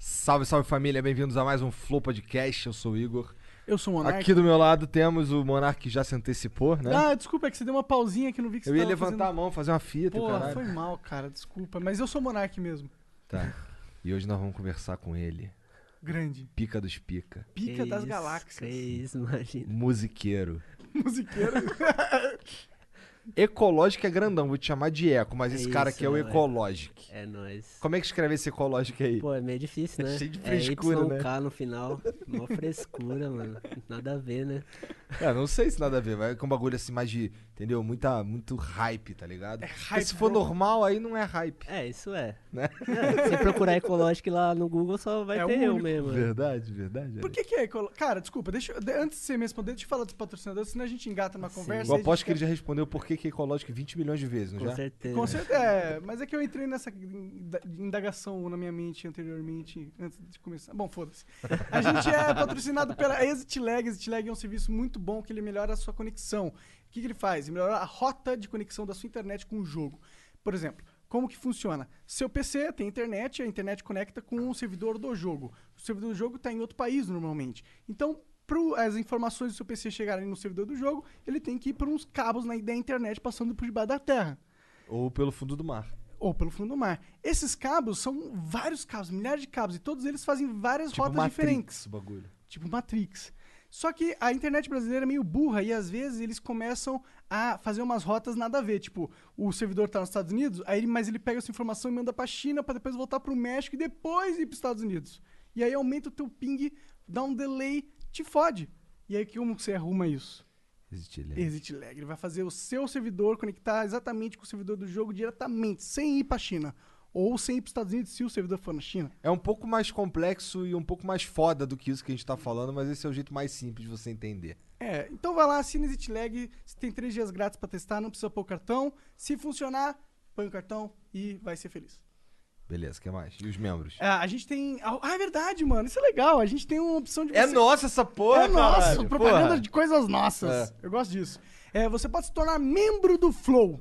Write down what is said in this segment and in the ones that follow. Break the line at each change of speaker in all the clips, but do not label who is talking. Salve, salve família, bem-vindos a mais um Flow Podcast. Eu sou o Igor.
Eu sou um o Monark.
Aqui do meu lado temos o Monark que já se antecipou, né?
Ah, desculpa, é que você deu uma pausinha aqui no vi que
eu
você
ia
tava
levantar a
fazendo...
mão, fazer uma fita,
Porra,
caralho.
foi mal, cara, desculpa. Mas eu sou o Monark mesmo.
Tá. E hoje nós vamos conversar com ele,
Grande.
pica dos pica,
Pica
Que
das
isso, Que
galáxias.
isso, imagina.
musiqueiro.
Musiqueiro.
Ecológico é grandão, vou te chamar de eco, mas
É
esse cara
isso,
aqui é o
né,
Ecológico.
É nóis.
Como é que escreve esse Ecológico aí?
Pô, é meio difícil,
É
né?
cheio de frescura,
é
né?
YK no final. Mó frescura, mano. Nada a ver, né?
É, não sei se nada a ver, vai com um bagulho assim mais de, entendeu? Muita, muito hype, tá ligado? É
hype, né?
se for
bro.
normal, aí não é hype,
É, isso é.
né?
é se procurar ecológico lá no Google, só vai
É o
ter eu
único.
mesmo. né?
Verdade, verdade.
Por que que é ecolo... Cara, desculpa, deixa eu... de- antes de você me responder, deixa eu falar dos patrocinadores, senão a gente engata numa conversa.
Eu
e a gente
aposto que ele
fica-
já respondeu por que, que é ecológico 20 milhões de vezes, não
Com
já?
certeza.
Com certeza, é, mas é que eu entrei nessa inda- indagação na minha mente anteriormente, antes de começar. Bom, foda-se. A gente é patrocinado pela ExitLag. ExitLag é um serviço muito bom que ele melhora a sua conexão. O que, que ele faz? Ele melhora a rota de conexão da sua internet com o jogo. Por exemplo, como que funciona? Seu PC tem internet, a internet conecta com o servidor do jogo. O servidor do jogo está em outro país normalmente. Então, para as informações do seu PC chegarem no servidor do jogo, ele tem que ir por uns cabos na da internet passando por debaixo da terra
Ou pelo fundo do mar.
ou pelo fundo do mar. Esses cabos são vários cabos, milhares de cabos, e todos eles fazem várias
Tipo
rotas
Matrix,
diferentes,
o bagulho.
tipo Matrix. Só que a internet brasileira é meio burra e às vezes eles começam a fazer umas rotas nada a ver. Tipo, o servidor tá nos Estados Unidos, aí ele, mas ele pega essa informação e manda pra China pra depois voltar pro México e depois ir pros Estados Unidos. E aí aumenta o teu ping, dá um delay, te fode. E aí como que você arruma isso?
Existe ele.
Exit lag. Ele vai fazer o seu servidor conectar exatamente com o servidor do jogo diretamente, sem ir para China. Ou sem ir para os Estados Unidos se o servidor for na China.
É um pouco mais complexo e um pouco mais foda do que isso que a gente tá falando, mas esse é o jeito mais simples de você entender.
É, então vai lá, assina Exit lag. Você tem três dias grátis para testar, não precisa pôr o cartão. Se funcionar, põe o cartão e vai ser feliz.
Beleza, o que mais? E os membros?
Ah, a gente tem. Ah, é verdade, mano. Isso é legal. A gente tem uma opção de
É,
você-
nossa essa porra,
é nosso,
caralho,
propaganda
porra.
de coisas nossas.
É.
Eu gosto disso. É, você pode se tornar membro do Flow.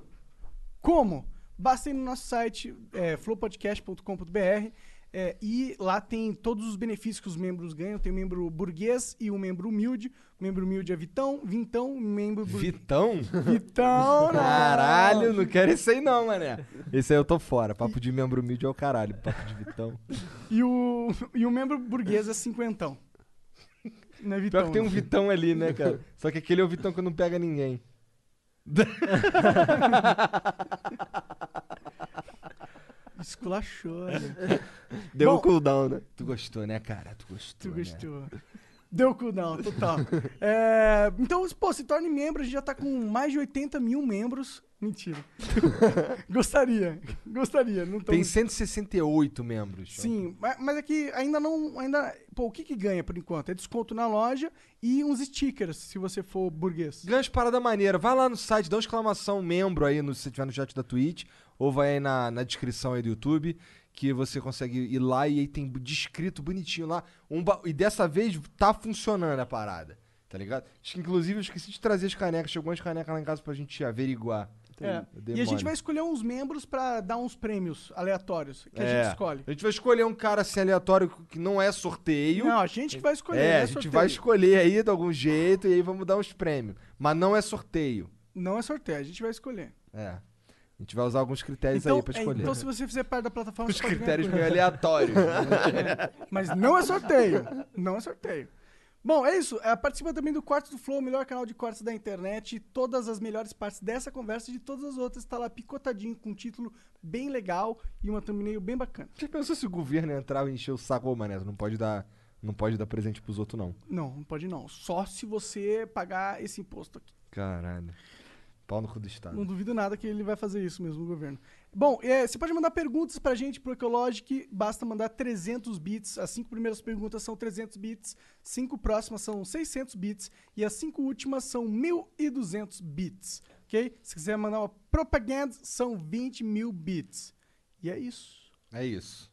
Como? Basta ir no nosso site, é, flowpodcast.com.br, é, e lá tem todos os benefícios que os membros ganham. Tem um membro burguês e um membro humilde. O membro humilde é Vitão, Vintão, membro burguês.
Vitão?
Vitão, né? não.
Caralho, não quero esse aí não, mané. Esse aí eu tô fora. Papo de membro humilde é o caralho. Papo de Vitão.
E o, e o membro burguês é cinquentão. Não é Vitão.
Pior que tem um
né?
Vitão ali, né, cara? Só que aquele é o Vitão que não pega ninguém.
Esculachou, né?
Deu
Bom-
um cooldown, né? Tu gostou, né, cara? Tu gostou,
Tu
né?
gostou. Deu cu não, total. É, então, pô, se torne membro, a gente já tá com mais de 80 mil membros. Mentira. gostaria, gostaria. Não tão...
Tem 168 membros.
Então- Sim, ma- mas é que ainda não. Ainda, pô, o que, que ganha por enquanto? É desconto na loja e uns stickers, se você for burguês.
Ganha as parada maneira. Vai lá no site, dá uma exclamação membro aí no, se tiver no chat da Twitch, ou vai aí na, na descrição aí do YouTube, que você consegue ir lá e aí tem descrito bonitinho lá. Um ba- E dessa vez tá funcionando a parada, tá ligado? Acho que, Inclusive, eu esqueci de trazer as canecas. Chegou umas canecas lá em casa pra gente averiguar.
É.
Eu dei
E a gente
mole.
vai escolher uns membros pra dar uns prêmios aleatórios que a
É.
gente escolhe.
A gente vai escolher um cara assim aleatório que não é sorteio.
Não, a gente que vai escolher.
é,
não
a gente
sorteio.
vai escolher aí de algum jeito e aí vamos dar uns prêmios. Mas não é sorteio.
Não é sorteio, a gente vai escolher.
É. A gente vai usar alguns critérios aí pra
é,
escolher.
então se você né, fizer parte da plataforma,
Os
você pode ganhar
critérios
coisa.
meio aleatórios. né?
Mas não é sorteio. Não é sorteio. Bom, é isso. É, participa também do Quarto do Flow, o melhor canal de cortes da internet. Todas as melhores partes dessa conversa e de todas as outras está lá picotadinho com um título bem legal e uma thumbnail bem bacana.
Já pensou se o governo entrar e encher o saco, ô mané, tu não pode dar. Não pode dar presente pros outros, não.
Não, não pode não. Só se você pagar esse imposto aqui.
Caralho. Pau no cu do Estado.
Não duvido nada que ele vai fazer isso mesmo, o governo. Bom, é, você pode mandar perguntas pra gente pro Ecologic, basta mandar 300 bits. As cinco primeiras perguntas são 300 bits, cinco próximas são 600 bits e as cinco últimas são 1.200 bits, ok? Se quiser mandar uma propaganda, são 20 mil bits. E é isso.
É isso.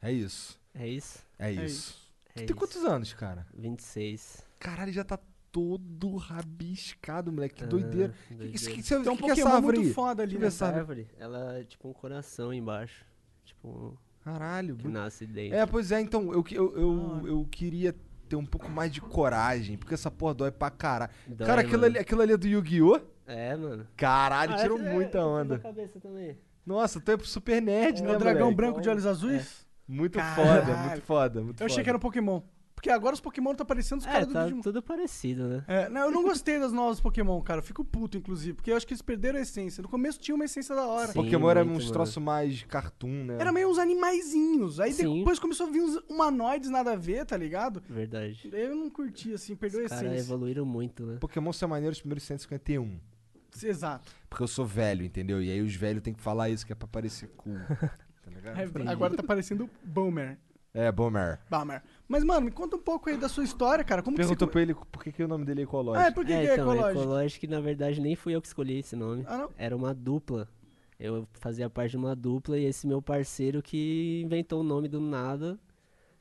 É isso.
É isso?
É, isso.
É
Tu
isso.
tem quantos anos, cara?
26.
Caralho, já tá todo rabiscado, moleque. Que doideira.
Ah,
Que- Isso,
doideira.
que, você,
É, Tem um
que que é essa
Pokémon
árvore
muito
aí?
foda ali,
Deixa eu
né?
ver essa
Essa
sabe?
árvore, ela é tipo um coração embaixo. Tipo,
Caralho.
que
bru-
nasce dentro.
É, pois é, então, eu, que- eu, eu,
Ah.
eu queria ter um pouco mais de coragem, porque essa porra dói pra caralho.
Dói,
Cara, aquilo
mano.
ali, aquilo ali é do Yu-Gi-Oh!
É, mano.
Ah,
Caralho, tirou
essa é-
muita
essa é
onda.
da cabeça também.
Nossa, tu é pro super nerd,
É
né,
o dragão
moleque?
branco de olhos azuis?
Muito
Caralho.
foda, muito foda, muito
Eu achei que era um Pokémon. Porque agora os Pokémon estão parecendo os
É,
caras do
tá
Digimon.
tudo parecido, né?
É, não, eu não gostei das novas Pokémon, cara. Eu Fico puto, inclusive, porque eu acho que eles perderam a essência. No começo tinha uma essência da hora.
Sim,
Pokémon era
muito,
uns
mano.
troços mais cartoon, né?
Era meio uns animaizinhos. Aí
Sim.
depois começou a vir uns humanoides nada a ver, tá ligado?
Verdade.
Eu não curti, assim, perdeu a
Os caras
essência.
evoluíram muito, né?
Pokémon são maneiros primeiros 151.
Exato.
Porque eu sou velho, entendeu? E aí os velhos têm que falar isso, que é pra parecer cool. tá ligado?
É, agora tá parecendo Boomer.
É, Boomer.
Boomer. Mas, mano, me conta um pouco aí da sua história, cara. Como
Perguntou
que
pra ele por que, que o nome dele é
você... Ah, é,
ecológico.
por que,
é,
que é
então,
ecológico?
Ecológico, na verdade, nem fui eu que escolhi esse nome.
Ah, não?
Era uma dupla. Eu fazia parte de uma dupla e esse meu parceiro que inventou o nome do nada.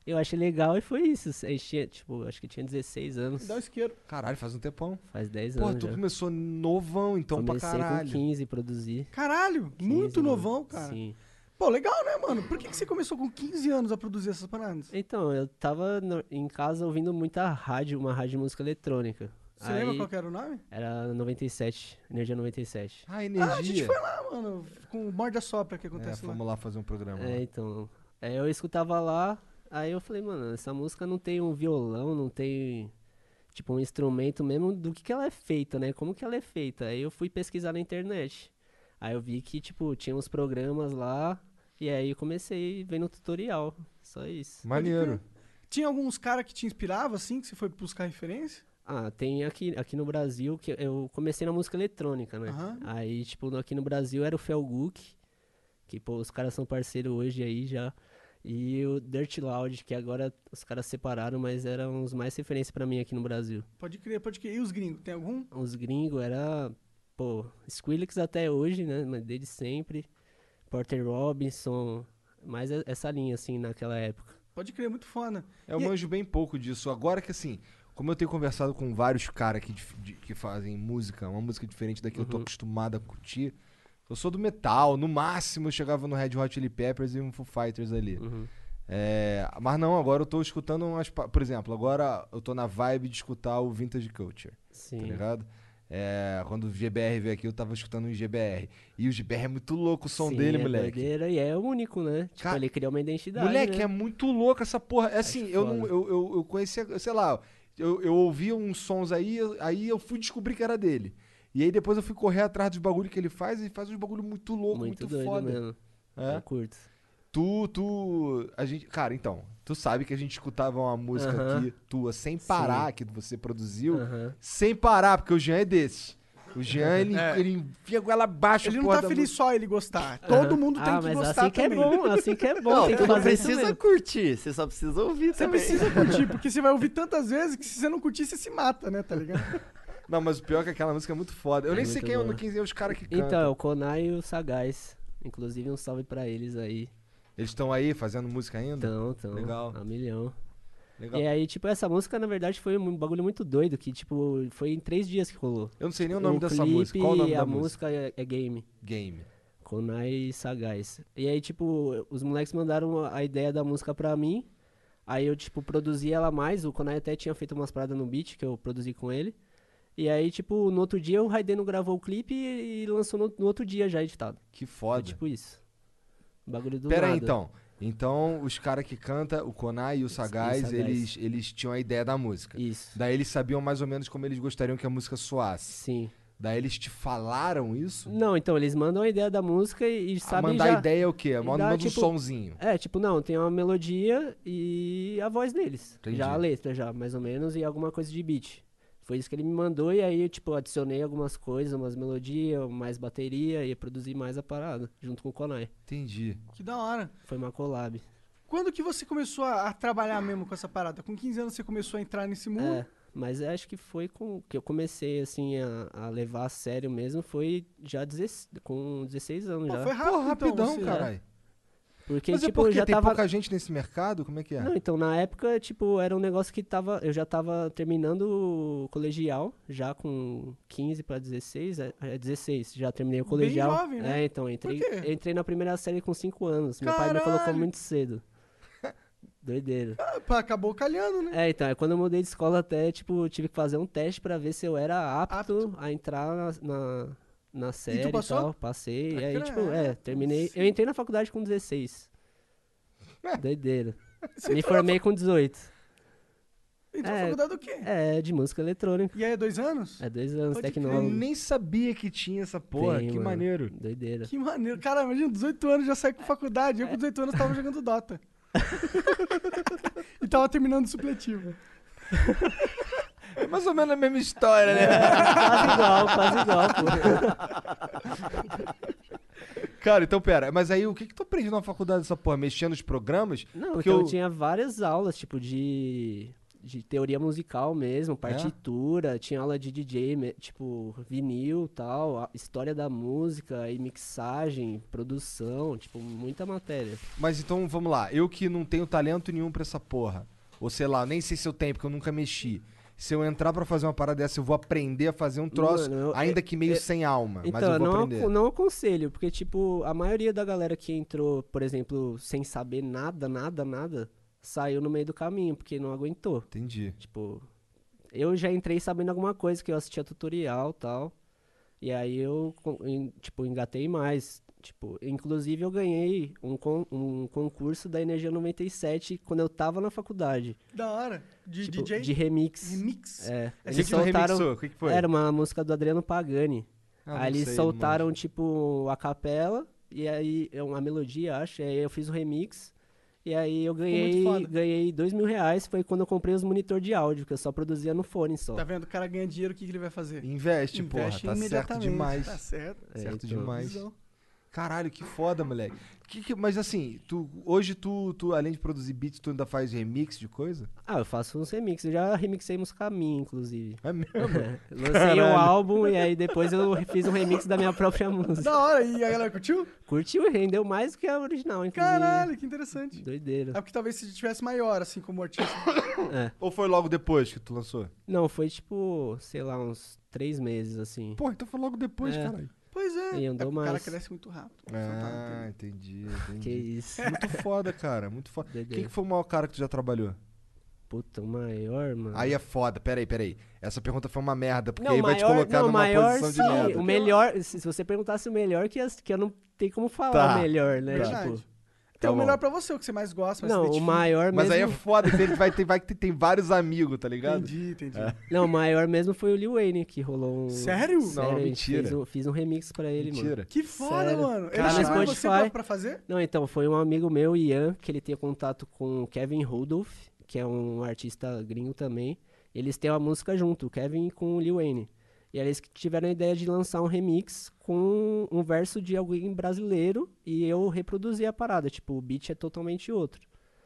Eu achei legal e foi isso. A gente tinha, tipo, acho que tinha 16 anos.
Dá o isqueiro.
Caralho, faz um tempão.
Faz 10
Porra,
anos.
tu
já.
começou novão, então,
Comecei
pra
com
caralho.
15 produzir.
Caralho,
15,
muito
mano.
novão, cara.
Sim.
Pô, legal, né, mano? Por que, que você começou com 15 anos a produzir essas paradas?
Então, eu tava no- em casa ouvindo muita rádio, uma rádio de música eletrônica.
Você lembra
Aí,
qual que era o nome?
Era 97, Energia 97.
Ah,
Ah, a gente
energia.
foi lá, mano, com o morde a sopra
é,
que acontece lá.
vamos lá fazer um programa.
É, então. Aí eu escutava lá, aí eu falei, mano, essa música não tem um violão, não tem, tipo, um instrumento mesmo do que, que ela é feita, né? Como que ela é feita? Aí eu fui pesquisar na internet. Aí eu vi que, tipo, tinha uns programas lá, e aí eu comecei vendo tutorial. Só isso.
Maneiro.
Tinha alguns caras que te inspiravam, assim, que você foi buscar referência?
Ah, tem aqui, aqui no Brasil, que eu comecei na música eletrônica, né?
Aham.
Aí, tipo, no- aqui no Brasil era o Felguk, que, pô, os caras são parceiros hoje aí já. E o Dirt Loud, que agora os caras separaram, mas eram os mais referência pra mim aqui no Brasil.
Pode crer, pode crer. E os gringos, tem algum?
Os gringos era, pô, Skrillex até hoje, né? Mas desde sempre. Porter Robinson, mais e- essa linha, assim, naquela época.
Pode crer, muito foda.
Eu
E-
manjo bem pouco disso. Agora que assim, como eu tenho conversado com vários caras que, dif- de- que fazem música, uma música diferente da que eu tô acostumado a curtir. Eu sou do metal, no máximo eu chegava no Red Hot Chili Peppers e um Foo Fighters ali.
Uhum.
É, mas não, agora eu tô escutando umas. pa- Por exemplo, agora eu tô na vibe de escutar o Vintage Culture, tá
Sim.
ligado? É, quando o GBR veio aqui, eu tava escutando um GBR. E o GBR é muito louco o som
Sim,
dele,
é
moleque.
doideira e é único, né? Tipo,
Ca-
ele criou uma identidade,
Moleque,
né?
é muito louco essa porra. É Assim,
Acho
eu, não,
foda.
eu, eu, eu conhecia, sei lá, eu, eu ouvia uns sons aí, eu- aí eu fui descobrir que era dele. E aí depois eu fui correr atrás dos bagulho que ele faz e faz uns bagulho muito louco, muito,
Muito doido
foda.
mesmo.
É.
Eu curto.
Tu, tu. A gente. Cara, então, tu sabe que a gente escutava uma música
Aham.
aqui tua sem parar, que você produziu,
Aham.
sem parar, porque o Jean é desse. O Jean, ele,
É.
ele enfia a goela abaixo,
Ele não
porra,
tá
da
feliz
música.
só ele gostar.
É.
Todo
Aham.
mundo tem
ah,
que
mas
gostar
assim que é
também.
bom, assim que é bom, tem que
tu não
fazer isso
precisa
mesmo.
curtir, você só precisa ouvir
Você
também.
precisa curtir, porque você vai ouvir tantas vezes que se você não curtir, você se mata, né, tá ligado?
Não, mas o pior é que aquela música é muito foda. Eu
É
nem sei
muito
quem é,
boa.
o- quem é os caras que cantam.
Então, é o Konai e o Sagaz. Inclusive, um salve pra eles aí.
Eles estão aí fazendo música ainda?
Então, então,
Legal.
a milhão.
Legal.
E aí, tipo, essa música, na verdade, foi um bagulho muito doido, que, tipo, foi em três dias que rolou.
Eu não sei nem é o nome dessa
clipe
música. Qual o nome
e
da
a
música?
música é, é Game.
Game.
Konai e Sagaz. E aí, tipo, os moleques mandaram a ideia da música pra mim. Aí eu, tipo, produzi ela mais. O Konai até tinha feito umas paradas no beat que eu produzi com ele. E aí, tipo, no outro dia o Raideno gravou o clipe e, e lançou no, no outro dia já editado.
Que
Foi
foda.
tipo isso. Bagulho do
Pera aí,
nada.
então. Então, os caras que canta, o Konai e o Sagaz,
Sagaz.
Eles, eles tinham a ideia da música.
Isso.
Daí eles sabiam mais ou menos como eles gostariam que a música soasse.
Sim.
Daí eles te falaram isso?
Não, então, eles mandam a ideia da música e, e
Ah,
sabem
mandar
já...
ideia é o quê?
e
Manda,
dá,
manda
tipo-
um sonzinho.
É, tipo, não, tem uma melodia e a voz deles.
Entendi.
Já a letra, já, mais ou menos, e alguma coisa de beat. Foi isso que ele me mandou e aí, eu, tipo, adicionei algumas coisas, umas melodias, mais bateria e produzi mais a parada, junto com o Conai.
Entendi.
Que da hora.
Foi uma collab.
Quando que você começou a, a trabalhar mesmo com essa parada? Com 15 anos você começou a entrar nesse mundo?
É, mas eu acho que foi com que eu comecei, assim, a, a levar a sério mesmo, foi já 16 com 16 anos
Pô,
já.
foi rápido,
Pô, rapidão,
então, você-
caralho.
Porque,
Mas
tipo,
é
eu
porque
já
tem
tava...
pouca gente nesse mercado? Como é que é?
Não, então, na época, tipo, era um negócio que tava... Eu já tava terminando o colegial, já com 15 pra 16, é, é 16, já terminei o
Bem
colegial.
jovem, né?
É, então, entrei,
Por quê?
entrei na primeira série com 5 anos. Meu pai me colocou
Caralho!
muito cedo. Doideira.
Ah, pá, Acabou calhando, né?
É, então, é quando eu mudei de escola até, tipo, eu tive que fazer um teste pra ver se eu era apto,
Apto.
a entrar na, na, na série e,
passou? Ah,
tal. Passei. e aí,
Caraca,
tipo, é, terminei. Eu entrei na faculdade com 16. Doideira. Me formei com 18.
Então
É.
faculdade do quê?
É, de música eletrônica.
E aí, é dois anos?
É dois anos,
Pode
tipo, Eu
tecnólogo.
nem sabia que tinha essa porra,
Tem,
que
mano.
maneiro.
Doideira.
Que maneiro. Cara, imagina, 18 anos já saí com faculdade. Eu com 18 anos tava jogando Dota. e tava terminando o supletivo.
É mais ou menos a mesma história, né?
quase igual, quase igual, pô.
Cara, então pera, mas aí o que que tu aprendeu na faculdade dessa porra? Mexendo nos programas?
Não,
Porque
então
eu-
eu tinha várias aulas, tipo, de, de teoria musical
É?
mesmo, partitura, tinha aula de DJ, me- tipo, vinil tal, a- história da música e mixagem, produção, tipo, muita matéria.
Mas então vamos lá, eu que não tenho talento nenhum pra essa porra, ou sei lá, nem sei se eu tenho, porque eu nunca mexi. Se eu entrar pra fazer uma parada dessa, eu vou aprender a fazer um troço,
Mano, eu-
ainda
eu-
que meio
eu-
sem alma, Ah, mas
Então,
eu vou
não,
aprender.
acon- não aconselho, porque, tipo, a maioria da galera que entrou, por exemplo, sem saber nada, nada, nada, saiu no meio do caminho, porque não aguentou.
Entendi.
Tipo, eu já entrei sabendo alguma coisa, que eu assistia tutorial e tal. E aí eu, con- en- tipo, engatei mais. Tipo, inclusive eu ganhei um, con- um concurso da Energia 97 quando eu tava na faculdade.
Da hora. De
Tipo,
DJ?
De remix.
um Remix?
É.
O
Eles
que que tu
soltaram-
remixou? O que que foi?
Era uma música do Adriano Pagani.
Ah, não
aí eles
sei, não
soltaram, tipo, a capela. E aí, é uma melodia, acho. E aí eu fiz o remix. E aí eu
muito
ganhei,
foda.
ganhei dois mil reais. Foi quando eu comprei os monitor de áudio, que eu só produzia no fone só.
Tá vendo? O cara ganha dinheiro, o que, que ele vai fazer?
Investe,
Investe
porra, tá certo
imediatamente.
demais.
Tá certo.
É,
certo
então.
demais.
Visão.
Caralho, que foda, moleque. Que que- mas assim, tu, hoje tu, tu, além de produzir beats, tu ainda faz remix de coisa?
Ah, eu faço uns remixes. Eu já remixei música minha, inclusive.
É mesmo?
Lancei o álbum e aí depois eu fiz um remix da minha própria música.
Da hora. E a galera curtiu?
Curtiu e rendeu mais do que a original, inclusive.
Caralho, que interessante. É
Doideira.
porque talvez se tivesse maior, assim, como artista.
Ou foi logo depois que tu lançou?
Não, foi tipo, sei lá, uns três meses, assim.
Pô, então foi logo depois,
É.
caralho.
Pois é.
E
é
andou
porque o cara
mais.
cresce muito rápido.
Ah, entendi,
Que
entendi.
isso.
Muito foda, cara, muito foda.
Doideira.
Quem que foi o maior cara que tu já trabalhou?
Puta, o maior, mano.
Aí é foda, peraí, peraí. Essa pergunta foi uma merda, porque
não,
aí vai te
maior,
colocar
não,
numa
maior
posição
sim.
de merda.
O melhor, se se você perguntasse o melhor, que, as- que eu não tenho como falar
Tá.
melhor, né?
Verdade.
Tipo,
Tá
Então, o
bom.
melhor pra você, o que você mais gosta, mais se
não, o
identifica.
maior mesmo.
Mas aí é foda, que ele vai ter, vai ter tem vários amigos, tá ligado?
Entendi, entendi.
Não, o maior mesmo foi o Lil Wayne, que rolou um.
Sério?
Não,
Sério, a gente
mentira.
Fiz um, fiz um remix pra ele, mano.
Mentira.
Que foda,
Sério.
mano. Ele
Cara,
chamou
Spotify.
você pra, pra fazer?
Não, então, foi um amigo meu, Ian, que ele tem contato com o Kevin Rudolph, que é um artista gringo também. Eles têm uma música junto, o Kevin com o Lil Wayne. E aí eles que tiveram a ideia de lançar um remix com um verso de alguém brasileiro e eu reproduzi a parada. Tipo, o beat é totalmente outro.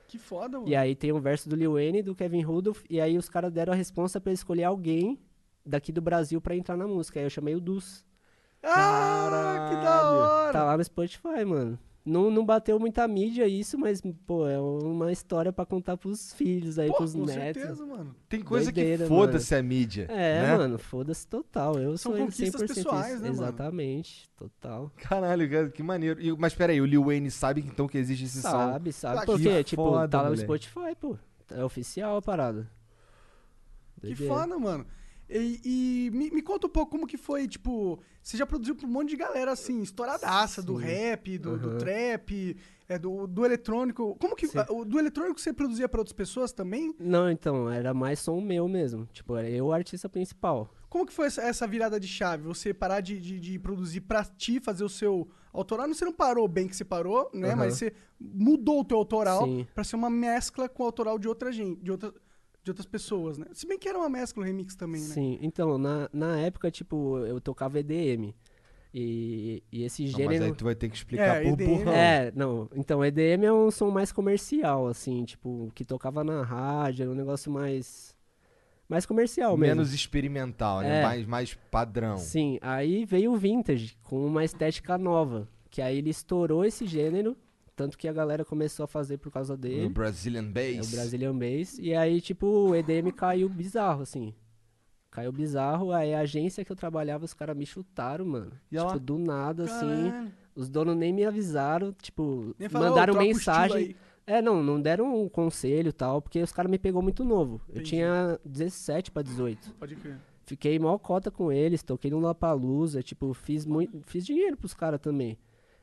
Que foda, mano.
E aí tem um verso do Lil Wayne, do Kevin Rudolph, e aí os caras deram a responsa pra escolher alguém daqui do Brasil pra entrar na música. Aí eu chamei o Dus.
Ah, que da hora.
Tá lá no Spotify, mano. Não, não bateu muita mídia isso, mas, pô, é uma história pra contar pros filhos Tá aí,
Pô,
pros
com
netos.
certeza, mano.
Tem coisa
Doideira,
que foda-se a mídia.
É,
né?
mano, foda-se total. Eu
São
sou
conquistas
100%
pessoais,
isso.
né, mano?
Exatamente, total.
Caralho, cara, que maneiro. E- mas peraí, o Lil Wayne sabe então que existe esse som.
Sabe, sabe.
Ah,
Por
que
quê? Tipo,
foda,
tá lá no
moleque.
Spotify, pô. É oficial a parada.
Que
Doideira.
foda, mano. E, e me, me conta um pouco como que foi, tipo, você já produziu pra um monte de galera, assim, estouradaça, do
Sim.
rap, do, do
Aham.
trap, é, do, do eletrônico. Como que.
Sim.
ah, O do eletrônico você produzia pra outras pessoas também?
Não, então, era mais som meu mesmo. Tipo, era eu o artista principal.
Como que foi essa, essa virada de chave? Você parar de, de- de produzir pra ti, fazer o seu autoral? Não, Você não parou bem que você parou, né?
Aham.
Mas você mudou o teu autoral
Sim.
pra ser uma mescla com o autoral de outra gente, de outra, de de outras pessoas, né? Se bem que era uma mescla o remix também, né?
Sim, então, na, na época, tipo, eu tocava EDM. E, e esse
Ah, mas aí
gênero.
tu vai ter que explicar
É,
por
EDM.
burrão.
É, não. Então, EDM é um som mais comercial, assim, tipo, que tocava na rádio, era um negócio mais. Mais comercial mesmo.
Menos experimental, né?
É.
Mais, mais padrão.
Sim, aí veio o vintage com uma estética nova, que aí ele estourou esse gênero, tanto que a galera começou a fazer por causa
O
dele,
Brazilian
é o
Bass.
Brazilian Bass, e aí tipo o EDM caiu bizarro assim. Caiu bizarro, aí a agência que eu trabalhava, os caras me chutaram, mano.
E
tipo,
ela-
do nada, assim.
Caralho.
Os donos nem me avisaram, tipo,
Nem falou,
mandaram
troca o estilo
mensagem.
aí.
É, não, não deram um conselho e tal, porque os caras me pegou muito novo. Eu
Entendi.
tinha 17 pra 18.
Pode crer.
Fiquei mó cota com eles, toquei no Lapalusa, tipo, fiz muito, fiz dinheiro pros caras também.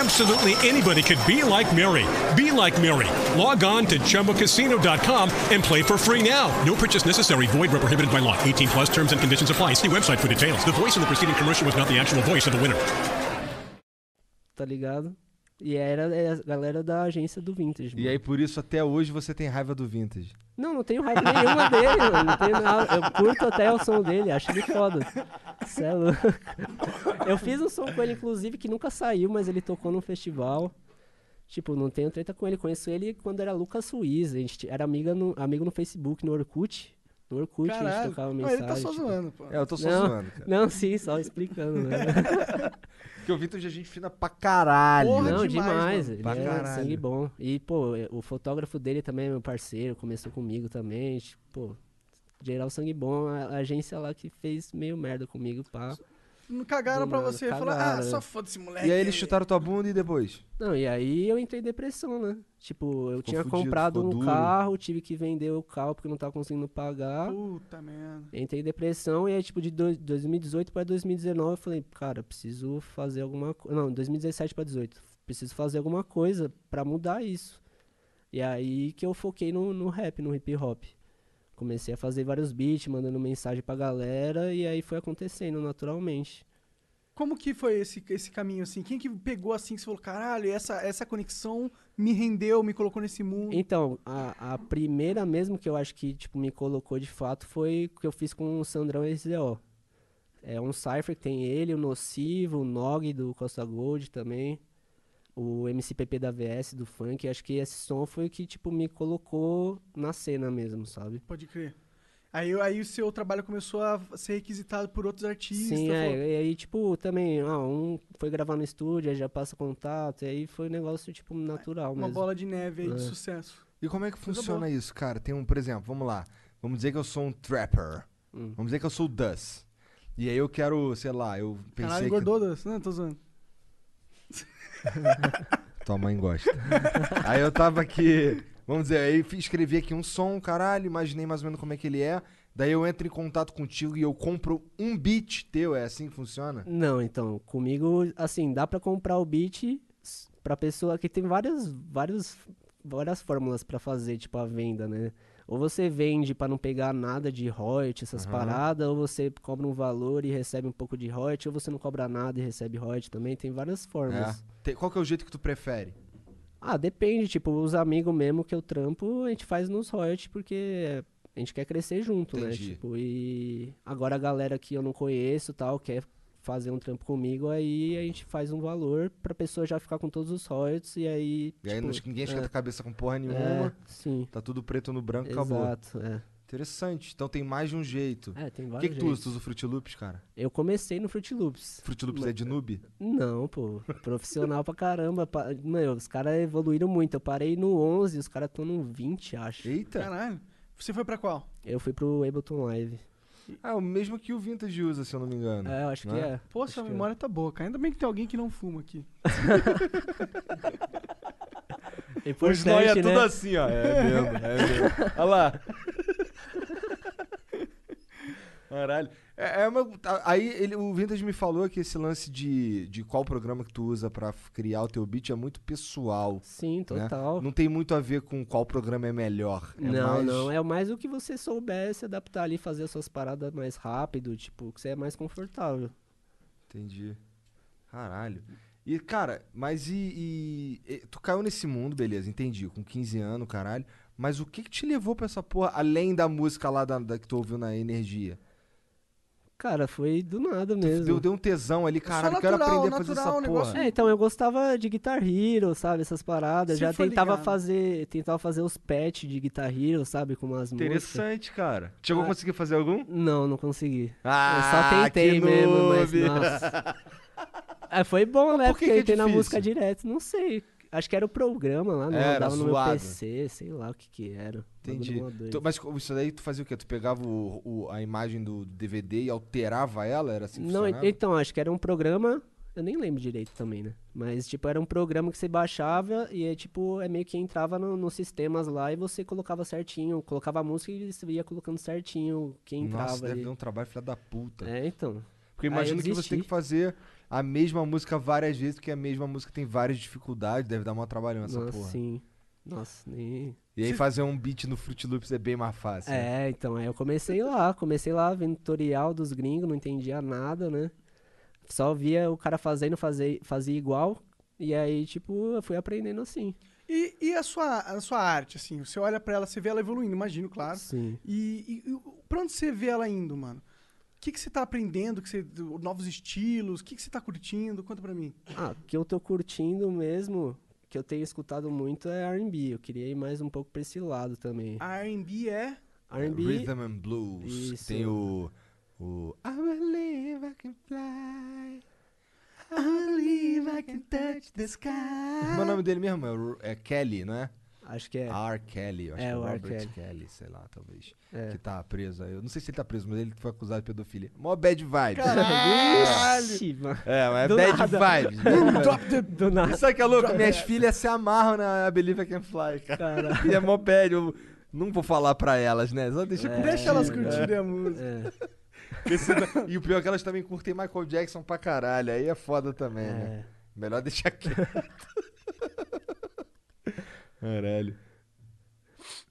Absolutely anybody could be like Mary. Be like Mary. Log on to chumbacasino.com and play for free now. No purchase necessary. Void where prohibited by law. 18 plus terms and conditions apply. See website for details. The voice in the preceding commercial was not the actual voice of the winner.
tá ligado? E era é, a galera da agência do Vintage.
E
mano.
aí, por isso, até hoje você tem raiva do vintage.
Não, não tenho raiva nenhuma dele, mano. Não tenho nada. Eu curto até o som dele, acho ele foda. Cê é louco. Eu fiz um som com ele, inclusive, que nunca saiu, mas ele tocou num festival. Tipo, não tenho treta com ele. Conheço ele quando era Lucas Suiz. A gente era amiga no, amigo no Facebook, no Orkut. No Orkut a gente
Caralho.
tocava
Não,
mensagem.
ele tá só
tipo.
zoando, pô.
É, eu tô só
não,
zoando, cara.
não, sim, só explicando. Né?
Porque o vintage é gente fina pra caralho.
Porra,
não,
demais,
demais.
mano.
Ele
Pra
é
caralho.
sangue bom. E, pô, o fotógrafo dele também é meu parceiro, começou comigo também. Tipo, pô, geral sangue bom, a a agência lá que fez meio merda comigo, pá.
Não cagaram
Do
pra
nada,
você. Falaram, ah,
cagaram,
só
né?
foda esse moleque.
E aí eles chutaram tua bunda e depois?
Não, e aí eu entrei em depressão, né? Tipo, eu tinha
fudido,
comprado
ficou
um
duro.
carro, tive que vender o carro porque não tava conseguindo pagar.
Puta merda.
Entrei em depressão e aí, tipo, de dois- 2018 pra 2019, eu falei, cara, preciso fazer alguma coisa. Não, 2017 pra 18, preciso fazer alguma coisa pra mudar isso. E aí que eu foquei no, no rap, no hip hop. Comecei a fazer vários beats, mandando mensagem pra galera, e aí foi acontecendo naturalmente.
Como que foi esse, esse caminho, assim? Quem que pegou, assim, que você falou, caralho, essa, essa conexão me rendeu, me colocou nesse mundo?
Então, a, a primeira mesmo que eu acho que tipo, me colocou de fato foi o que eu fiz com o Sandrão SDO. É um Cypher que tem ele, o Nocivo, o Nog do Costa Gold também, o MCPP da VS do Funk. Acho que esse som foi o que tipo, me colocou na cena mesmo, sabe?
Pode crer. Aí, aí o seu trabalho começou a ser requisitado por outros artistas.
Sim,
falou,
é, e aí, tipo, também, ah, um foi gravar no estúdio, aí já passa contato, e aí foi um negócio, tipo, natural
uma
mesmo.
bola de neve aí de
É.
sucesso.
E como é que
Coisa
funciona
boa.
isso, cara? Tem um, por exemplo, vamos lá. Vamos dizer que eu sou um trapper.
Hum.
Vamos dizer que eu sou o Dus. E aí eu quero, sei lá, eu pensei
Caralho,
que
engordou, Dan? Não, tô zoando.
tua mãe gosta. aí eu tava aqui, vamos dizer, aí fi- escrevi aqui um som, caralho, imaginei mais ou menos como é que ele é. Daí eu entro em contato contigo e eu compro um beat teu, é assim que funciona?
Não, então, comigo, assim, dá pra comprar o beat s- pra pessoa que tem várias, vários, várias fórmulas pra fazer, tipo, a venda, né? Ou você vende pra não pegar nada de royalty, essas paradas, ou você cobra um valor e recebe um pouco de royalty, ou você não cobra nada e recebe royalty também, tem várias
É.
formas.
Te- Qual que é o jeito que tu prefere?
Ah, depende, tipo, os amigos mesmo que eu trampo, a gente faz nos royalties porque a gente quer crescer junto,
Entendi.
né? Tipo, e agora a galera que eu não conheço, e tal, quer fazer um trampo comigo, aí a gente faz um valor pra pessoa já ficar com todos os royalties e aí,
E aí
tipo,
não- ninguém esquenta a cabeça com porra
é,
nenhuma,
sim.
tá tudo preto no branco, acabou.
Exato, é.
Interessante, então tem mais de um jeito.
É, tem
O que, que
vários.
tu usa?
jeitos.
Tu usa o Fruit Loops, cara?
Eu comecei no Fruit Loops.
Fruit Loops é de noob?
Não, pô, profissional pra caramba. Pa... Mano, os caras evoluíram muito. Eu parei no 11, os caras estão no 20, acho.
Eita!
Caralho. Você foi pra qual?
Eu fui pro Ableton Live.
Ah, é o mesmo que o Vintage usa, se eu não me engano.
É, eu acho
não
que é.
Pô,
Acho
sua
que é.
memória tá boa, cara. Ainda bem que tem alguém que não fuma aqui.
Os
Importante,
nóia é
né?
tudo assim, ó. É mesmo, é mesmo. Olha lá. Caralho. É, é uma- a- aí ele, o Vintage me falou que esse lance de, de qual programa que tu usa pra f- criar o teu beat é muito pessoal.
Sim,
né?
total.
Não tem muito a ver com qual programa é melhor. É
não,
mais-
não. É mais o que você souber se adaptar ali, fazer as suas paradas mais rápido, tipo, que você é mais confortável.
Entendi. Caralho. E, cara, mas e, e- e- Tu caiu nesse mundo, beleza, entendi. Com 15 anos, caralho. Mas o que que te levou pra essa porra, além da música lá da, da que tu ouviu na Energia?
Cara, foi do nada
Tu
mesmo.
deu, deu um tesão ali, caralho, quero
natural,
aprender a fazer essa
natural, um
porra.
negócio-
É, então eu gostava de Guitar Hero, sabe? Essas paradas.
Sempre
Já
foi
tentava
ligado.
fazer, tentava fazer os patch de Guitar Hero, sabe? Com umas músicas.
Interessante, cara. Chegou a conseguir fazer algum?
Não, não consegui. eu
Ah,
Ah. só tentei
que
mesmo, mas
noob.
nossa. É, foi bom, né?
por que
Porque eu
que é
entrei na
difícil?
música direto, não sei. Acho que era o programa lá, né?
Era,
eu dava no
zoado.
meu PC, sei lá o que que era. Bagulho
Entendi.
mó doido.
Tu- mas co- isso daí tu fazia o quê? Tu pegava o- o- a imagem do DVD e alterava ela? Era assim que
Não,
funcionava?
en- então, acho que era um programa. Eu nem lembro direito também, né? Mas, tipo, era um programa que você baixava e, é, tipo, é meio que entrava no- nos sistemas lá e você colocava certinho, colocava a música e você ia colocando certinho quem entrava
Nossa, deve
ali.
dar um trabalho filha da puta.
É, então.
Porque
Aí eu
imagino que você tem
desisti.
que fazer a mesma música várias vezes, porque a mesma música tem várias dificuldades, deve dar uma trabalhão essa
Nossa,
porra.
sim. Nossa, nem.
E aí fazer um beat no Fruit Loops é bem mais fácil. né?
É, então, aí eu comecei lá, comecei lá vendo tutorial dos gringos, não entendia nada, né? Só via o cara fazendo, fazer, fazia igual. E aí, tipo, eu fui aprendendo assim.
E, e a, sua, a sua arte, assim? Você olha pra ela, você vê ela evoluindo, imagino, claro.
Sim.
E, e, e o- pra onde você vê ela indo, mano? O que, que você tá aprendendo? Que você, do- novos estilos? O que, que você tá curtindo? Conta pra mim.
Ah, o que eu tô curtindo mesmo, que eu tenho escutado muito, é R&B. Eu queria ir mais um pouco pra esse lado também.
R&B é...
R&B...
Ah, Rhythm and Blues.
Isso.
Tem o. O. I believe I can fly.
I believe I can touch the sky.
Como é o nome dele mesmo? É, o- é Kelly, não é?
Acho que é.
R. Kelly. eu Acho
É,
que é
o R.
Robert Kelly.
Kelly.
sei lá, talvez.
É.
Que tá preso aí. Eu não sei se ele tá preso, mas ele foi acusado de pedofilia. Mó bad vibes.
Ixi, mano.
É, mas é
Do
bad
nada.
vibes. né?
Do nada,
Sabe o que é louco? Minhas filhas se amarram na I Believe I Can Fly, cara.
cara.
E é mó bad. Eu não vou falar pra elas, né? Só deixa curtir.
Deixa elas curtirem a música.
É,
E o pior é que elas também curtem Michael Jackson pra caralho. Aí é foda também, né?
é.
Melhor deixar quieto. caralho.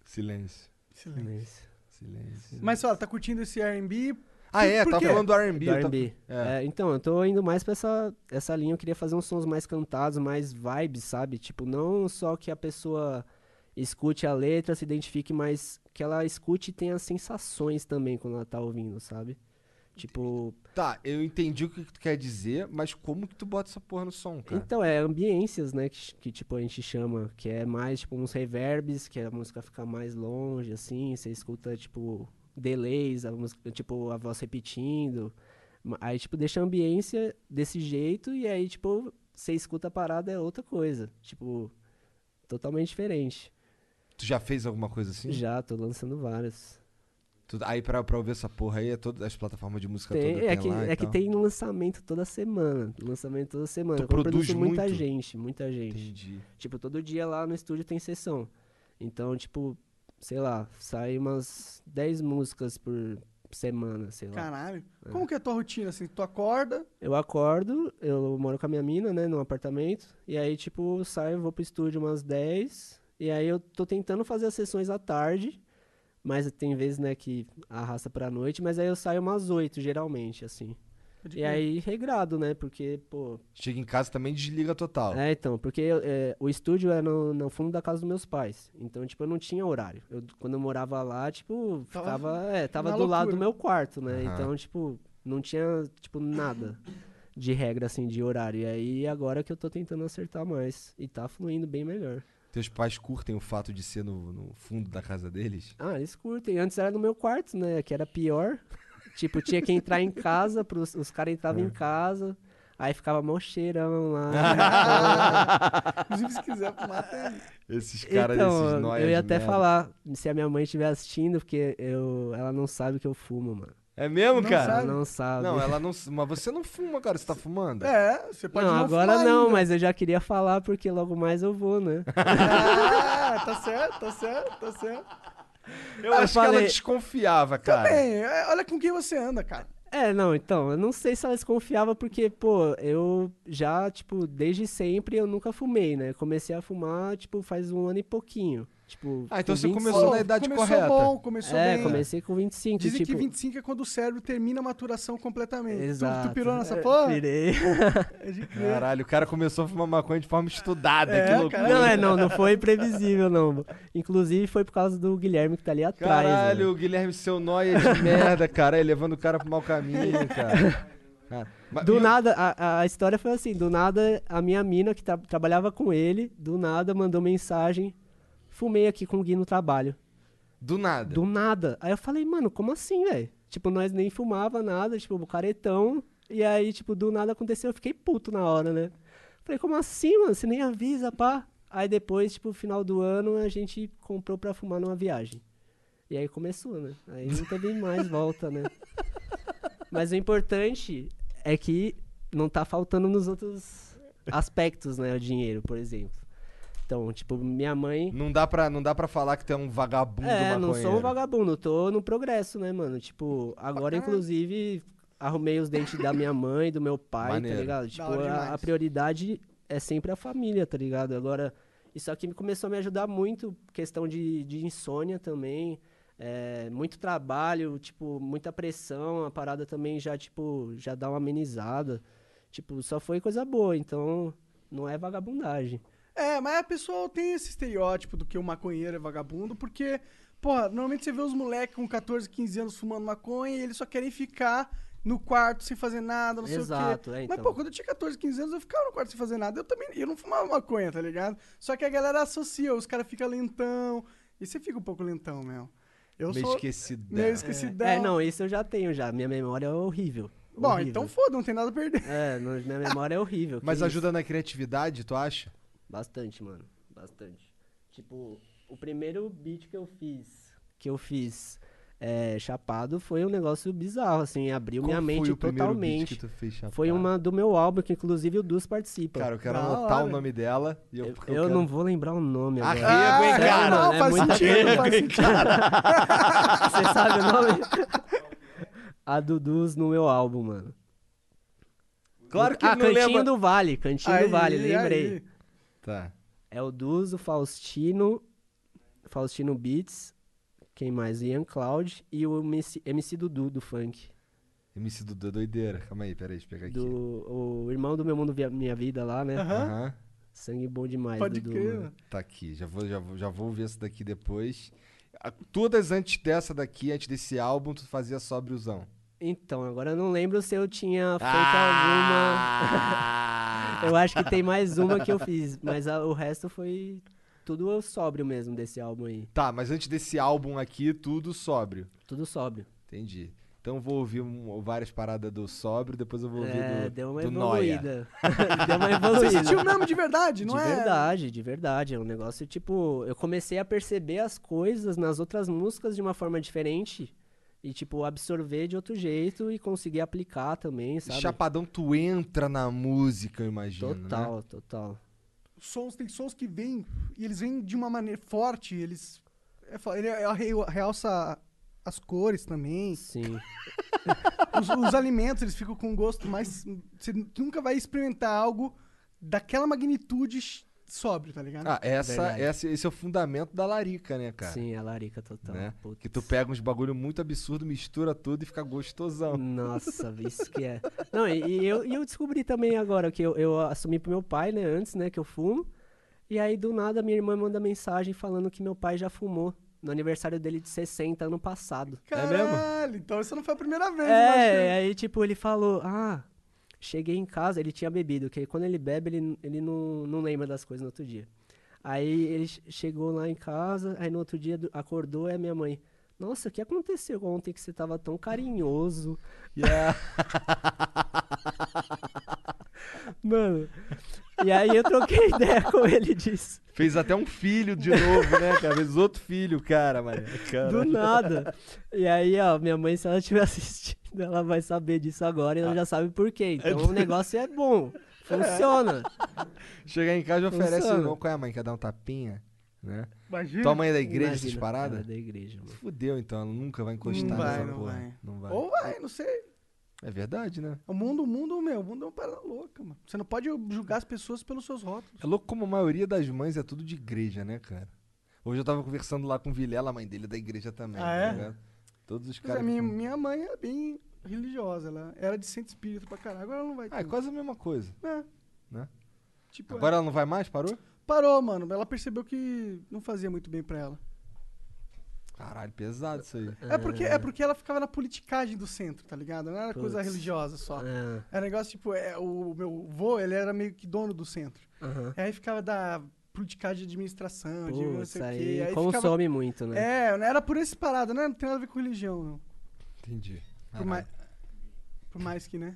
Silêncio.
Silêncio. É.
Silêncio.
Mas só, tá curtindo esse R&B?
Ah, é,
por
tava
quê?
falando do R&B.
Do
eu tava-
R&B.
É.
É, então, eu tô indo mais pra essa, essa linha. Eu queria fazer uns sons mais cantados, mais vibes, sabe? Tipo, não só que a pessoa escute a letra, se identifique, mas que ela escute e tenha sensações também quando ela tá ouvindo, sabe? Tipo,
Tá, eu entendi o que que tu quer dizer, mas como que tu bota essa porra no som, cara?
Então, é ambiências, né, que, ch- que, tipo a gente chama, que é mais tipo uns reverbs, que a música fica mais longe, assim, você escuta tipo delays, a música, tipo a voz repetindo. Ma- Aí tipo deixa a ambiência desse jeito e aí tipo você escuta a parada é outra coisa, tipo totalmente diferente.
Tu já fez alguma coisa assim?
Já tô lançando várias.
Tu- aí pra, pra ouvir essa porra aí, é todas as plataformas de música
Tem-
toda
é
tem
que,
lá e
é que
tal.
tem lançamento toda semana, lançamento toda semana.
Tu
Eu produzo
produz
muita
muito?
gente, muita gente.
Entendi.
Tipo, todo dia lá no estúdio tem sessão. Então, tipo, sei lá, sai umas 10 músicas por semana, sei
Né?
lá.
Caralho. Como que é a tua rotina, assim? Tu acorda,
Eu acordo, eu moro com a minha mina, né, num apartamento. E aí, tipo, saio, vou pro estúdio umas 10. E aí eu tô tentando fazer as sessões à tarde. Mas tem vezes, né, que arrasta pra noite. Mas aí eu saio umas 8, geralmente, assim.
Pode
E
crer.
aí, regrado, né? Porque, pô,
Chega em casa também desliga total.
É, então, porque é, o estúdio é no, no fundo da casa dos meus pais. Então, tipo, eu não tinha horário. Eu, quando eu morava lá, tipo,
Tava
ficava. É, tava
na
do lado do
loucura.
meu quarto, né?
Aham.
Então, tipo, não tinha, tipo, nada de regra, assim, de horário. E aí, agora que eu tô tentando acertar mais. E tá fluindo bem melhor.
Teus pais curtem o fato de ser no, no fundo da casa deles?
Ah, eles curtem. Antes era no meu quarto, né? Que era pior. Tipo, tinha que entrar em casa, pros, os caras entravam em casa. Aí ficava mó cheirão lá.
inclusive se quiser, mata ele.
Esses caras,
então,
esses noias
eu
de
ia até
merda.
falar se a minha mãe estiver assistindo, porque eu, ela não sabe que eu fumo, mano.
É mesmo,
Ah, Não
cara?
Ela
Sabe?
não sabe.
Não, ela não. Mas você não fuma, cara. Você tá fumando?
É, você pode
Não,
não
agora
fumar
não,
ainda.
mas eu já queria falar porque logo mais eu vou, né?
Ah, tá certo, tá certo, tá certo.
eu acho que ela
falei-
desconfiava, cara.
Bem, é, olha com quem você anda, cara.
É, não, então, eu não sei se ela desconfiava porque, pô, eu já, tipo, desde sempre eu nunca fumei, né? Comecei a fumar, tipo, faz um ano e pouquinho. Tipo,
Ah, então
com
você
25.
começou na idade
começou
correta.
bom, começou
É,
bem.
comecei com 25,
Dizem
tipo...
que 25 é quando o cérebro termina a maturação completamente. Tu-
Exato.
Tu, pirou nessa
É,
porra?
Pirei.
É de crer.
Caralho, o cara começou a fumar maconha de forma estudada,
É,
que loucura.
Não, é, não, não foi previsível, não. Inclusive foi por causa do Guilherme que tá ali atrás.
Caralho,
né?
o Guilherme seu nóia de merda, cara, aí levando o cara pro mau caminho, cara. Cara, mas-
Do
e-
nada, a, a história foi assim, do nada a minha mina que tra- trabalhava com ele, do nada mandou mensagem, fumei aqui com o Gui no trabalho.
Do nada.
Do nada. Aí eu falei, mano, como assim, velho? Tipo, nós nem fumava nada, tipo, o caretão. E aí, tipo, do nada aconteceu, eu fiquei puto na hora, né? Falei, como assim, mano? Você nem avisa, pá. Aí depois, tipo, final do ano, a gente comprou pra fumar numa viagem. E aí começou, né? Aí não teve mais volta, né? Mas o importante é que não tá faltando nos outros aspectos, né? O dinheiro, por exemplo. Então, tipo, minha mãe.
Não dá, pra, não dá pra falar que tu é um vagabundo
É,
maconheiro.
não sou um vagabundo, tô no progresso, né, mano? Tipo, agora, inclusive, arrumei os dentes da minha mãe, do meu pai,
Maneiro.
tá ligado? Tipo,
hora
a, a
demais.
prioridade é sempre a família, tá ligado? Agora, isso aqui me começou a me ajudar muito, questão de, de insônia também, é, muito trabalho, tipo, muita pressão, a parada também já, tipo, já dá uma amenizada. Tipo, só foi coisa boa, então não é vagabundagem.
É, mas a pessoa tem esse estereótipo do que o maconheiro é vagabundo, porque, porra, normalmente você vê os moleques com 14, 15 anos fumando maconha e eles só querem ficar no quarto sem fazer nada, não
Exato,
sei o quê.
é,
Mas,
então.
pô, quando eu tinha 14, 15 anos, eu ficava no quarto sem fazer nada. Eu também, eu não fumava maconha, tá ligado? Só que a galera associa, os caras ficam lentão. E você fica um pouco lentão, meu. Eu
Meio
sou
esquecido.
meio esquecidão.
É, não, isso eu já tenho já, minha memória é horrível.
Bom,
horrível.
então foda, não tem nada a perder.
É, no- minha memória é horrível. que
Mas
isso.
ajuda na criatividade, tu acha?
Bastante, mano. Bastante. Tipo, o primeiro beat que eu fiz, que eu fiz é, chapado, foi um negócio bizarro, assim, abriu
Qual
minha
foi
mente
o primeiro beat
totalmente.
que tu fez, chapado?
foi uma do meu álbum, que inclusive o Dus participa.
Cara, eu quero
Da
anotar o
hora.
nome dela. E eu,
eu,
porque eu
eu
quero- Ah.
não vou lembrar o nome agora.
Arrego, hein,
Sério,
cara?
mano,
Ah, não,
é
faz
muita
sentido,
coisa.
faz sentido.
Você sabe o nome? A do Dus no meu álbum, mano.
Claro que
ah,
ele não
Cantinho
lembra.
do Vale, Cantinho
Aí,
do Vale, lembrei.
aí.
Tá.
É o Duzo, Faustino, Faustino Beats, quem mais? Ian Cloud e o MC, MC Dudu do funk.
MC Dudu é doideira. Calma aí, peraí, deixa eu pegar aqui.
Do, o irmão do meu mundo, Via- minha vida lá, né?
Aham.
Sangue bom demais,
Pode
Dudu.
crer, né?
mano.
mano.
Tá aqui, já vou, já, vou, já vou ver essa daqui depois. A- Todas antes dessa daqui, antes desse álbum, tu fazia só brusão.
Então, agora eu não lembro se eu tinha feito
Ah!
alguma. eu acho que tem mais uma que eu fiz, mas a- o resto foi tudo eu sóbrio mesmo desse álbum aí.
Tá, mas antes desse álbum aqui, tudo sóbrio.
Tudo sóbrio.
Entendi. Então eu vou ouvir um- várias paradas do sóbrio, depois eu vou ouvir
É,
do,
deu uma
do Noia.
evoluída. deu uma
Você
evoluída.
sentiu mesmo de verdade, não
de
é?
verdade, de verdade. É um negócio, tipo, eu comecei a perceber as coisas nas outras músicas de uma forma diferente. E, tipo, absorver de outro jeito e conseguir aplicar também, sabe?
Chapadão, tu entra na música, eu imagino. Né?
Total, total.
sons, tem sons que vêm, e eles vêm de uma maneira forte, eles. É, fo- ele é- re- realça as cores também.
Sim.
Os, os alimentos, eles ficam com um gosto mais. Você nunca vai experimentar algo daquela magnitude ch- sóbrio, tá ligado?
Ah, essa,
Verdade.
essa, esse é o fundamento da larica, né, cara?
Sim, a larica
Então,
total.
Né?
Putz.
Que tu pega uns bagulho muito absurdo, mistura tudo e fica gostosão.
Nossa, isso que é. Não, e, e eu, e eu descobri também agora que eu, eu assumi pro meu pai, né, antes, né, que eu fumo. E aí, do nada, minha irmã manda mensagem falando que meu pai já fumou no aniversário dele de 60 ano passado.
Caralho, então isso não foi a primeira vez, eu acho.
É, aí tipo, ele falou, ah, cheguei em casa, ele tinha bebido, que quando ele bebe, ele, ele não, não lembra das coisas no outro dia. Aí ele che- chegou lá em casa, aí no outro dia do- acordou, é a minha mãe. Nossa, o que aconteceu ontem que você tava tão carinhoso? Mano. E aí eu troquei ideia com ele disso.
Fez até um filho de novo, né, cara? Fez outro filho, cara, mano.
Do nada. E aí, ó, minha mãe, se ela estiver assistindo, ela vai saber disso agora e ela já sabe por quê. Então o negócio é bom. Funciona.
Chegar em casa e oferece
Funciona.
um. Qual é a mãe? Quer dar um tapinha? Né?
Imagina.
Tua mãe é da igreja,
Imagina,
essas
ela
paradas?
é da igreja, mano.
Fudeu, então. Ela nunca vai encostar
Não vai,
nessa
não
porra.
vai.
Não vai.
Ou vai, não sei.
É verdade, né?
O mundo, o mundo, meu, o mundo é uma parada louca, mano. Você não pode julgar as pessoas pelos seus rótulos.
É louco como a maioria das mães é tudo de igreja, né, cara? Hoje eu tava conversando lá com o Vilela, a mãe dele é da igreja também.
Ah,
tá
é?
ligado? Todos os
Pois é,
caras.
minha,
que-
minha mãe era bem religiosa, ela era de centro espírita pra caralho. Agora ela não vai.
Ah, é
tanto.
quase a mesma coisa.
É.
Né?
Tipo, é.
Agora ela não vai mais? Parou?
parou, mano. Ela percebeu que não fazia muito bem pra ela.
Caralho, pesado isso aí.
É porque, é porque ela ficava na politicagem do centro, tá ligado? Não era coisa
Putz.
religiosa só.
Ah,
Era negócio tipo, é, o meu vô, ele era meio que dono do centro.
aham.
Aí ficava da politicagem de administração, de
Pô,
não sei
isso
o quê.
aí
Aí
consome muito, né?
É, não era por esse parada, né? Não tem nada a ver com religião, não.
Entendi.
Por, mais, por mais que, né?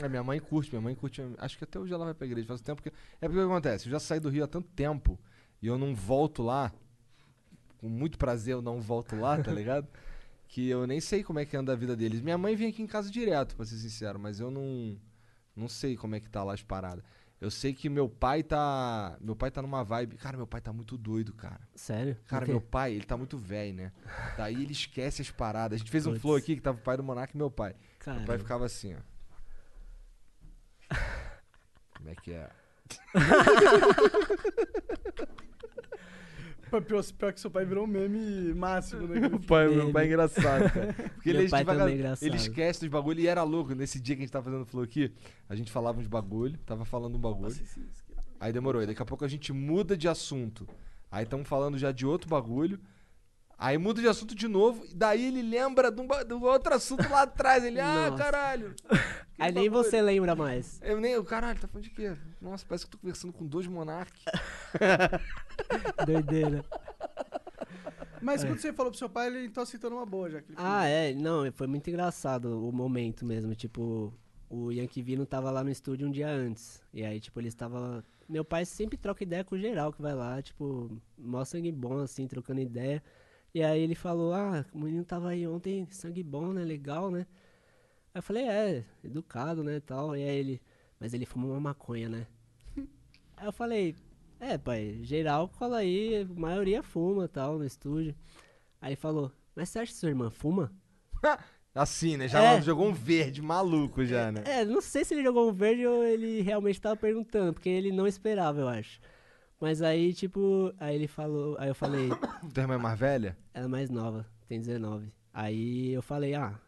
É, minha mãe curte, minha mãe curte. Acho que até hoje ela vai pra igreja. Faz tempo que. É porque o que acontece? Eu já saí do Rio há tanto tempo e eu não volto lá. Com muito prazer eu não volto lá, tá ligado? que eu nem sei como é que anda a vida deles. Minha mãe vem aqui em casa direto, pra ser sincero, mas eu não. Não sei como é que tá lá as paradas. Eu sei que meu pai tá. Meu pai tá numa vibe. Cara, meu pai tá muito doido, cara.
Sério?
Cara,
Por quê?
meu pai, ele tá muito velho, né? Daí ele esquece as paradas. A gente fez um
Puts.
flow aqui que tava o pai do Monarca e meu pai.
Cara,
Meu pai ficava assim, ó. Como é que é?
Pô, Pior, pior que seu pai virou um meme máximo, né?
Meu pai, meu
Meme.
pai é engraçado, cara. Porque
Meu
ele, é
pai também é
devagar-
engraçado.
ele esquece dos bagulho e era louco. Nesse dia que a gente tava fazendo flow aqui, a gente falava uns bagulho, tava falando um bagulho. Aí demorou. Aí daqui a pouco a gente muda de assunto. Aí estamos falando já de outro bagulho. Aí muda de assunto de novo. E daí ele lembra de um, ba- de um outro assunto lá atrás. Ele, ah,
Nossa.
caralho.
aí nem você lembra mais.
Eu nem, eu, caralho, tá falando de quê? Nossa, parece que eu tô conversando com dois monarques.
Doideira.
É.
Mas quando você falou pro seu pai, ele então aceitou numa boa, já. que ele-
Ah, é, não, foi muito engraçado o momento mesmo, tipo, o Yankee Vino tava lá no estúdio um dia antes, e aí, tipo, ele estava, meu pai sempre troca ideia com geral que vai lá, tipo, mó sangue bom, assim, trocando ideia, e aí ele falou, ah, o menino tava aí ontem, sangue bom, né, legal, né, aí eu falei, é, educado, né, tal, e aí ele, mas ele fumou uma maconha, né, aí eu falei, é, pai, geral cola aí, a maioria fuma, tal, no estúdio, aí ele falou, mas você acha que sua irmã fuma?
assim, né? Já
É.
jogou um verde maluco já, né?
É, não sei se ele jogou um verde ou ele realmente tava perguntando, porque ele não esperava, eu acho. Mas aí, tipo, aí ele falou, aí eu falei,
Tua irmã é mais velha?
ela é mais nova, tem 19. Aí eu falei, ah,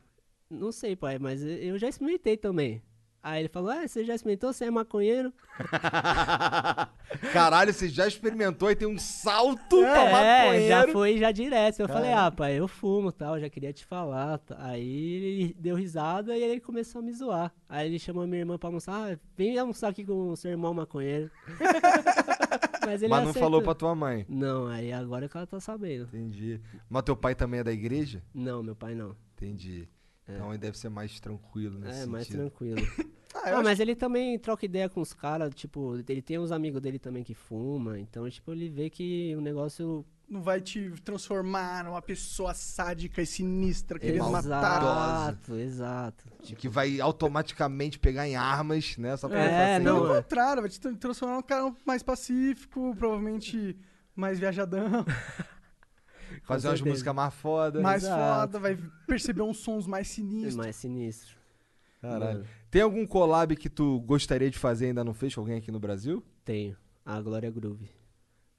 não sei, pai, mas eu- eu já experimentei também. Aí ele falou, ah, você já experimentou? Você é maconheiro?
Caralho, você já experimentou e tem um salto pra
é, já
maconheiro.
foi já direto. Eu falei, ah, pai, eu fumo tal, já queria te falar. tá. Aí ele deu risada e ele começou a me zoar. Aí ele chamou minha irmã pra almoçar, ah, vem almoçar aqui com o seu irmão maconheiro. Mas ele
Mas não
aceitou.
falou pra tua mãe.
Não, aí agora que ela tá sabendo.
Entendi. Mas teu pai também é da igreja?
Não, meu pai não.
Entendi. Então aí deve ser mais tranquilo
É,
nesse sentido.
mais tranquilo.
Ah, eu
Ah,
acho-
mas ele também troca ideia com os caras, tipo, ele tem uns amigos dele também que fuma, então, tipo, ele vê que o negócio
Não vai te transformar numa pessoa sádica e sinistra, querendo matar.
Exato, exato.
De Que vai automaticamente pegar em armas, né? Só pra
É,
falar assim,
não,
Pelo contrário, vai te tran- transformar num cara mais pacífico, provavelmente mais viajadão,
Fazer umas
certeza.
músicas mais fodas.
mais
Exato.
foda, vai perceber uns sons mais
É
sinistros.
mais sinistro.
Caralho.
Mano.
Tem algum collab que tu gostaria de fazer e ainda não fez com alguém aqui no Brasil?
Tenho. A Glória Groove.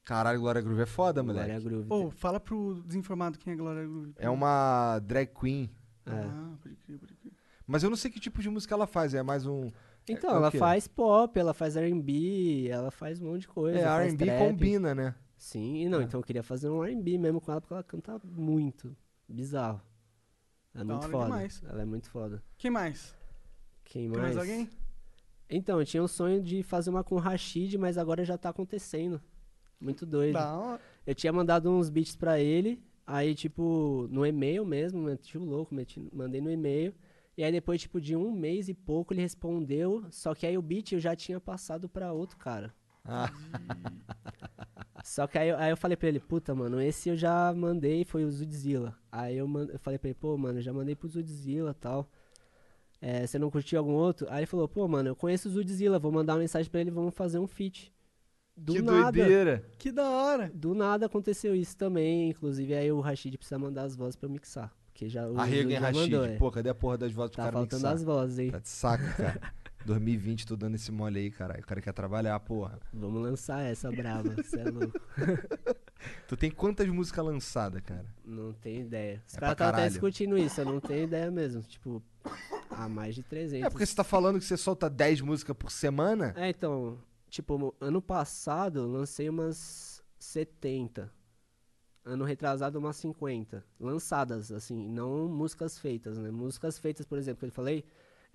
Caralho, Glória Groove é foda, moleque.
Glória Groove.
Ou fala pro desinformado quem é Glória Groove.
É uma drag queen.
Ah, pode crer, pode crer.
Mas eu não sei que tipo de música ela faz, é mais um.
Então,
é o
ela
quê?
faz pop, ela faz R&B, ela faz um monte de coisa.
É,
faz
RB
trap.
combina, né?
Sim, e não, então eu queria fazer um R&B mesmo com ela, porque ela canta muito. Bizarro. Ela é
Da
muito
hora
foda.
demais.
Ela é muito foda.
Quem mais?
Quem
Tem
mais?
mais alguém?
Então, eu tinha um sonho de fazer uma com o Rashid, mas agora já tá acontecendo. Muito doido.
Da hora.
Eu tinha mandado uns beats pra ele, aí, tipo, no e-mail mesmo, meti o louco, meti- mandei no e-mail. E aí, depois, tipo, de um mês e pouco, ele respondeu, só que aí o beat eu já tinha passado pra outro cara. Só que aí, eu- aí eu falei pra ele, puta, mano, esse eu já mandei, foi o Zudzilla. Aí eu, man- eu falei pra ele, pô, mano, eu já mandei pro Zudzilla e tal. É, você não curtiu algum outro? Aí ele falou, pô, mano, eu conheço o Zudzilla, vou mandar uma mensagem pra ele, vamos fazer um feat. Do
que
nada.
doideira.
Que da hora.
Do nada aconteceu isso também, inclusive aí o Rashid precisa mandar as vozes pra eu mixar. Porque que já o
A
Júlio
Regan
já mandou,
Rashid,
é.
pô, cadê a porra das vozes pro
Tá
cara
faltando
mixar?
as vozes, hein?
Tá de saca, cara. 2020, tô dando esse mole aí, caralho. O cara quer trabalhar, porra.
Vamos lançar essa brava, você é louco.
Tu tem quantas músicas lançadas, cara?
Não tenho ideia. Os
É pra
caras estavam até
caralho.
discutindo isso, eu não tenho ideia mesmo. Tipo, há mais de 300.
É porque você tá falando que você solta 10 músicas por semana?
É, então, tipo, mo- ano passado eu lancei umas 70. Ano retrasado, umas 50. Lançadas, assim, não músicas feitas, né? Músicas feitas, por exemplo, que eu falei,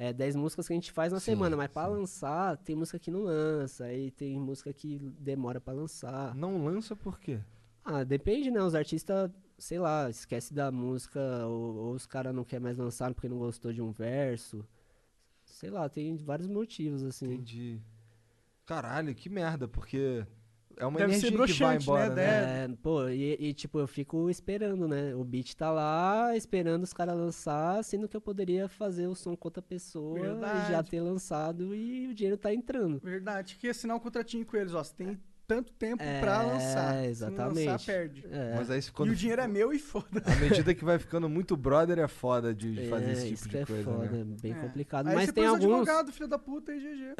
é 10 músicas que a gente faz na
Sim,
semana, mas pra
sim.
lançar, tem música que não lança, aí tem música que demora pra lançar.
Não lança por quê?
Ah, depende, né? Os artistas, sei lá, esquece da música, ou, ou os caras não querem mais lançar porque não gostou de um verso. Sei lá, tem vários motivos, assim.
Entendi. Caralho, que merda, porque é uma
Deve ser
energia que vai
broxante,
embora,
né?
né?
É, pô, e, e, tipo, eu fico esperando, né? O beat tá lá, esperando os caras lançar, sendo que eu poderia fazer o som com outra pessoa e já
Verdade.
ter lançado e o dinheiro tá entrando.
Verdade, que assinar um contratinho com eles, ó. Você tem tanto tempo pra lançar. Se não lançar,
É, exatamente.
perde.
É,
Mas aí
E
quando
o dinheiro é meu e foda.
À medida que vai ficando muito brother, é foda de de fazer
é,
esse tipo
isso que
de
é
coisa,
foda,
né?
bem
É.
complicado.
Aí
Mas
você
tem
põe os
alguns.
advogado, filho da puta, e GG.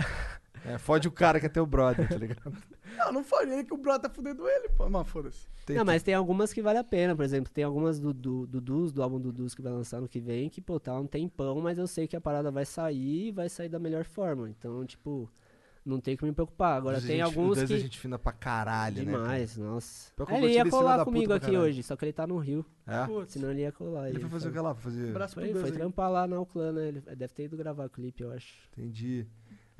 É, fode o cara que é teu brother, tá ligado?
Não, não foi ele que o Bro tá fudendo ele, pô. Mas foda-se.
Tem
não,
que-
mas tem algumas que vale a pena, por exemplo, tem algumas do, do, do Dus, do álbum do Dus que vai lançar no que vem, que, pô, tá um tempão, mas eu sei que a parada vai sair e vai sair da melhor forma. Então, tipo, não tem que me preocupar. Agora
Às vezes
tem
a gente-
alguns
às vezes
que...
a gente fina pra caralho,
Demais, nossa.
né? Pior que eu
É,
vou
Ele
tirar
ia
esse filho da
colar
puta
comigo
pra
aqui
caralho.
hoje, só que ele tá no Rio.
né? cara? É?
Putz.
Senão ele ia colar.
Ele foi fazer o que lá? Foi Fazer...
Abraço pro
Foi, foi
Deus. aí.
trampar lá na Uclana, ele deve ter ido gravar clipe, eu acho.
Entendi.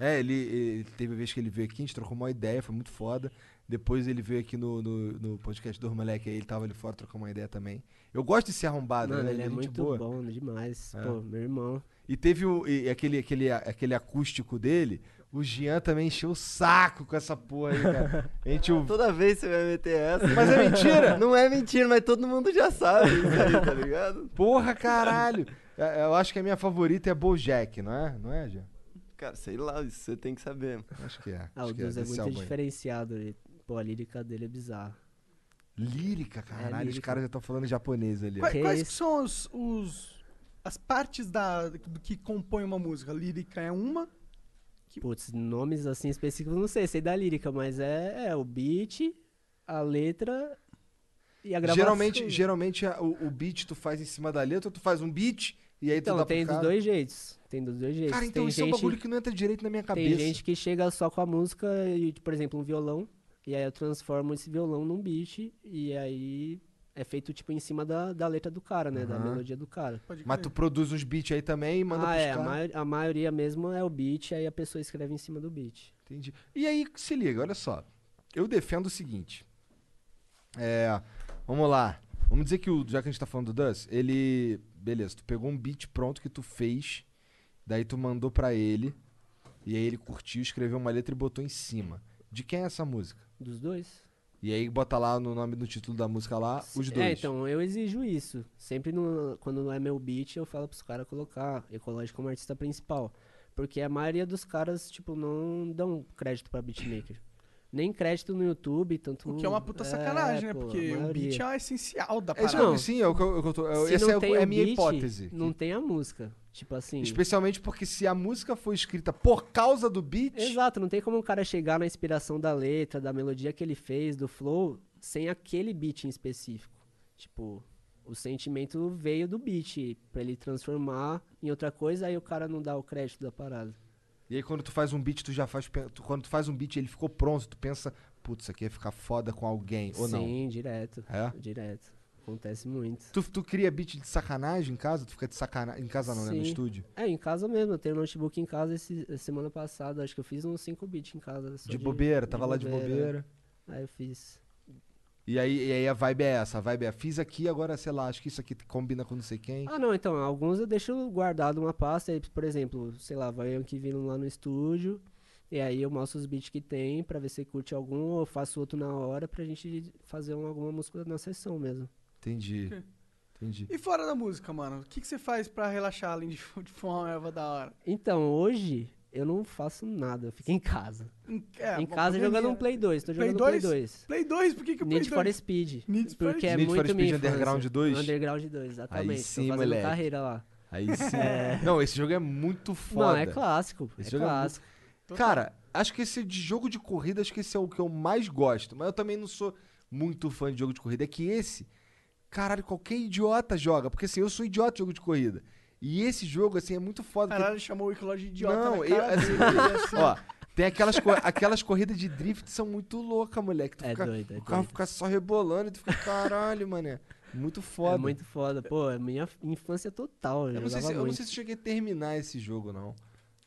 É, ele, ele- teve uma vez que ele veio aqui, a gente trocou uma ideia, foi muito foda. Depois ele veio aqui no, no, no podcast do Moleque, aí ele tava ali fora, trocou uma ideia também. Eu gosto de ser arrombado,
Mano,
né?
ele é
gente
muito
boa.
bom demais.
É.
Pô, meu irmão.
E teve o, e aquele, aquele, aquele acústico dele, o Jean também encheu o saco com essa porra aí, cara. A gente ouviu.
Toda vez você vai meter essa.
Mas é mentira!
Não é mentira, mas todo mundo já sabe isso aí, tá ligado?
Porra, caralho! É, Eu acho que a minha favorita é Bojack, não é? Não é, Jean?
Cara, sei lá, isso você tem que saber.
Acho que é.
Ah,
acho
o
que
Deus é
desse
muito
álbum aí.
diferenciado. ele- Pô, a lírica dele é bizarra.
Lírica, caralho. Os
É, lírica. é
caras já estão falando em japonês ali. ó.
Quais,
Que
quais
isso?
que são os, os- as partes da, do que compõe uma música? Lírica é uma.
Putz, nomes assim específicos, não sei, sei da lírica, mas é, é o beat, a letra e a gravação.
Geralmente, geralmente a- o, o beat tu faz em cima da letra, tu faz um beat e aí tu
Então,
dá pro
tem dos
cara.
dois jeitos. Tem dos dois jeitos.
Cara, então
tem
isso
gente...
é um bagulho que não entra direito na minha cabeça.
Tem gente que chega só com a música e, por exemplo, um violão, e aí eu transformo esse violão num beat, e aí é feito, tipo, em cima da, da letra do cara, né? Da
Aham.
melodia do cara.
Pode
Mas tu
crer.
produz uns beats aí também e manda
ah,
pros
é, a,
caras.
mai- a maioria mesmo é o beat, aí a pessoa escreve em cima do beat.
Entendi. E aí, se liga, olha só. Eu defendo o seguinte. É, vamos lá. Vamos dizer que, o, já que a gente tá falando do Dus, ele... Beleza, tu pegou um beat pronto que tu fez, daí tu mandou pra ele, e aí ele curtiu, escreveu uma letra e botou em cima. De quem é essa música?
Dos dois?
E aí bota lá no nome do título da música lá, os dois.
É, então, eu exijo isso. Sempre no- quando não é meu beat, eu falo pros caras colocar Ecológico como artista principal. Porque a maioria dos caras, tipo, não dão crédito pra beatmaker. Nem crédito no YouTube, tanto...
O que é uma puta sacanagem, né?
pô, a
Porque o
maioria.
beat é o essencial da
É isso
parada.
que eu-
Não.
sim, é o que eu, é o que eu tô- é-
Se
essa
não
é, o-
tem
é a
o
minha
beat,
hipótese.
Não tem a música. Tipo assim.
Especialmente porque se a música foi escrita por causa do beat,
Exato, não tem como um cara chegar na inspiração da letra, da melodia que ele fez, do flow, sem aquele beat em específico. Tipo, o sentimento veio do beat, pra ele transformar em outra coisa, aí o cara não dá o crédito da parada.
E aí quando tu faz um beat, tu já faz. pe- tu- quando tu faz um beat ele ficou pronto, tu pensa, putz, isso aqui ia ficar foda com alguém, ou não.
Sim, direto.
É?
Direto. Acontece muito.
Tu, tu cria beat de sacanagem em casa? Tu fica de sacanagem. Em casa não, né? No
Sim.
estúdio.
É, em casa mesmo, eu tenho um notebook em casa esse, semana passada, acho que eu fiz uns 5 beats em casa. só
De, bobeira, tava lá de bobeira.
Aí eu fiz.
E aí, e aí a vibe é essa, a vibe é, fiz aqui, agora, sei lá, acho que isso aqui combina com não sei quem.
Ah, não, então, alguns eu deixo guardado uma pasta, aí, por exemplo, sei lá, vai eu que vindo lá no estúdio, e aí eu mostro os beats que tem pra ver se curte algum, ou faço outro na hora pra gente fazer um- alguma música na sessão mesmo.
Entendi.
Ok.
Entendi.
E fora da música, mano, o que, que você faz pra relaxar além de, fu- de fumar uma erva da hora?
Então, hoje eu não faço nada, eu fico em casa.
Em, é, bom,
em casa
pandemia,
jogando um
né?
Play 2, tô
Play
jogando Play
2?
2.
Play 2, por que que o Play
Need for
2?
Speed.
Need for
porque é
Need for
muito
Speed
minha infância.
Underground 2?
Underground 2, exatamente. Tô
sim,
fazendo
moleque.
carreira lá.
Aí sim.
Não, esse jogo é muito foda.
Não, é clássico.
Esse
é
jogo é muito-
clássico.
Cara, acho que esse de jogo de corrida, acho que esse é o que eu mais gosto. Mas eu também não sou muito fã de jogo de corrida. É que esse, caralho, qualquer idiota joga. Porque assim, eu sou idiota de jogo de corrida. E esse jogo, assim, é muito foda. porque-
Caralho, chamou o Icló de idiota
não,
na
eu-
cara
assim,
dele, assim.
ó, tem aquelas, co- aquelas corridas de drift são muito loucas, moleque. Tu
É
fica-
doido, é
O carro
doido.
fica só rebolando e tu fica, caralho, mané. Muito foda.
É muito foda. Pô, é minha infância total. Eu,
Eu não, sei
jogava
se, eu não
muito.
sei se eu cheguei a terminar esse jogo, não.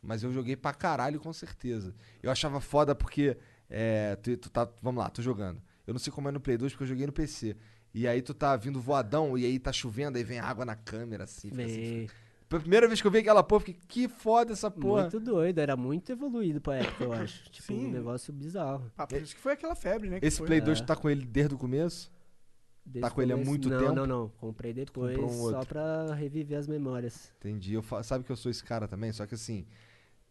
Mas eu joguei pra caralho, com certeza. Eu achava foda porque. é, tu, tu tá. Vamos lá, tô jogando. Eu não sei como é no Play 2 porque eu joguei no PC. E aí tu tá vindo voadão e aí tá chovendo, aí vem água na câmera, assim. Fica assim
Bem,
Foi a primeira vez que eu vi aquela porra, eu fiquei, que foda essa porra.
muito doido, era muito evoluído pra época, eu acho. Tipo,
Sim.
um negócio bizarro.
Ah, por isso que foi aquela febre, né? que
Esse
foi.
Play
É.
2 tu tá com ele desde o começo?
Desde
Tá com ele há
começo-
muito
não,
tempo?
Não, não, Comprei depois
comprou um
só
outro.
pra reviver as memórias.
Entendi. Eu fa- sabe que eu sou esse cara também, só que assim.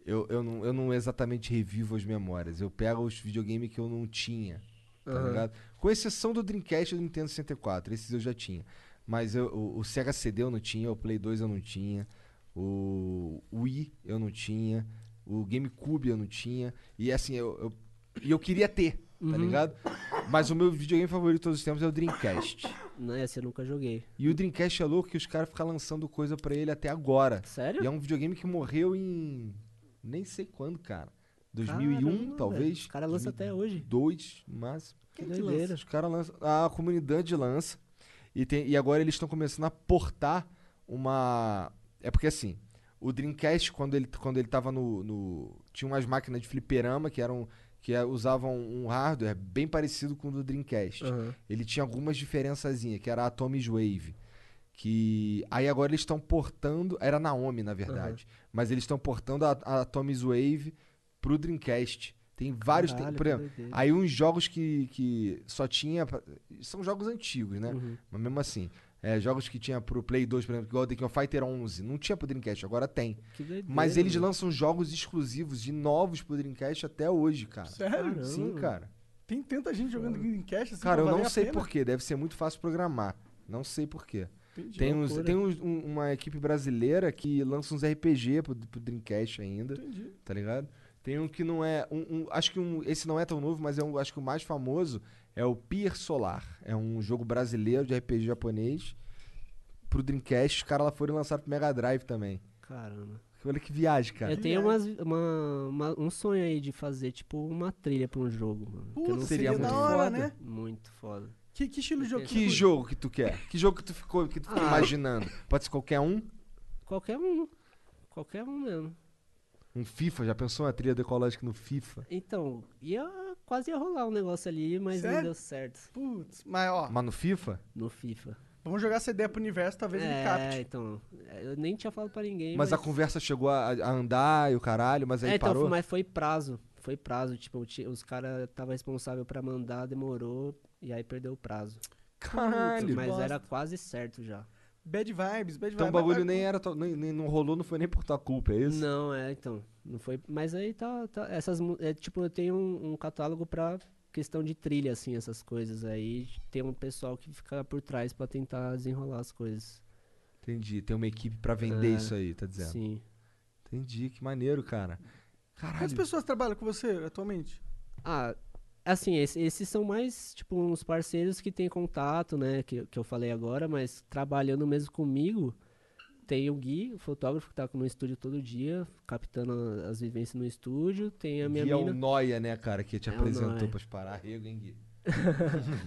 Eu, eu, não, eu não exatamente revivo as memórias. Eu pego os videogames que eu não tinha. tá
Aham.
ligado? Com exceção do Dreamcast e do Nintendo 64, esses eu já tinha. Mas eu- o, o Sega CD eu não tinha, o Play 2 eu não tinha, o Wii eu não tinha, o GameCube eu não tinha. E assim, eu, eu- e eu queria ter, tá ligado? Mas o meu videogame favorito de todos os tempos é o Dreamcast.
Não, esse eu nunca joguei.
E o Dreamcast é louco que os caras ficam lançando coisa pra ele até agora.
Sério?
E é um videogame que morreu em. nem sei quando, cara. 2001,
Caramba, velho.
talvez.
Os caras lançam até hoje.
2002, no máximo.
Que doideira.
Os caras lançam. A comunidade lança. E, tem- e agora eles estão começando a portar uma. É porque assim, o Dreamcast, quando ele, quando ele tava no, no- Tinha umas máquinas de fliperama que eram. Que eh, usavam um hardware bem parecido com o do Dreamcast.
Aham.
Ele tinha algumas diferençazinhas, que era a Atomic Wave. Que. Aí agora eles estão portando. Era Naomi, na verdade. Mas eles estão portando a, a Atomic Wave pro Dreamcast. Tem vários. tem-
Caralho,
por
que
exemplo,
doideira.
aí uns jogos que, que só tinha. pra- São jogos antigos, né?
Uhum.
Mas mesmo assim. é, jogos que tinha pro Play 2, por exemplo, igual The King of Fighter 11. Não tinha pro Dreamcast, agora tem.
Que doideira.
Mas eles
mano.
lançam jogos exclusivos e novos pro Dreamcast até hoje, cara.
Sério?
Caramba.
Sim, cara.
Tem tanta gente jogando Dreamcast assim
Cara,
pra
eu não
valer a
sei
pena?
porquê, deve ser muito fácil programar. Não sei porquê.
Entendi. é
Tem, uns,
loucura.
tem uns- um- uma equipe brasileira que lança uns RPG pro, pro Dreamcast ainda,
Entendi.
tá ligado? Tem um que não é. um- um- acho que um, esse não é tão novo, mas é um, acho que o mais famoso é o Pier Solar. É um jogo brasileiro de RPG japonês. Pro Dreamcast, os caras lá foram lançar pro Mega Drive também.
Caramba.
Olha que viagem, cara.
Eu tenho umas- uma- uma- um sonho aí de fazer, tipo, uma trilha pra um jogo, mano. que eu
Puta,
não
seria
seria
sei é.
da
muito
hora,
foda.
né?
Muito foda.
Que, que estilo de jogo
Que
tu-
jogo que tu quer? Que jogo que tu ficou, que tu ficou
Ah.
imaginando? Pode ser qualquer um?
Qualquer um. Qualquer um mesmo.
Um FIFA, já pensou uma trilha decológica no FIFA?
Então, ia quase ia rolar um negócio ali, mas não
Sério?
deu certo
Putz, mas ó,
Mas no FIFA?
no FIFA.
vamos jogar essa ideia pro universo, talvez ele
É,
capte.
então. Eu nem tinha falado pra ninguém.
um Mas a conversa chegou a, a andar e o caralho, mas aí
É, então,
parou.
mas foi prazo. Foi prazo. Tipo, o ti- os caras estavam responsáveis pra mandar, demorou. E aí perdeu o prazo.
Caralho.
mas
bosta.
era quase certo já.
Bad vibes, bad vibes.
Então o bagulho nem era. tua- Nem, nem- não rolou, não foi nem por tua culpa, é isso?
Não, é, então. Não foi. Mas aí tá. tá- essas, mu- é, tipo, eu tenho um, um catálogo pra questão de trilha, assim, essas coisas. Aí tem um pessoal que fica por trás pra tentar desenrolar as coisas.
Entendi. Tem uma equipe pra vender
É,
isso aí, tá dizendo?
Sim.
Entendi, que maneiro, cara.
Quantas
Caralho.
pessoas trabalham com você atualmente?
Ah, assim, esse- esses são mais, tipo, uns parceiros que têm contato, né? Que, que eu falei agora, mas trabalhando mesmo comigo, tem o Gui, o fotógrafo, que tá no estúdio todo dia, captando a- as vivências no estúdio. Tem a minha
Gui é o
mina-
Noia, né, cara, que te
É o
apresentou
Noia.
pras pararrego, hein, Gui?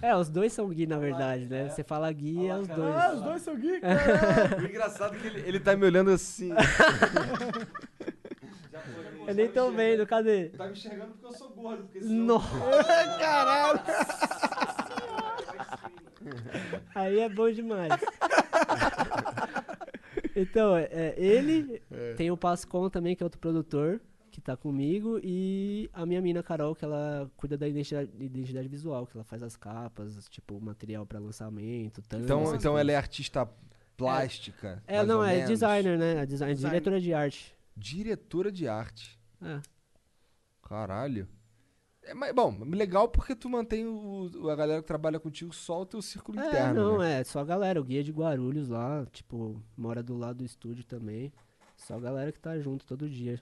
É, os dois são Gui, na verdade, né? Você fala Gui, é os dois.
Ah, os dois são geek,
Engraçado que ele, ele tá me olhando assim.
Eu nem tô vendo, cadê?
tá me enxergando porque eu sou gordo, porque
Nossa!
Caralho!
Aí é bom demais. então, é, ele tem o Pascon também, que é outro produtor, que tá comigo, e a minha mina Carol, que ela cuida da identidade, identidade visual, que ela faz as capas, tipo, material pra lançamento, tanto.
Então, então ela é artista plástica.
É,
mais
não,
ou
é
menos.
designer, né? É design, diretora de arte.
Diretora de arte.
É.
Caralho. É, mas, bom, legal porque tu mantém o, o- a galera que trabalha contigo só o teu círculo
É,
interno.
não,
né?
é só a galera. O guia de Guarulhos lá, tipo, mora do lado do estúdio também. Só a galera que tá junto todo dia.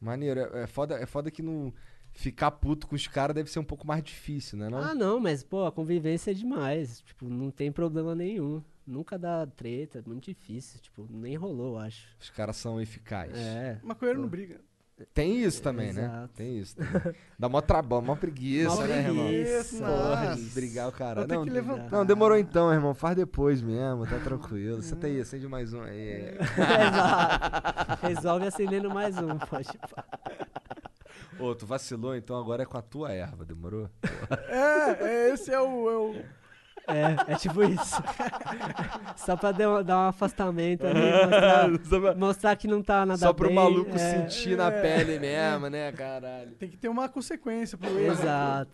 Maneiro, é, é foda, é foda que não ficar puto com os caras deve ser um pouco mais difícil, né? Não?
Ah, não, mas, pô, a convivência é demais. Tipo, não tem problema nenhum. Nunca dá treta, é muito difícil. Tipo, nem rolou, eu acho.
Os caras são eficazes.
É.
Maconheiro não briga.
Tem isso também, né?
Exato.
Tem isso. Também. Dá mó trabalho, mó preguiça,
Mó
né, irmão?
preguiça,
Porra,
nossa.
brigar o cara.
Vou ter
Não,
que levantar.
não, demorou então, irmão. Faz depois mesmo, tá tranquilo. Você tem acende mais um aí.
Exato. Resolve acendendo mais um, pode pá.
Ô, tu vacilou, então agora é com a tua erva, demorou?
É, é, esse é o. É o...
É, é tipo isso. Só pra dar um- dar um afastamento ali, mostrar,
Só pra-
mostrar que não tá nada
Só pro
bem,
maluco
é.
sentir na pele mesmo, né, caralho?
Tem que ter uma consequência pro erro.
Exato.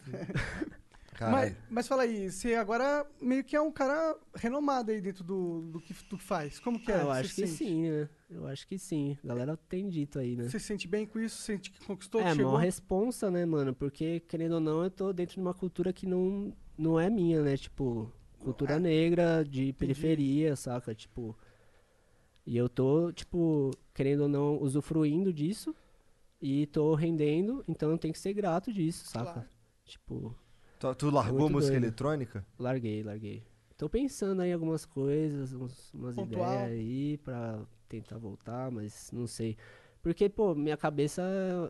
Caralho.
Mas, mas fala aí, você agora meio que é um cara renomado aí dentro do, do que tu faz. Como que é?
Ah, eu
Você
acho
se
que
sente?
sim, né? Eu acho que sim. A galera tem dito aí, né?
Você se sente bem com isso? Sente que conquistou,
é,
que chegou?
mó responsa, né, mano? Porque, querendo ou não, eu tô dentro de uma cultura que não, não é minha, né? Tipo,
É.
cultura negra, de periferia, saca? Tipo. E eu tô, tipo, querendo ou não, usufruindo disso. E tô rendendo, então eu tenho que ser grato disso, saca?
Claro.
Tipo,
Tu, tu largou
Muito
música
doido.
eletrônica?
larguei, larguei. Tô pensando aí em algumas coisas, uns- umas
Pontual.
ideias aí pra tentar voltar, mas não sei. Porque, pô, minha cabeça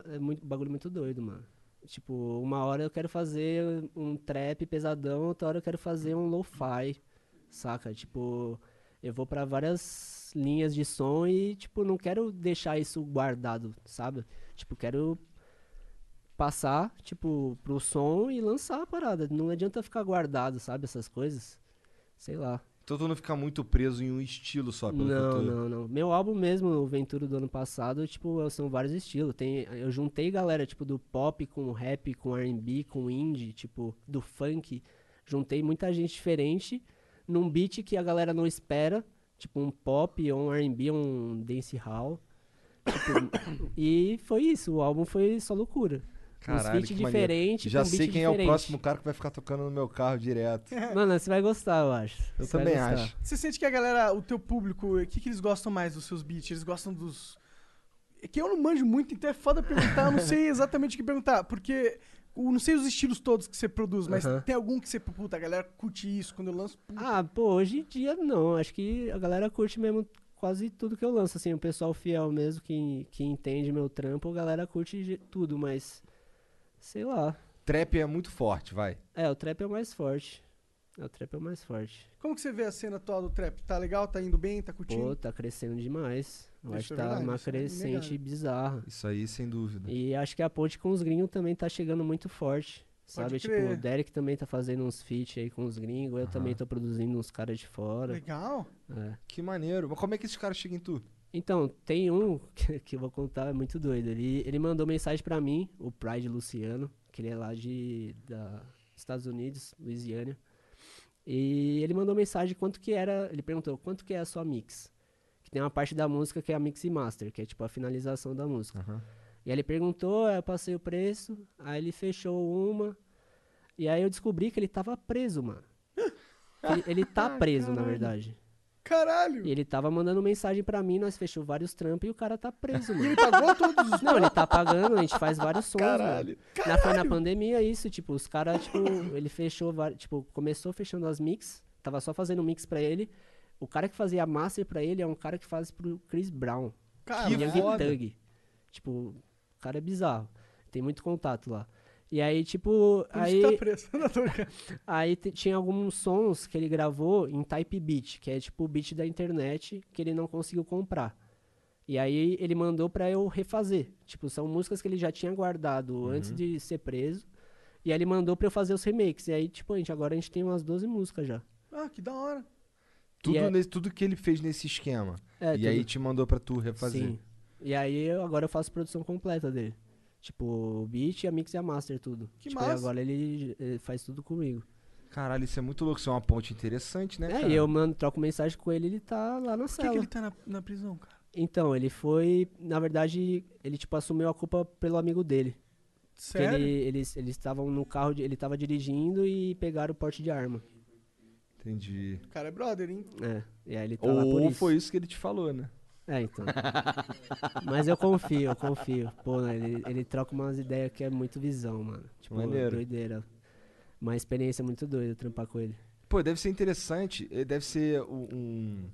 é muito bagulho muito doido, mano. Tipo, uma hora eu quero fazer um trap pesadão, outra hora eu quero fazer um lo-fi, saca? Tipo, eu vou pra várias linhas de som e, tipo, não quero deixar isso guardado, sabe? Tipo, quero passar, tipo, pro som e lançar a parada. Não adianta ficar guardado, sabe? Essas coisas. Sei lá.
Então tu não fica muito preso em um estilo só, pelo que
Não,
tu...
não, não. Meu álbum mesmo, o Ventura do ano passado, tipo, são vários estilos. Tem, eu juntei galera, tipo, do pop com rap, com R&B, com indie, tipo, do funk. Juntei muita gente diferente num beat que a galera não espera, tipo um pop, ou um R&B, ou um dance hall. Tipo, e foi isso, o álbum foi só loucura.
Caralho,
Uns feat
que maneiro.
Um diferente,
Já
com
sei
beat
quem é o
diferente.
próximo cara que vai ficar tocando no meu carro direto.
Mano, você vai gostar, eu acho.
Eu
Você vai
também
gostar.
acho.
Você sente que a galera, o teu público, o que, que eles gostam mais dos seus beats? Eles gostam dos. É que eu não manjo muito, então é foda perguntar, eu não sei exatamente o que perguntar, porque eu não sei os estilos todos que você produz, mas
Aham.
tem algum que você, puta, a galera curte isso quando eu lanço. puta.
Ah, pô, hoje em dia não. Acho que a galera curte mesmo quase tudo que eu lanço, assim. O pessoal fiel mesmo que, que entende meu trampo, a galera curte de tudo, mas. Sei lá.
Trap é muito forte, vai.
É, o trap é o mais forte. É, o trap é o mais forte.
Como que você vê a cena atual do trap? Tá legal? Tá indo bem? Tá
Pô,
curtindo?
tá crescendo demais. Eu
Isso
acho
é
que tá
verdade,
uma
isso é
crescente
inegável.
bizarra.
Isso aí, sem dúvida.
E acho que a ponte com os gringos também tá chegando muito forte. Sabe, tipo, o
crer.
Derek também tá fazendo uns feat aí com os gringos, eu também tô produzindo uns caras de fora.
legal?
É.
Que maneiro. Mas como é que esses caras chegam em tu?
Então, tem um que, que eu vou contar, é muito doido. Ele, ele mandou mensagem pra mim, o Pride Luciano, que ele é lá de da Estados Unidos, Louisiana. E ele mandou mensagem quanto que era, ele perguntou quanto que é a sua mix. Que tem uma parte da música que é a mix e master, que é tipo a finalização da música. E aí ele perguntou, aí eu passei o preço, aí ele fechou uma. E aí eu descobri que ele tava preso, mano. Ele, ele tá preso, na verdade.
Ah, Caralho!
E ele tava mandando mensagem pra mim, nós fechou vários trampos e o cara tá preso, mano.
Ele pagou todos os.
Não, ele tá pagando, a gente faz vários sons, Caralho. mano. Na, foi na pandemia isso, tipo, os caras, tipo, ele fechou, vari- tipo, começou fechando as mix, tava só fazendo mix pra ele. O cara que fazia a master pra ele é um cara que faz pro Chris Brown.
Caralho.
Young
foda.
Thug. Tipo, o cara é bizarro. Tem muito contato lá. E aí, tipo,
Por
aí...
isso tá preso. Não, tô brincando.
Aí te- tinha alguns sons que ele gravou em type beat, que é tipo o beat da internet que ele não conseguiu comprar. E aí ele mandou pra eu refazer. Tipo, são músicas que ele já tinha guardado
Uhum.
antes de ser preso. E aí ele mandou pra eu fazer os remakes. E aí, tipo, a gente, agora a gente tem umas 12 músicas já.
ah, que da hora.
Tudo,
E é-
nesse- tudo que ele fez nesse esquema.
É,
e
tudo.
aí te mandou pra tu refazer.
Sim. E aí eu, agora eu faço produção completa dele. Tipo, o beat, a mix e a master, tudo.
Que
tipo, aí
massa.
agora ele, eh, faz tudo comigo.
Caralho, isso é muito louco. Isso é uma ponte interessante, né,
É,
cara?
e eu mando, troco mensagem com ele, ele tá lá na
Por que,
cela.
que ele tá na, na prisão, cara?
Então, ele foi, na verdade, ele tipo assumiu a culpa pelo amigo dele. Que
Sério?
ele- eles eles estavam no carro, de- ele tava dirigindo e pegaram o porte de arma.
Entendi.
O cara é brother, hein?
É, e aí ele tá lá por
Ou
isso.
foi isso que ele te falou, né?
É, então. Mas eu confio, eu confio. Pô, né, ele, ele troca umas ideias que é muito visão, mano. Tipo,
Maneiro.
doideira. Uma experiência muito doida trampar com ele.
Pô, deve ser interessante. eh, Deve ser um. um-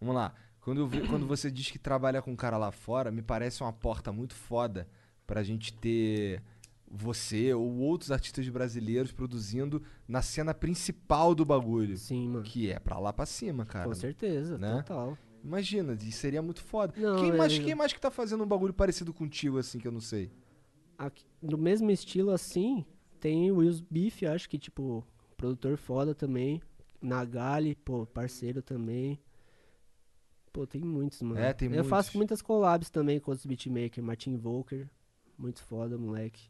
Vamos lá. Quando, eu vi- quando você diz que trabalha com um cara lá fora, me parece uma porta muito foda pra gente ter você ou outros artistas brasileiros produzindo na cena principal do bagulho.
Sim, mano.
Que é pra lá pra cima, cara.
com certeza,
né?
total.
Imagina, e seria muito foda.
Não,
quem, mais,
ele-
quem mais que tá fazendo um bagulho parecido contigo, assim, que eu não sei?
Aqui- do mesmo estilo assim, tem o Will's Beef, acho que, tipo, produtor foda também. Nagali, pô, parceiro também. Pô, tem muitos, mano.
É, tem
Eu
muitos.
faço muitas collabs também com outros beatmakers. Martin Volker, muito foda, moleque.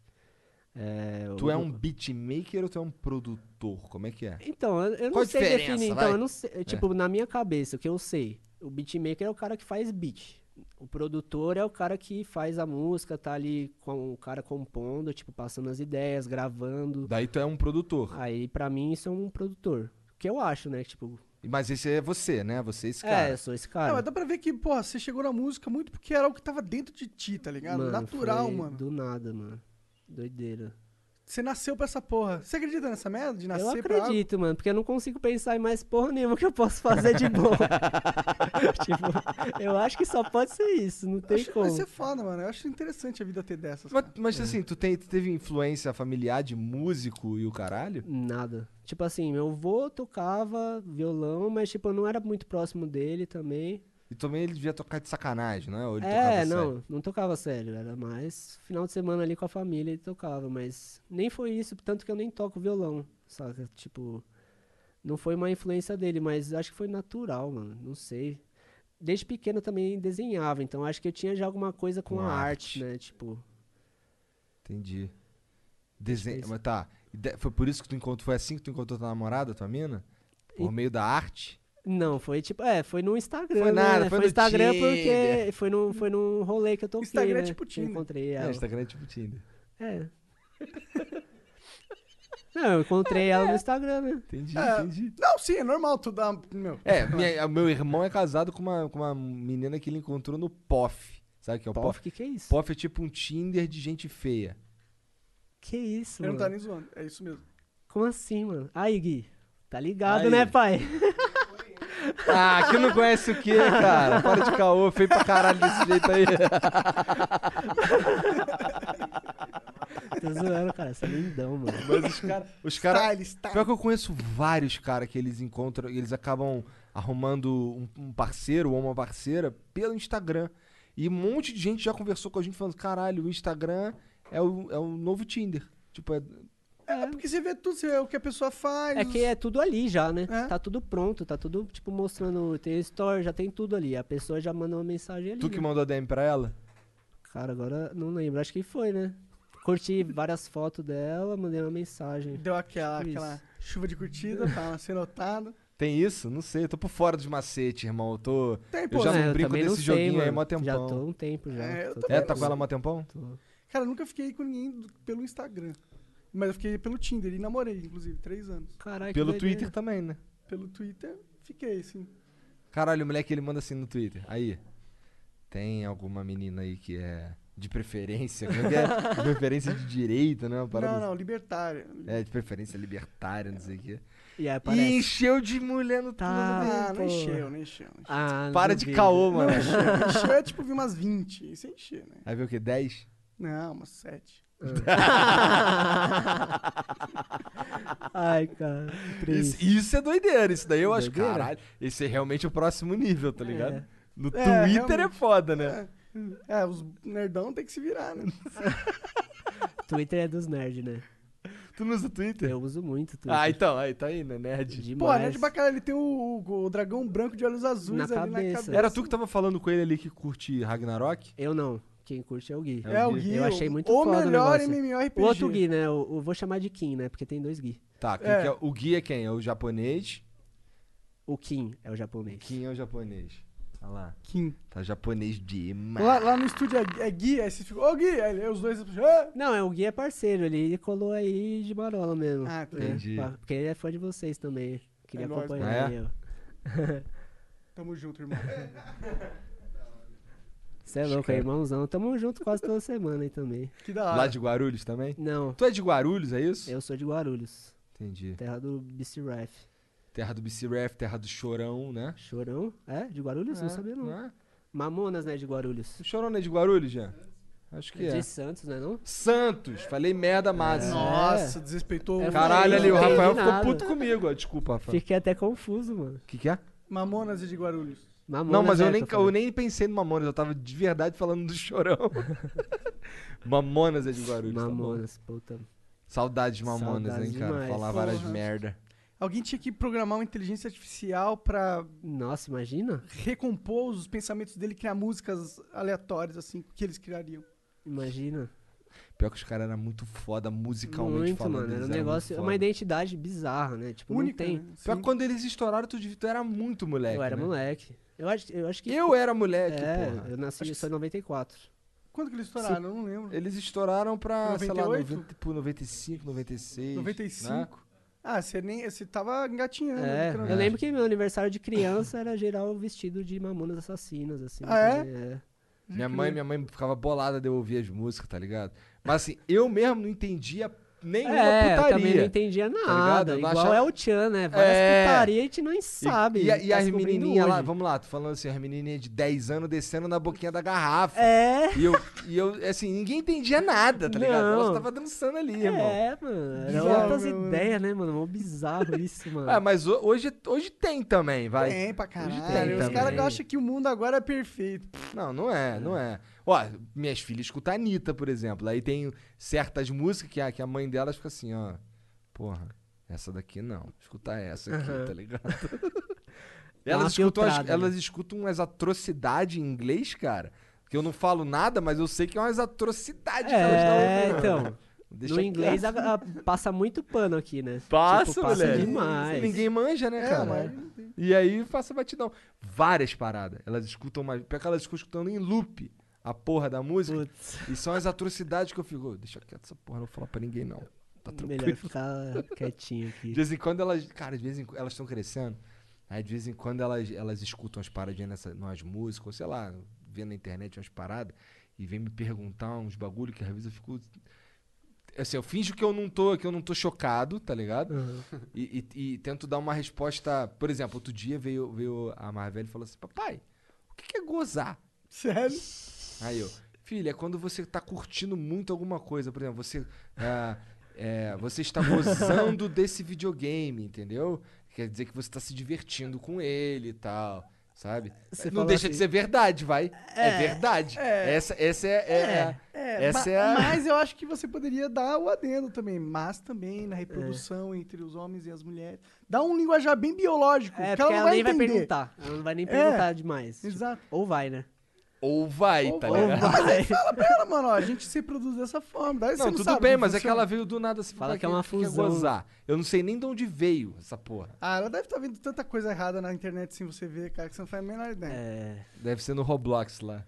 É,
Tu é
o-
um beatmaker ou tu é um produtor? Como é que é?
Então, eu, eu
Qual a
não sei
diferença,
definir.
vai? É.
Então, eu não sei. eu, Tipo, na minha cabeça, o que eu sei, o beatmaker é o cara que faz beat. O produtor é o cara que faz a música, tá ali com o cara compondo, tipo, passando as ideias, gravando.
Daí tu é um produtor.
Aí, pra mim, isso é um produtor. O que eu acho, né? Tipo,
Mas esse é você, né? Você é esse
é,
cara.
eu sou esse
Ah,
cara.
mas dá pra ver que, porra, você chegou na música muito porque era o que tava dentro de ti, tá ligado?
Mano,
Natural,
foi
mano.
Do nada, mano. Doideira.
Você nasceu pra essa porra. Você acredita nessa merda de nascer
eu
pra algo?
acredito, mano, porque eu não consigo pensar em mais porra nenhuma que eu posso fazer de bom. tipo, eu acho que só pode ser isso, não tem
Acho que
como.
vai ser foda, mano. Eu acho interessante a vida ter dessas.
Mas,
cara.
É.
mas, assim, tu, tem- tu teve influência familiar de músico e o caralho?
Nada. Tipo assim, meu avô tocava violão, mas tipo, eu não era muito próximo dele também.
E também ele devia tocar de sacanagem, né? Ou ele
é,
tocava
não,
sério?
não tocava sério. Era mais final de semana ali com a família ele tocava, mas nem foi isso, tanto que eu nem toco violão, saca? Tipo, não foi uma influência dele, mas acho que foi natural, mano. Não sei. Desde pequeno eu também desenhava, então acho que eu tinha já alguma coisa com,
Com
a
arte.
arte, né? Tipo,
Entendi. Desenho.
isso.
Mas tá. E de- Foi por isso que tu encontrou. Foi assim que tu encontrou tua namorada, tua mina? Por
E-
meio da arte?
não, foi tipo, é, foi no Instagram,
Foi nada,
né?
foi
no
no
Instagram
Tinder.
porque foi num, foi num rolê que eu toquei,
Instagram é
né?
tipo
Que eu
Tinder.
encontrei
É,
ela.
Instagram é tipo Tinder.
É. Não, eu encontrei ela no Instagram, né?
Entendi,
É.
entendi.
Não, sim, é normal tu dar. Meu.
É, minha- o meu irmão é casado com uma, com uma menina que ele encontrou no POF. Sabe o que é o
Pof,
POF?
que que é isso?
POF é tipo um Tinder de gente feia.
Que isso,
Eu não
mano?
tá nem zoando. É isso mesmo.
Como assim, mano? Aí, Gui. Tá ligado,
Aí.
né, pai?
Ah, que não conhece o quê, cara? Para de caô, feio pra caralho desse jeito aí.
Tô zoando, cara. Você é lindão, mano.
Mas os caras. Os cara,
Style, style.
pior que eu conheço vários caras que eles encontram, eles acabam arrumando um, um parceiro ou uma parceira pelo Instagram. E um monte de gente já conversou com a gente falando: caralho, o Instagram é o, é o novo Tinder. Tipo, é,
É, porque você vê tudo, você vê o que a pessoa faz.
É que é tudo ali já, né?
É.
Tá tudo pronto, tá tudo, tipo, mostrando. Tem story, já tem tudo ali. A pessoa já manda uma mensagem ali.
tu que
né?
mandou a DM pra ela?
Cara, agora não lembro. Acho que foi, né? Curti várias fotos dela, mandei uma mensagem.
Deu aquela,
Tipo
aquela chuva de curtida tá, pra ser notado.
Tem isso? Não sei, eu tô por fora dos macetes, irmão. Eu tô.
Tem,
Eu
pô.
já
É,
não brinco
também
desse
sei,
joguinho aí
mano.
mó
Já
tempão.
tô há um tempo já.
É, eu
Tô-
É,
também
tá com ela há um tempão?
tô-
Cara, eu nunca fiquei com ninguém do- pelo Instagram. Mas eu fiquei pelo Tinder e namorei, inclusive, três anos.
Caralho, É, que
É Pelo
doideira.
Twitter também, né?
Pelo Twitter, fiquei, assim.
Caralho, o moleque ele manda assim no Twitter. Aí. Tem alguma menina aí que é de preferência? Como é que é? De preferência de direita, né? Uma parada
Não,
assim.
não, libertária.
É, de preferência libertária, não sei o quê.
E aí
E
aparece.
encheu de mulher no
Tá.
Ah,
pô.
não encheu, não encheu. não encheu.
Ah,
Twitter.
não
Para de
duvido.
caô, mano.
Encheu é tipo, vi umas 20. Isso é encher, né?
Aí viu o quê? 10?
Não, umas 7.
Ai, cara. que triste.
Isso, isso é doideira, isso daí eu acho,
Doideira?
caralho. Esse é realmente o próximo nível, tá ligado?
É.
No
É,
Twitter é
realmente.
foda, né?
Hum.
É, os nerdão tem que se virar, né?
Twitter é dos nerds, né?
Tu não usa Twitter?
Eu uso muito Twitter.
Ah, então, aí tá aí, né? Nerd.
demais.
Pô, nerd bacana, ele tem o, o- o dragão branco de olhos azuis
Na
ali na
cabeça.
cabeça.
Era tu que tava falando com ele ali que curte Ragnarok?
Eu não. Quem curte é o Gui.
É, o Gui.
Eu achei muito
o
foda o
melhor
negócio.
MMORPG.
O outro Gui, né? Eu, eu vou chamar de Kim, né? Porque tem dois Gui.
Tá, quem
É.
que é- o Gui é quem? É o japonês?
O Kim é o japonês.
Quem é o japonês? Olha lá.
Kim.
Tá japonês demais.
Lá, lá no estúdio é, é Gui, aí vocês ficam, ô Gui, aí os dois. Ah!
Não, é, o Gui é parceiro, ele colou aí de marola mesmo.
Ah, tá.
É,
Entendi.
pá, porque ele é fã de vocês também. Queria
É nóis,
acompanhar
né?
eu.
Tamo junto, irmão.
Você é louco, é irmãozão. Tamo junto quase toda semana aí também.
Que da
Lá
hora.
de Guarulhos também?
Não,
Tu é de Guarulhos, é isso?
eu sou de Guarulhos,
Entendi.
terra do BC Rife.
Terra do BC Ref, terra do Chorão, né?
Chorão? É? De Guarulhos? não sabia não.
é?
Mamonas, né, de Guarulhos.
O Chorão não é de Guarulhos, Jean? Acho que
É
é.
de Santos, né, não?
Santos, falei merda, mas.
Nossa, desrespeitou
É,
o
Caralho, ali o
Não entendi
Rafael ficou
nada.
puto comigo. ó. Desculpa, Rafael.
Fiquei até confuso, mano.
O que, que é?
Mamonas e de Guarulhos.
Mamonas,
Não, mas
é,
eu
tô
nem, eu
falando.
nem pensei no Mamonas, eu tava de verdade falando do Chorão. Mamonas é de Guarulhos. tá bom.
Mamonas, puta.
Saudades de Mamonas,
Saudades
hein, cara?
demais.
Falar várias
Porra.
merda.
Alguém tinha que programar uma inteligência artificial pra
Nossa, imagina?
recompor os pensamentos dele e criar músicas aleatórias, assim, que eles criariam.
Imagina.
Pior que os caras eram muito foda musicalmente
Muito,
falando.
mano. Era
eles
um
eram muito
negócio, é uma
foda.
identidade bizarra, né? Tipo,
Única,
não tem.
né?
Pior
Sim.
que quando eles estouraram, tu, devia- tu era muito moleque.
eu era
né?
moleque. Eu acho, eu acho que.
Eu era moleque,
é,
porra.
eu nasci só em 94.
Quando que eles estouraram? Eu não lembro.
Eles estouraram pra, sei lá,
98?
90, tipo, 95, 96.
95.
né?
Ah, você nem. Você tava engatinhando. né?
É,
literalmente.
eu lembro que meu aniversário de criança era geral vestido de mamonas assassinas, assim.
Ah, é?
também, é?
Minha mãe, minha mãe ficava bolada de eu ouvir as músicas, tá ligado? Mas assim, eu mesmo não entendia nenhuma
É, eu
putaria. Tá
também não entendia nada.
ligado? Eu não
Igual
achava-
é o Tchan, né? Várias
É.
putarias a gente não
E-
sabe.
E, a- e
tá
as
descobrindo
menininhas lá,
hoje.
vamos lá, tô falando assim, as menininhas de 10 anos descendo na boquinha da garrafa.
É,
E eu, e eu, assim, ninguém entendia nada, tá ligado?
Não.
Elas tava dançando ali, irmão.
é, mano. Era
Bizarro,
outras
meu, mano.
ideias, né, mano? Mó bizarro isso, mano.
Ah, mas ho- hoje, hoje tem também, vai.
Tem pra
tem
caralho. Os
também.
caras acham que o mundo agora é perfeito.
Não, não é, não é. Ó, minhas filhas escutam a Anitta, por exemplo. Aí tem certas músicas que a, que a mãe delas fica assim, ó. Porra, essa daqui não. Escutar essa aqui, tá ligado?
Dá uma
elas, escutam as-
filtrada, né?
elas escutam umas atrocidades em inglês, cara. Que eu não falo nada, mas eu sei que é umas atrocidades que elas
É,
estão ouvindo.
então.
né, Deixa
no
quieto.
inglês a- a- passa muito pano aqui, né?
Passa,
tipo, passa
moleque.
demais. É.
Ninguém manja, né, cara? E aí passa batidão. Várias paradas. Elas escutam mais. Pior que elas ficam escutando em loop a porra da música.
Putz,
E são as atrocidades que eu fico. "Ô, Deixa quieto essa porra, não vou falar pra ninguém, não. Tá tranquilo.
melhor ficar quietinho aqui.
De vez em quando elas. Cara, de vez em quando elas estão crescendo. Aí de vez em quando elas, elas escutam as paradinhas nessa, nas músicas, ou sei lá, vendo na internet umas paradas, e vem me perguntar uns bagulho que às vezes eu fico. Assim, eu finjo que eu não tô, que eu não tô chocado, tá ligado? E, e- e tento dar uma resposta. Por exemplo, outro dia veio, veio a Marvel e falou assim: Papai, o que que é gozar?
Sério?
Aí eu, filha, é quando você tá curtindo muito alguma coisa, por exemplo, você, ah, é, você está gozando desse videogame, entendeu? Quer dizer que você tá se divertindo com ele e tal, sabe?
Você
Não
falou
deixa de
assim,
ser verdade, vai. É, verdade. Essa, essa é, é- essa
ma-
é a...
Mas eu acho que você poderia dar o adendo também. Mas também
É.
na reprodução entre os homens e as mulheres. Dá um linguajar bem biológico.
É,
que
porque
ela
ela,
não vai
nem vai
entender. É,
perguntar. Ela não vai nem perguntar demais. tipo,
Exato.
ou vai, né?
Ou vai, tá
Ou
ligado?
Mas aí fala pra ela, mano, ó, a gente se produz dessa forma. Daí você
Não, tudo
sabe
bem,
como
mas é que
funciona.
ela veio do nada. Assim,
Fala
"Papai,
que é uma
que- que
fusão."
gozar. Eu não sei nem de onde veio essa porra.
Ah, ela deve estar tá vendo tanta coisa errada na internet sem você ver, cara, que você não faz a menor ideia.
É.
Deve ser no Roblox lá.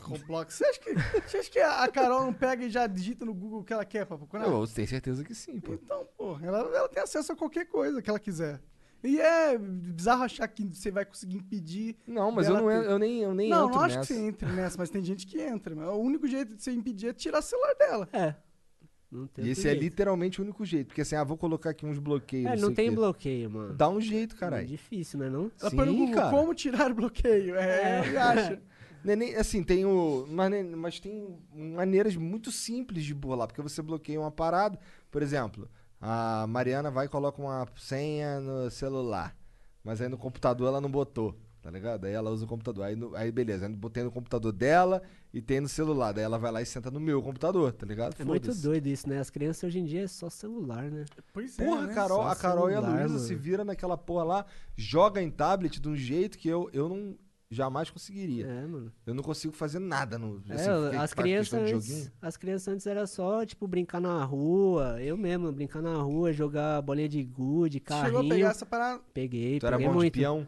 Roblox. Você acha, que, você acha que a Carol não pega e já digita no Google o que ela quer pra procurar?
Eu tenho certeza que sim, pô.
Então, porra, ela, ela tem acesso a qualquer coisa que ela quiser. E é bizarro achar que você vai conseguir impedir.
Não, mas eu,
dela
não, é,
ter-
eu nem, eu nem
Não,
entro
não acho que
nessa.
você entre nessa, mas tem gente que entra. mas O único jeito de você impedir é tirar o celular dela.
É. Não tem
E
outro
esse é
jeito.
literalmente o único jeito. Porque assim, ah, vou colocar aqui uns bloqueios.
É, não
sei o
tem
quê.
bloqueio, mano.
Dá um jeito,
É
caralho.
difícil, né? Não?
Ela põe no
Sim,
Google
cara.
como tirar bloqueio. É, ele acha.
Não é nem- assim, tem o. Mas, nem- mas tem maneiras muito simples de burlar. Porque você bloqueia uma parada. Por exemplo, a Mariana vai e coloca uma senha no celular. Mas aí no computador ela não botou. Tá ligado? Aí ela usa o computador. Aí, no- aí beleza. Aí botei no computador dela e tem no celular. Daí ela vai lá e senta no meu computador, tá ligado?
É muito
Foda-se.
doido isso, né? As crianças hoje em dia é só celular, né?
Pois é.
Porra,
né?
Carol,
Só
a Carol e a
celular,
Luísa
mano.
se viram naquela porra lá, joga em tablet de um jeito que eu, eu não jamais conseguiria.
É, mano.
Eu não consigo fazer nada no.
É,
assim, que- que
as,
faz questão
crianças
de
antes,
joguinho.
as crianças antes era só, tipo, brincar na rua. Eu mesmo, brincar na rua, jogar bolinha de gude,
Você
carrinho.
Chegou a pegar essa parada.
Peguei,
Tu era
peguei
bom de
muito.
peão?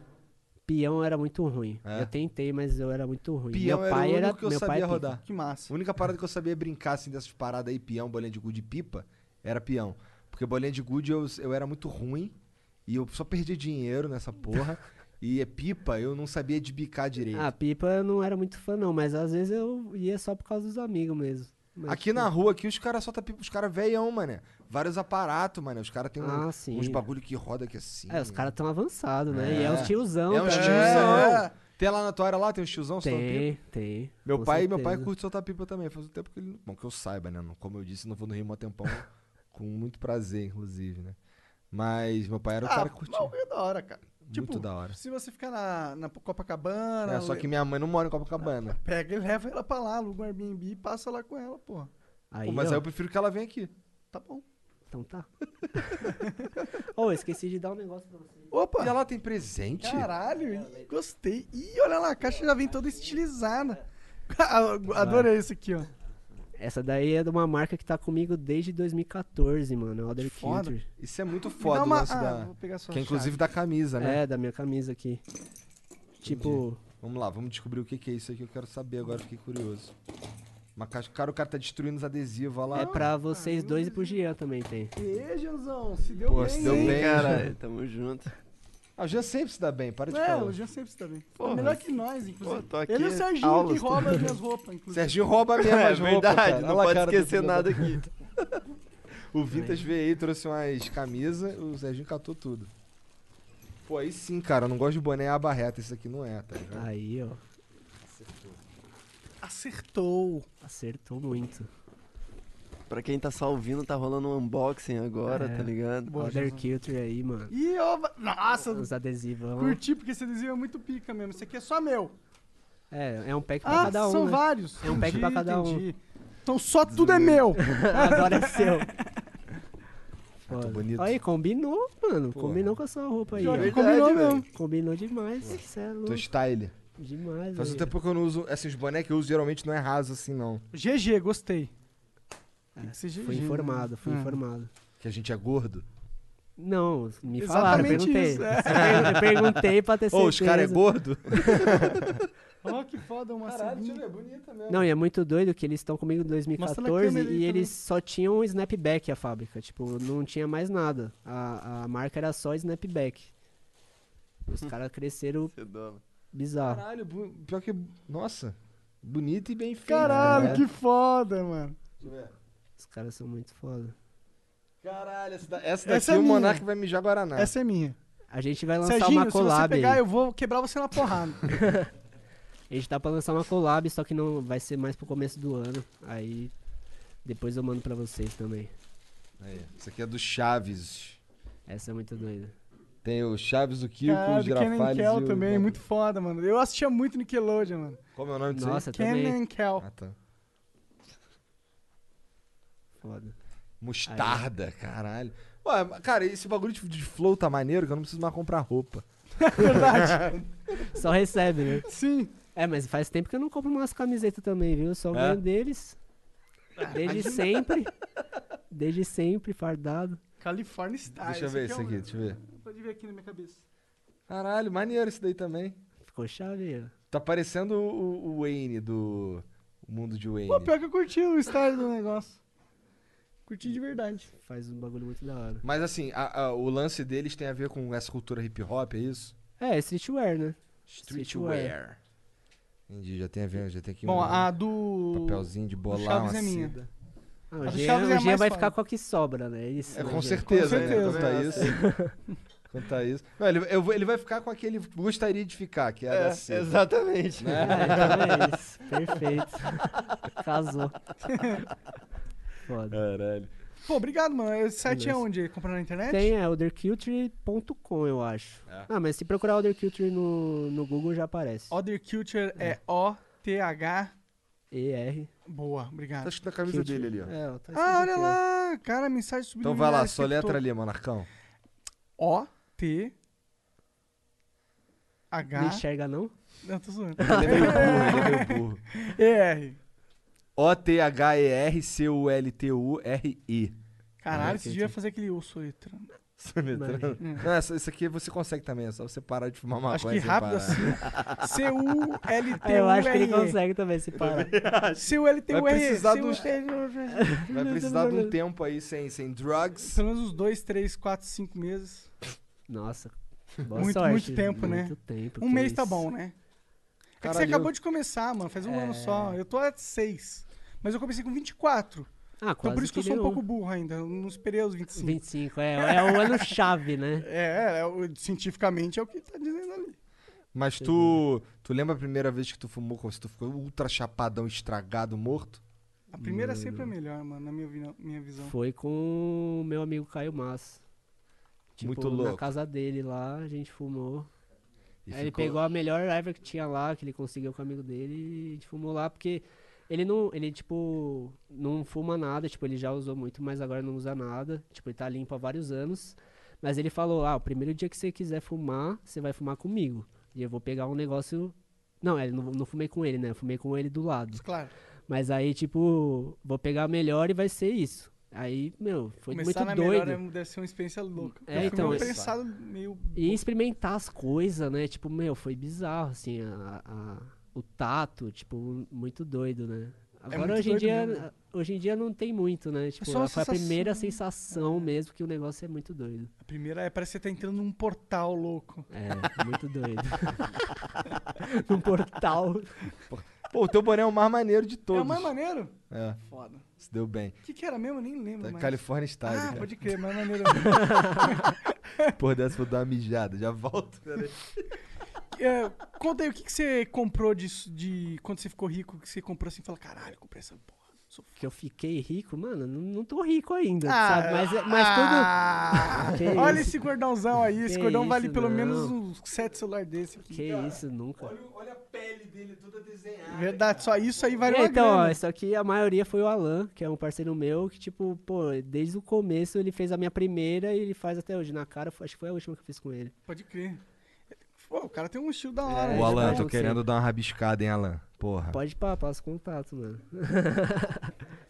Peão era muito ruim.
É?
Eu tentei, mas eu era muito ruim.
Peão
meu
era o
pai
único
era,
que eu
meu pai é
sabia
pica.
rodar.
Que massa.
A única parada que eu sabia brincar, assim, dessas paradas aí, peão, bolinha de gude e pipa, era peão. Porque bolinha de gude eu, eu era muito ruim e eu só perdia dinheiro nessa porra. e é pipa, eu não sabia de bicar direito.
Ah, pipa eu não era muito fã, não, mas às vezes eu ia só por causa dos amigos mesmo. Mas, tipo
aqui na rua, aqui, os caras soltam pipa, os caras veião, mané. Vários aparatos, mané. Os caras têm um-
Ah, sim.
uns bagulho que roda aqui assim.
É, os caras tão avançados, né? E é os tiozão,
É um
tá ligado?
tiozão. Tem lá na tua área lá, tem um tiozão soltando pipa.
Tem, tem.
Meu
com
pai, meu pai
certeza.
curte soltar pipa também. Faz um tempo que ele. não- Bom, que eu saiba, né? Não- Como eu disse, não vou no Rio Mó Tempão com muito prazer, inclusive, né? Mas meu pai era o cara que curtia.
Não, é da hora, cara. Tipo,
Muito da hora.
Se você ficar na, na Copacabana,
É, só que minha mãe não mora em Copacabana.
pega e leva ela pra lá, aluga um Airbnb e passa lá com ela, porra.
Aí,
Pô, mas
ó,
aí eu prefiro que ela venha aqui.
Tá bom.
Então tá. Ô, eu esqueci de dar um negócio pra você.
Opa!
E ela tem presente?
Caralho, ih, gostei. Ih, olha lá, a caixa já vem toda estilizada. Ah, Adorei isso aqui, ó.
Essa daí é de uma marca que tá comigo desde 2014, mano. é Elder
Foda.
Future.
Isso é muito
Me dá
foda o
uma-
lance
ah,
da.
vou pegar sua
Que é inclusive
chave.
da camisa, né?
É, da minha camisa aqui. Tipo,
Vamos lá, vamos descobrir o que que é isso aqui. Eu quero saber agora, fiquei curioso. Uma caixa. Cara, o cara tá destruindo os adesivos, olha lá.
é pra
Ah,
vocês dois e pro Jean também tem.
E, Janzão, se deu
Pô,
bem.
se deu
hein?
bem.
Cara, tamo junto.
Ah, o Jean sempre se dá bem, para de
É,
falar.
o Jean sempre está bem.
Porra.
Melhor que nós, inclusive.
Pô, tô aqui,
Ele e o Serginho
aulas,
que rouba as minhas roupas, inclusive.
Serginho rouba mesmo
É
as roupas, cara.
verdade,
Olha
não
lá a
pode
cara do
esquecer
filho da
nada aqui.
O Vintage veio aí, trouxe umas camisas, o Serginho catou tudo. Pô, aí sim, cara, eu não gosto de boné aba reta, isso aqui não é, tá ligado?
Aí, ó.
Acertou.
Acertou muito.
Pra quem tá só ouvindo, tá rolando um unboxing agora,
É.
tá ligado?
Elder Culture aí, mano.
Ih, ó, va- nossa,
Os adesivão.
curti, porque esse adesivo é muito pica mesmo. Esse aqui é só meu.
É, é um pack pra
Ah,
cada um.
são
né?
vários.
É um pack pra cada um.
um. Então só tudo é meu.
Agora é seu. Foda.
bonito.
Aí, combinou, mano. Combinou com a sua roupa aí. ó.
Verdade,
Combinou
velho.
mesmo.
Combinou demais. Você é
Tô
louco.
style.
Demais,
Faz um
aí,
tempo que eu não uso, assim, os boné que eu uso geralmente não é raso assim, não.
GG, gostei.
ó.
É,
Tem que ser
Fui
GG, né?
informado, fui
É.
informado.
Que a gente é gordo.
Não, me falaram,
Exatamente
perguntei.
isso, é.
Eu perguntei pra ter
Ô,
certeza.
os caras é gordo?
né? Ó, que foda, uma cerveja.
bonita mesmo.
Não, e é muito doido que eles estão comigo em
na
2014
câmera aí
e
também.
eles só tinham um snapback a fábrica. Tipo, não tinha mais nada. A, a marca era só snapback. Os
Hum.
caras cresceram
Você dona.
bizarro.
Caralho, bu- pior que... Nossa, bonito e bem feito.
Caralho,
né?
que foda, mano.
Deixa eu ver.
Os caras são muito foda.
Caralho, essa, da- essa daqui
Essa é
o
minha.
Monark vai mijar Guaraná.
Essa é minha.
A gente vai lançar
Serginho,
uma
se você
collab.
pegar,
aí.
eu vou quebrar você na porrada.
A gente tá pra lançar uma collab, só que não vai ser mais pro começo do ano. Aí depois eu mando pra vocês também.
Aí, isso aqui é do Chaves.
Essa é muito doida.
Tem o Chaves, o Kiko,
Caralho,
os
Kenan
Girafales e
Kell
o...
também, muito foda, mano. Eu assistia muito Nickelodeon, mano.
Como é o nome disso aí?
Nossa, também.
Kenan Kell.
Ah, tá.
Foda.
Mostarda, caralho. Ué, mas, cara, esse bagulho de, de flow tá maneiro que eu não preciso mais comprar roupa.
Só recebe, né?
Sim.
É, mas faz tempo que eu não compro umas camisetas também, viu? Eu Só
É?
ganho deles. Desde sempre. Desde sempre, fardado.
California Style.
deixa eu ver isso
é um-
aqui, deixa eu ver.
Pode ver aqui na minha cabeça.
Caralho, maneiro isso daí também.
Ficou chave, ó.
Tá parecendo o, o Wayne do o mundo de Wayne.
Pô, pior que eu curti o style do negócio. Curti de verdade.
Faz um bagulho muito da hora.
Mas assim, a- a- o lance deles tem a ver com essa cultura hip hop, é isso?
É, streetwear, né?
Streetwear. Entendi, já tem a ver, já tem aqui
Bom,
um
a do.
papelzinho de assim.
do
bolar,
Chaves
uma
é minha.
seda.
Ah, o
As
Jean,
chaves é
o Jean
mais
vai
foda.
ficar com a que sobra, né? É isso.
É,
né,
com
Jean?
certeza, né?
certeza.
Quanto a isso. Quanto a isso. Não, ele, eu vou- ele vai ficar com aquele gostaria de ficar, que é, a
É,
da seda.
exatamente.
É, então é isso. Perfeito. Casou. Foda.
Caralho.
Pô, obrigado, mano. Esse site é
Beleza.
onde? Comprar na internet?
Tem é elderculture.com, eu acho.
É.
Ah, mas se procurar elderculture no, no Google já aparece.
Other Culture é O-T-H.
E-R.
Boa, obrigado.
Tá escrito na camisa
Culture.
dele ali, ó.
É, ó, tá escrito
Ah, olha
aqui, ó.
lá. Cara, mensagem subindo.
Então vai lá, só letra ali, Monarcão.
O-T.
Não
H.
enxerga, não?
Não, tô zoando.
Ele é meio burro, ele é meio burro.
E-R.
O-T-H-E-R-C-U-L-T-U-R-I.
Caralho,
Ah,
esse
ok,
dia
ok.
vai fazer aquele eu sou letra.
Sonetrando. Não, essa- isso aqui você consegue também, é só você parar de fumar maconha.
Acho que
sem
rápido
parar.
assim. C-U-L-T-U-R-E.
Ah, Eu acho que ele consegue também se parar.
C-U-L-T-U-R-E.
Vai precisar
C-U-L-T-U-R-E.
Vai
tá
precisar de um tempo aí sem, sem drugs.
Pelo menos uns dois, três, quatro, cinco meses.
Nossa. Boa
Muito-
sorte.
muito tempo, né?
Muito tempo.
Um
que
mês
isso.
tá bom, né? É que você
Caralho, É.
acabou
eu-
de começar, mano. Faz um ano só. Eu tô a seis. Mas eu comecei com 24.
Ah,
Então
quase
por isso que eu sou um
deu
pouco burro ainda. Eu não esperei os 25.
25, é, é um ano chave, né?
É, é, o- cientificamente é o que tá dizendo ali.
Mas tu. Tu lembra a primeira vez que tu fumou, como se tu ficou ultra chapadão, estragado, morto?
A primeira
Hum.
sempre é melhor, mano, na minha, vi- minha visão.
Foi com o meu amigo Caio Massa. Tipo,
Muito
Na
louco.
casa dele lá, a gente fumou.
E
Aí ele
ficou-
pegou a melhor erva que tinha lá, que ele conseguiu com o amigo dele, e a gente fumou lá, porque ele não, ele, tipo, não fuma nada, tipo, ele já usou muito, mas agora não usa nada. Tipo, ele tá limpo há vários anos. Mas ele falou, ah, o primeiro dia que você quiser fumar, você vai fumar comigo. E eu vou pegar um negócio... Não, é, não, não fumei com ele, né? Eu fumei com ele do lado.
Claro.
Mas aí, tipo, vou pegar a melhor e vai ser isso. Aí, meu, foi
começar na
muito doido.
melhor é- deve ser uma experiência louca.
É,
eu fui
então,
meio
isso.
prensado, meio.
E experimentar as coisas, né? Tipo, meu, foi bizarro, assim, a- a- o tato, tipo, muito doido, né? Agora
É muito
hoje em
doido
dia,
mesmo.
hoje em dia não tem muito, né? Tipo,
só né? uma
foi a primeira sensação mesmo que o negócio é muito doido.
A primeira é, parece que você tá entrando num portal louco.
É, muito doido. Num portal.
Pô, o teu boné é o mais maneiro de
É
todos.
o mais maneiro?
É,
Foda.
se deu bem.
O que, que era mesmo? Eu nem lembro
Tá
mais.
California Style,
ah,
cara.
pode crer, mais maneiro.
Porra, dessa eu vou dar uma mijada. Já volto.
é, conta aí o que, que você comprou de, de. Quando você ficou rico, que você comprou assim e falou: caralho, comprei essa porra. Sou f-
Que eu fiquei rico, mano, não, não tô rico ainda,
Ah,
sabe? Mas, é, mas
ah,
tudo... Que
Olha
isso,
esse cordãozão aí. Esse
Que
cordão vale
isso,
pelo
não.
menos uns sete celular desse aqui.
Que isso, nunca.
Olha a pele dele toda desenhada.
Verdade, só isso aí vale
É,
uma
então,
grana.
ó, isso aqui a maioria foi o Alan, que é um parceiro meu, que, tipo, pô, desde o começo ele fez a minha primeira e ele faz até hoje. Na cara, foi- acho que foi a última que eu fiz com ele.
Pode crer. Pô, o cara tem um estilo da hora.
É,
Ô,
né?
Alan,
tipo,
tô
você-
querendo dar uma rabiscada, hein, Alan? Porra.
Pode pá, passa o contato, mano.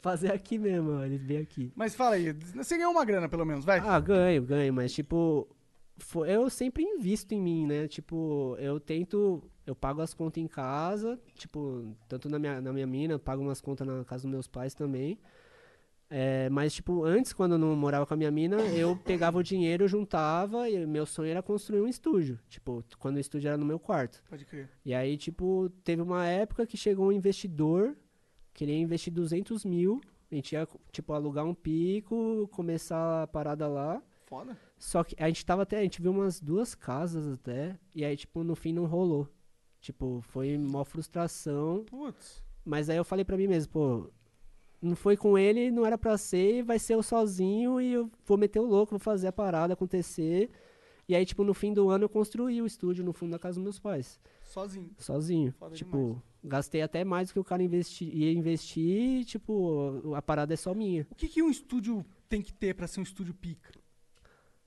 Fazer aqui mesmo, ó, ele vem aqui.
Mas fala aí, você ganhou uma grana pelo menos, vai.
Ah, ganho, ganho, mas tipo, fo- eu sempre invisto em mim, né? Tipo, eu tento, eu pago as contas em casa, tipo, tanto na minha, na minha mina, eu pago umas contas na casa dos meus pais também. É, mas, tipo, antes, quando eu não morava com a minha mina, eu pegava o dinheiro, juntava, e meu sonho era construir um estúdio. Tipo, quando o estúdio era no meu quarto.
Pode crer.
E aí, tipo, teve uma época que chegou um investidor, queria investir 200 mil, a gente ia, tipo, alugar um pico, começar a parada lá.
Foda.
Só que a gente tava até, a gente viu umas duas casas até, e aí, tipo, no fim não rolou. Tipo, foi uma frustração,
Putz.
mas aí eu falei pra mim mesmo, pô, não foi com ele, não era pra ser, vai ser eu sozinho e eu vou meter o louco, vou fazer a parada acontecer. E aí, tipo, no fim do ano eu construí o estúdio no fundo da casa dos meus pais
Sozinho.
sozinho.
Foda
tipo,
demais.
gastei até mais do que o cara investi ia investir e, tipo, a parada é só minha.
O que, que um estúdio tem que ter pra ser um estúdio pica?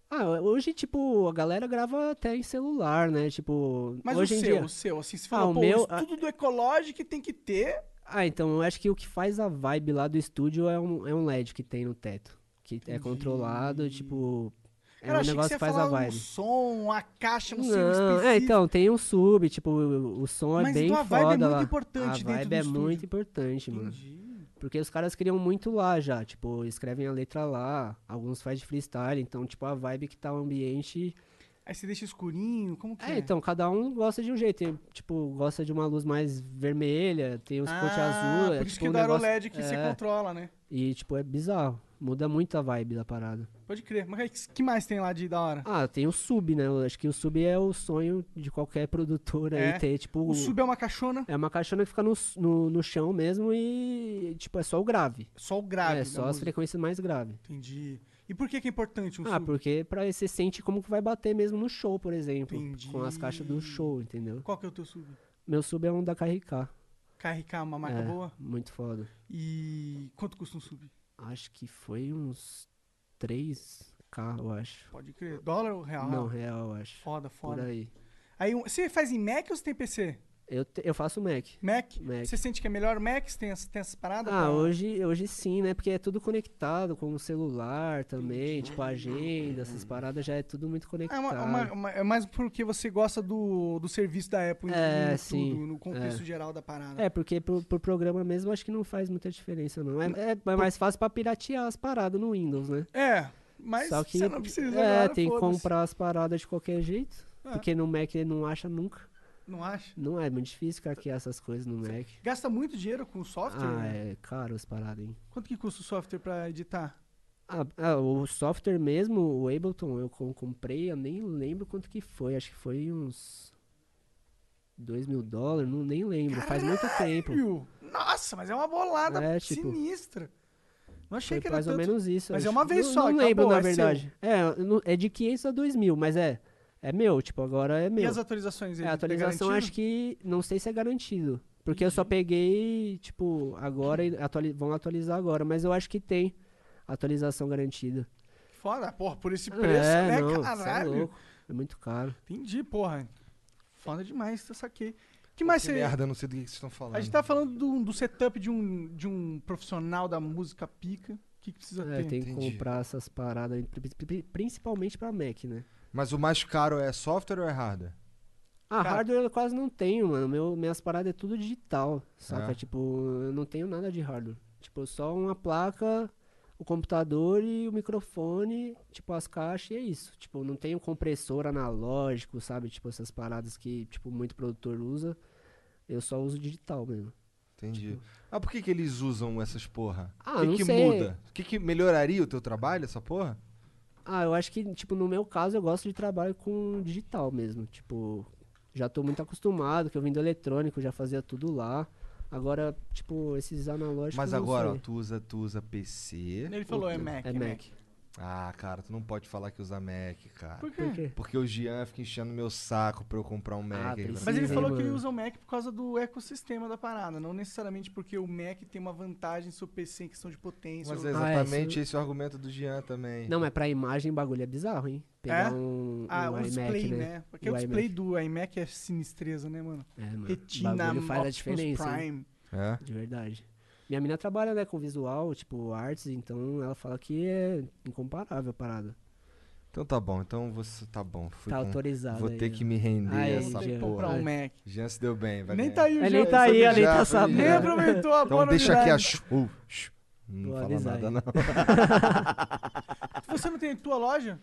Ah, hoje, tipo, a galera grava até em celular, né? Tipo,
Mas
hoje
o
em
seu,
dia...
o seu, assim, se
Ah,
fala,
o
pô,
meu-
o estudo do ecológico tem que ter.
Ah, então, eu acho que o que faz a vibe lá do estúdio é um, é um LED que tem no teto. Que é controlado, tipo... É
Cara,
um
achei
negócio
que você
que,
ia
faz
falar
a
um
vibe.
som, a caixa, um selo
Não,
específico.
é, então, tem um sub, tipo, o, o som é
Mas
bem
então a vibe é
foda
muito
lá.
importante
A
dentro
vibe
do
é
estúdio.
muito importante, mano.
Entendi.
Porque os caras criam muito lá já, tipo, escrevem a letra lá, alguns fazem freestyle, então, tipo, a vibe que tá o ambiente.
Aí você deixa escurinho, como que é?
É, então, cada um gosta de um jeito. Tem, tipo, gosta de uma luz mais vermelha, tem os pontes
ah,
azul. é,
por isso
tipo,
que
um
o Daro
negócio-
LED que você
é,
controla, né?
E, tipo, é bizarro. Muda muito a vibe da parada.
Pode crer. Mas o que mais tem lá de da hora?
Ah, tem o sub, né? Eu acho que o sub é o sonho de qualquer produtor aí
É.
ter, tipo.
O sub é uma caixona,
É uma caixona que fica no, s- no, no chão mesmo e, tipo, é só o grave.
só o grave. da
é, só as
música.
frequências mais graves.
Entendi. E por que que é importante um
Ah,
sub?
porque pra você sente como que vai bater mesmo no show, por exemplo. Com as caixas do
Entendi.
show, entendeu?
Qual que é o teu sub?
Meu sub é um da KRK.
KRK, uma marca
é,
boa.
Muito foda.
E quanto custa um sub?
Acho que foi uns 3K, eu acho.
Pode crer. Dólar ou real?
Não, real, eu acho.
Tá. Foda,
Por
foda. Aí,
aí.
um- você faz em Mac ou você tem PC?
Eu, te- eu faço Mac.
Mac?
Mac.
Você sente que é melhor Mac? Você tem, essa- tem essas paradas?
Ah,
pra-
hoje, hoje sim, né? Porque é tudo conectado com o celular também, tipo a agenda, essas paradas já é tudo muito
É,
conectado.
uma- uma- uma- é mais porque você gosta do, do serviço da Apple em-
É,
em
sim,
tudo, no contexto geral da parada.
É, porque pro, pro programa mesmo acho que não faz muita diferença, não.
Hum,
É, é mais fácil pra piratear as paradas no Windows, né?
É, mas
Só que
você não precisa
é,
agora,
tem que
foda-se. É.
comprar as paradas de qualquer jeito. Porque no Mac ele não acha nunca.
Não acha?
Não é muito difícil craquear essas coisas no Mac.
Gasta muito dinheiro com software?
Ah,
né?
é caro as paradas, hein?
Quanto que custa o software pra editar?
Ah, ah, o software mesmo, o Ableton, eu com- comprei, eu nem lembro quanto que foi. Acho que foi uns 2 mil dólares, não, nem lembro. Faz muito tempo.
Viu? Nossa, mas é uma bolada
Tipo. É, tipo,
sinistra. Não achei
Foi
que era
mais ou
tanto.
menos isso.
Mas é
acho.
uma vez
não,
só,
Não lembro,
acabou,
na
é seu.
verdade. É, eu não- é de 500 a 2 mil, mas é. É meu, tipo, agora é meu.
E as tá atualizações?
É, a atualização acho que. Não sei se é garantido. Porque eu só peguei, tipo, agora e atuali- vão atualizar agora. Mas eu acho que tem atualização garantida.
Foda, porra, por esse preço,
é,
né,
não, cê
caralho?
É, louco. é muito caro.
Entendi, porra. Foda demais, eu saquei. que mais
Que
você...
merda, eu não sei do que que vocês estão falando.
A gente tá falando do, do setup de um, de um profissional da música pica. O que, que precisa
É,
ter?
tem que
entendi.
comprar essas paradas, pri- pri- pri- principalmente pra Mac, né?
Mas o mais caro é software ou é hardware?
Ah,
Cara-
hardware eu quase não tenho, mano. Meu, minhas paradas é tudo digital, saca?
É.
Tipo, eu não tenho nada de hardware. Tipo, só uma placa, o computador e o microfone, tipo, as caixas e é isso. Tipo, não tenho compressor analógico, sabe? Tipo, essas paradas que, tipo, muito produtor usa. Eu só uso digital mesmo.
Tipo.
Entendi. Ah, por que, que eles usam essas porra?
Ah,
o que,
não
que
sei.
muda? O que, que melhoraria o teu trabalho, essa porra?
Ah, eu acho que, tipo, no meu caso, eu gosto de trabalho com digital mesmo. Tipo, já tô muito acostumado, que eu vim do eletrônico, já fazia tudo lá. Agora, tipo, esses analógicos.
Mas
não
agora, ó,
sei.
tu usa, tu usa PC.
Ele falou, é Mac.
É Mac.
Ah, cara, tu não pode falar que usa Mac, cara.
Por quê?
Por quê?
Porque o Jean fica enchendo meu saco pra eu comprar um Mac.
Ah,
aqui pra
precisa.
Mas ele
Sim,
falou
mano.
que ele usa o Mac por causa do ecossistema da parada, não necessariamente porque o Mac tem uma vantagem sobre o PC em questão de potência.
Mas
ou-
é
Ah, é,
exatamente
isso-
esse é o argumento do Jean também.
Não, mas pra imagem o bagulho é bizarro, hein? Pegar
É?
um,
Ah,
um
o
iMac,
display, né?
né?
Porque o,
O
display
iMac.
do iMac é sinistreza, né, mano?
É, mano. o
Retina,
bagulho faz a
Optimus
diferença, hein?
Prime.
É?
de verdade. Minha mina trabalha, né, com visual, tipo, artes, então ela fala que é incomparável a parada.
Então tá bom, então você tá bom. Fui
tá
com-
autorizado
Vou
aí,
ter
ó.
que me render a
Aí,
essa
Jean.
Comprar
porra.
um Mac.
Jean se deu bem, vai
Nem
ganhar.
tá aí o
Ele
Jean.
nem tá aí,
Foi
ele
mijar,
tá
foi
Nem
mijar.
sabendo.
aproveitou a
Então deixa aqui a.
oportunidade.
chu- uh, chu- Não
Vou
fala
avisar
nada,
aí.
não.
Você não tem a tua loja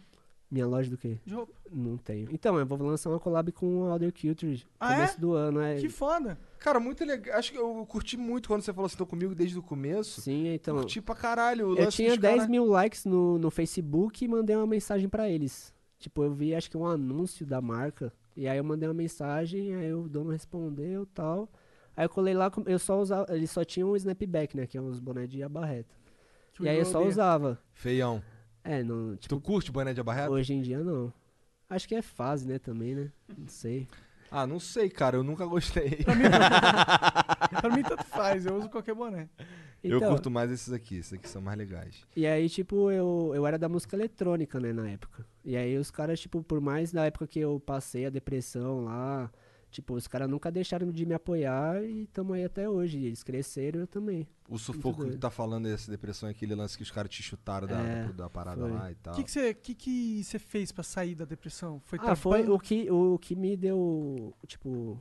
Minha loja do quê?
de roupa?
Não tenho. Então, eu vou lançar uma collab com o Alder Culture
Ah,
começo
é?
do ano, é.
Que foda.
Cara, muito legal. Acho que eu curti muito quando você falou assim, tô comigo desde o começo.
Sim, então.
curti pra caralho. O
Eu
lance
tinha
dos
10
cara-
mil likes no, no Facebook e mandei uma mensagem pra eles. Tipo, eu vi acho que um anúncio da marca. E aí eu mandei uma mensagem, aí o dono respondeu tal. Aí eu colei lá, com- eu só usava. Eles só tinham um snapback, né? Que é uns boné de abarreta.
Que
Tipo
e aí eu só
odeia.
usava.
Feião.
É, não, tipo,
Tu curte boné de abarreta?
hoje em dia não. Acho que é fase, né, também, né? Não sei.
Ah, não sei, cara. Eu nunca gostei.
Pra mim tanto faz, eu uso qualquer boné.
eu
Então,
curto mais esses aqui. Esses aqui são mais legais.
E aí, tipo, eu, eu era da música eletrônica, né, na época. E aí os caras, tipo, por mais na época que eu passei a depressão lá, tipo, os caras nunca deixaram de me apoiar e tamo aí até hoje. Eles cresceram, eu também.
O sufoco que
doido.
tá falando dessa depressão é aquele lance que os caras te chutaram da,
É,
da, da parada
foi.
lá e tal.
O que você que que você fez pra sair da depressão? Foi
ah, foi
trabalho?
o que, o que me deu, tipo,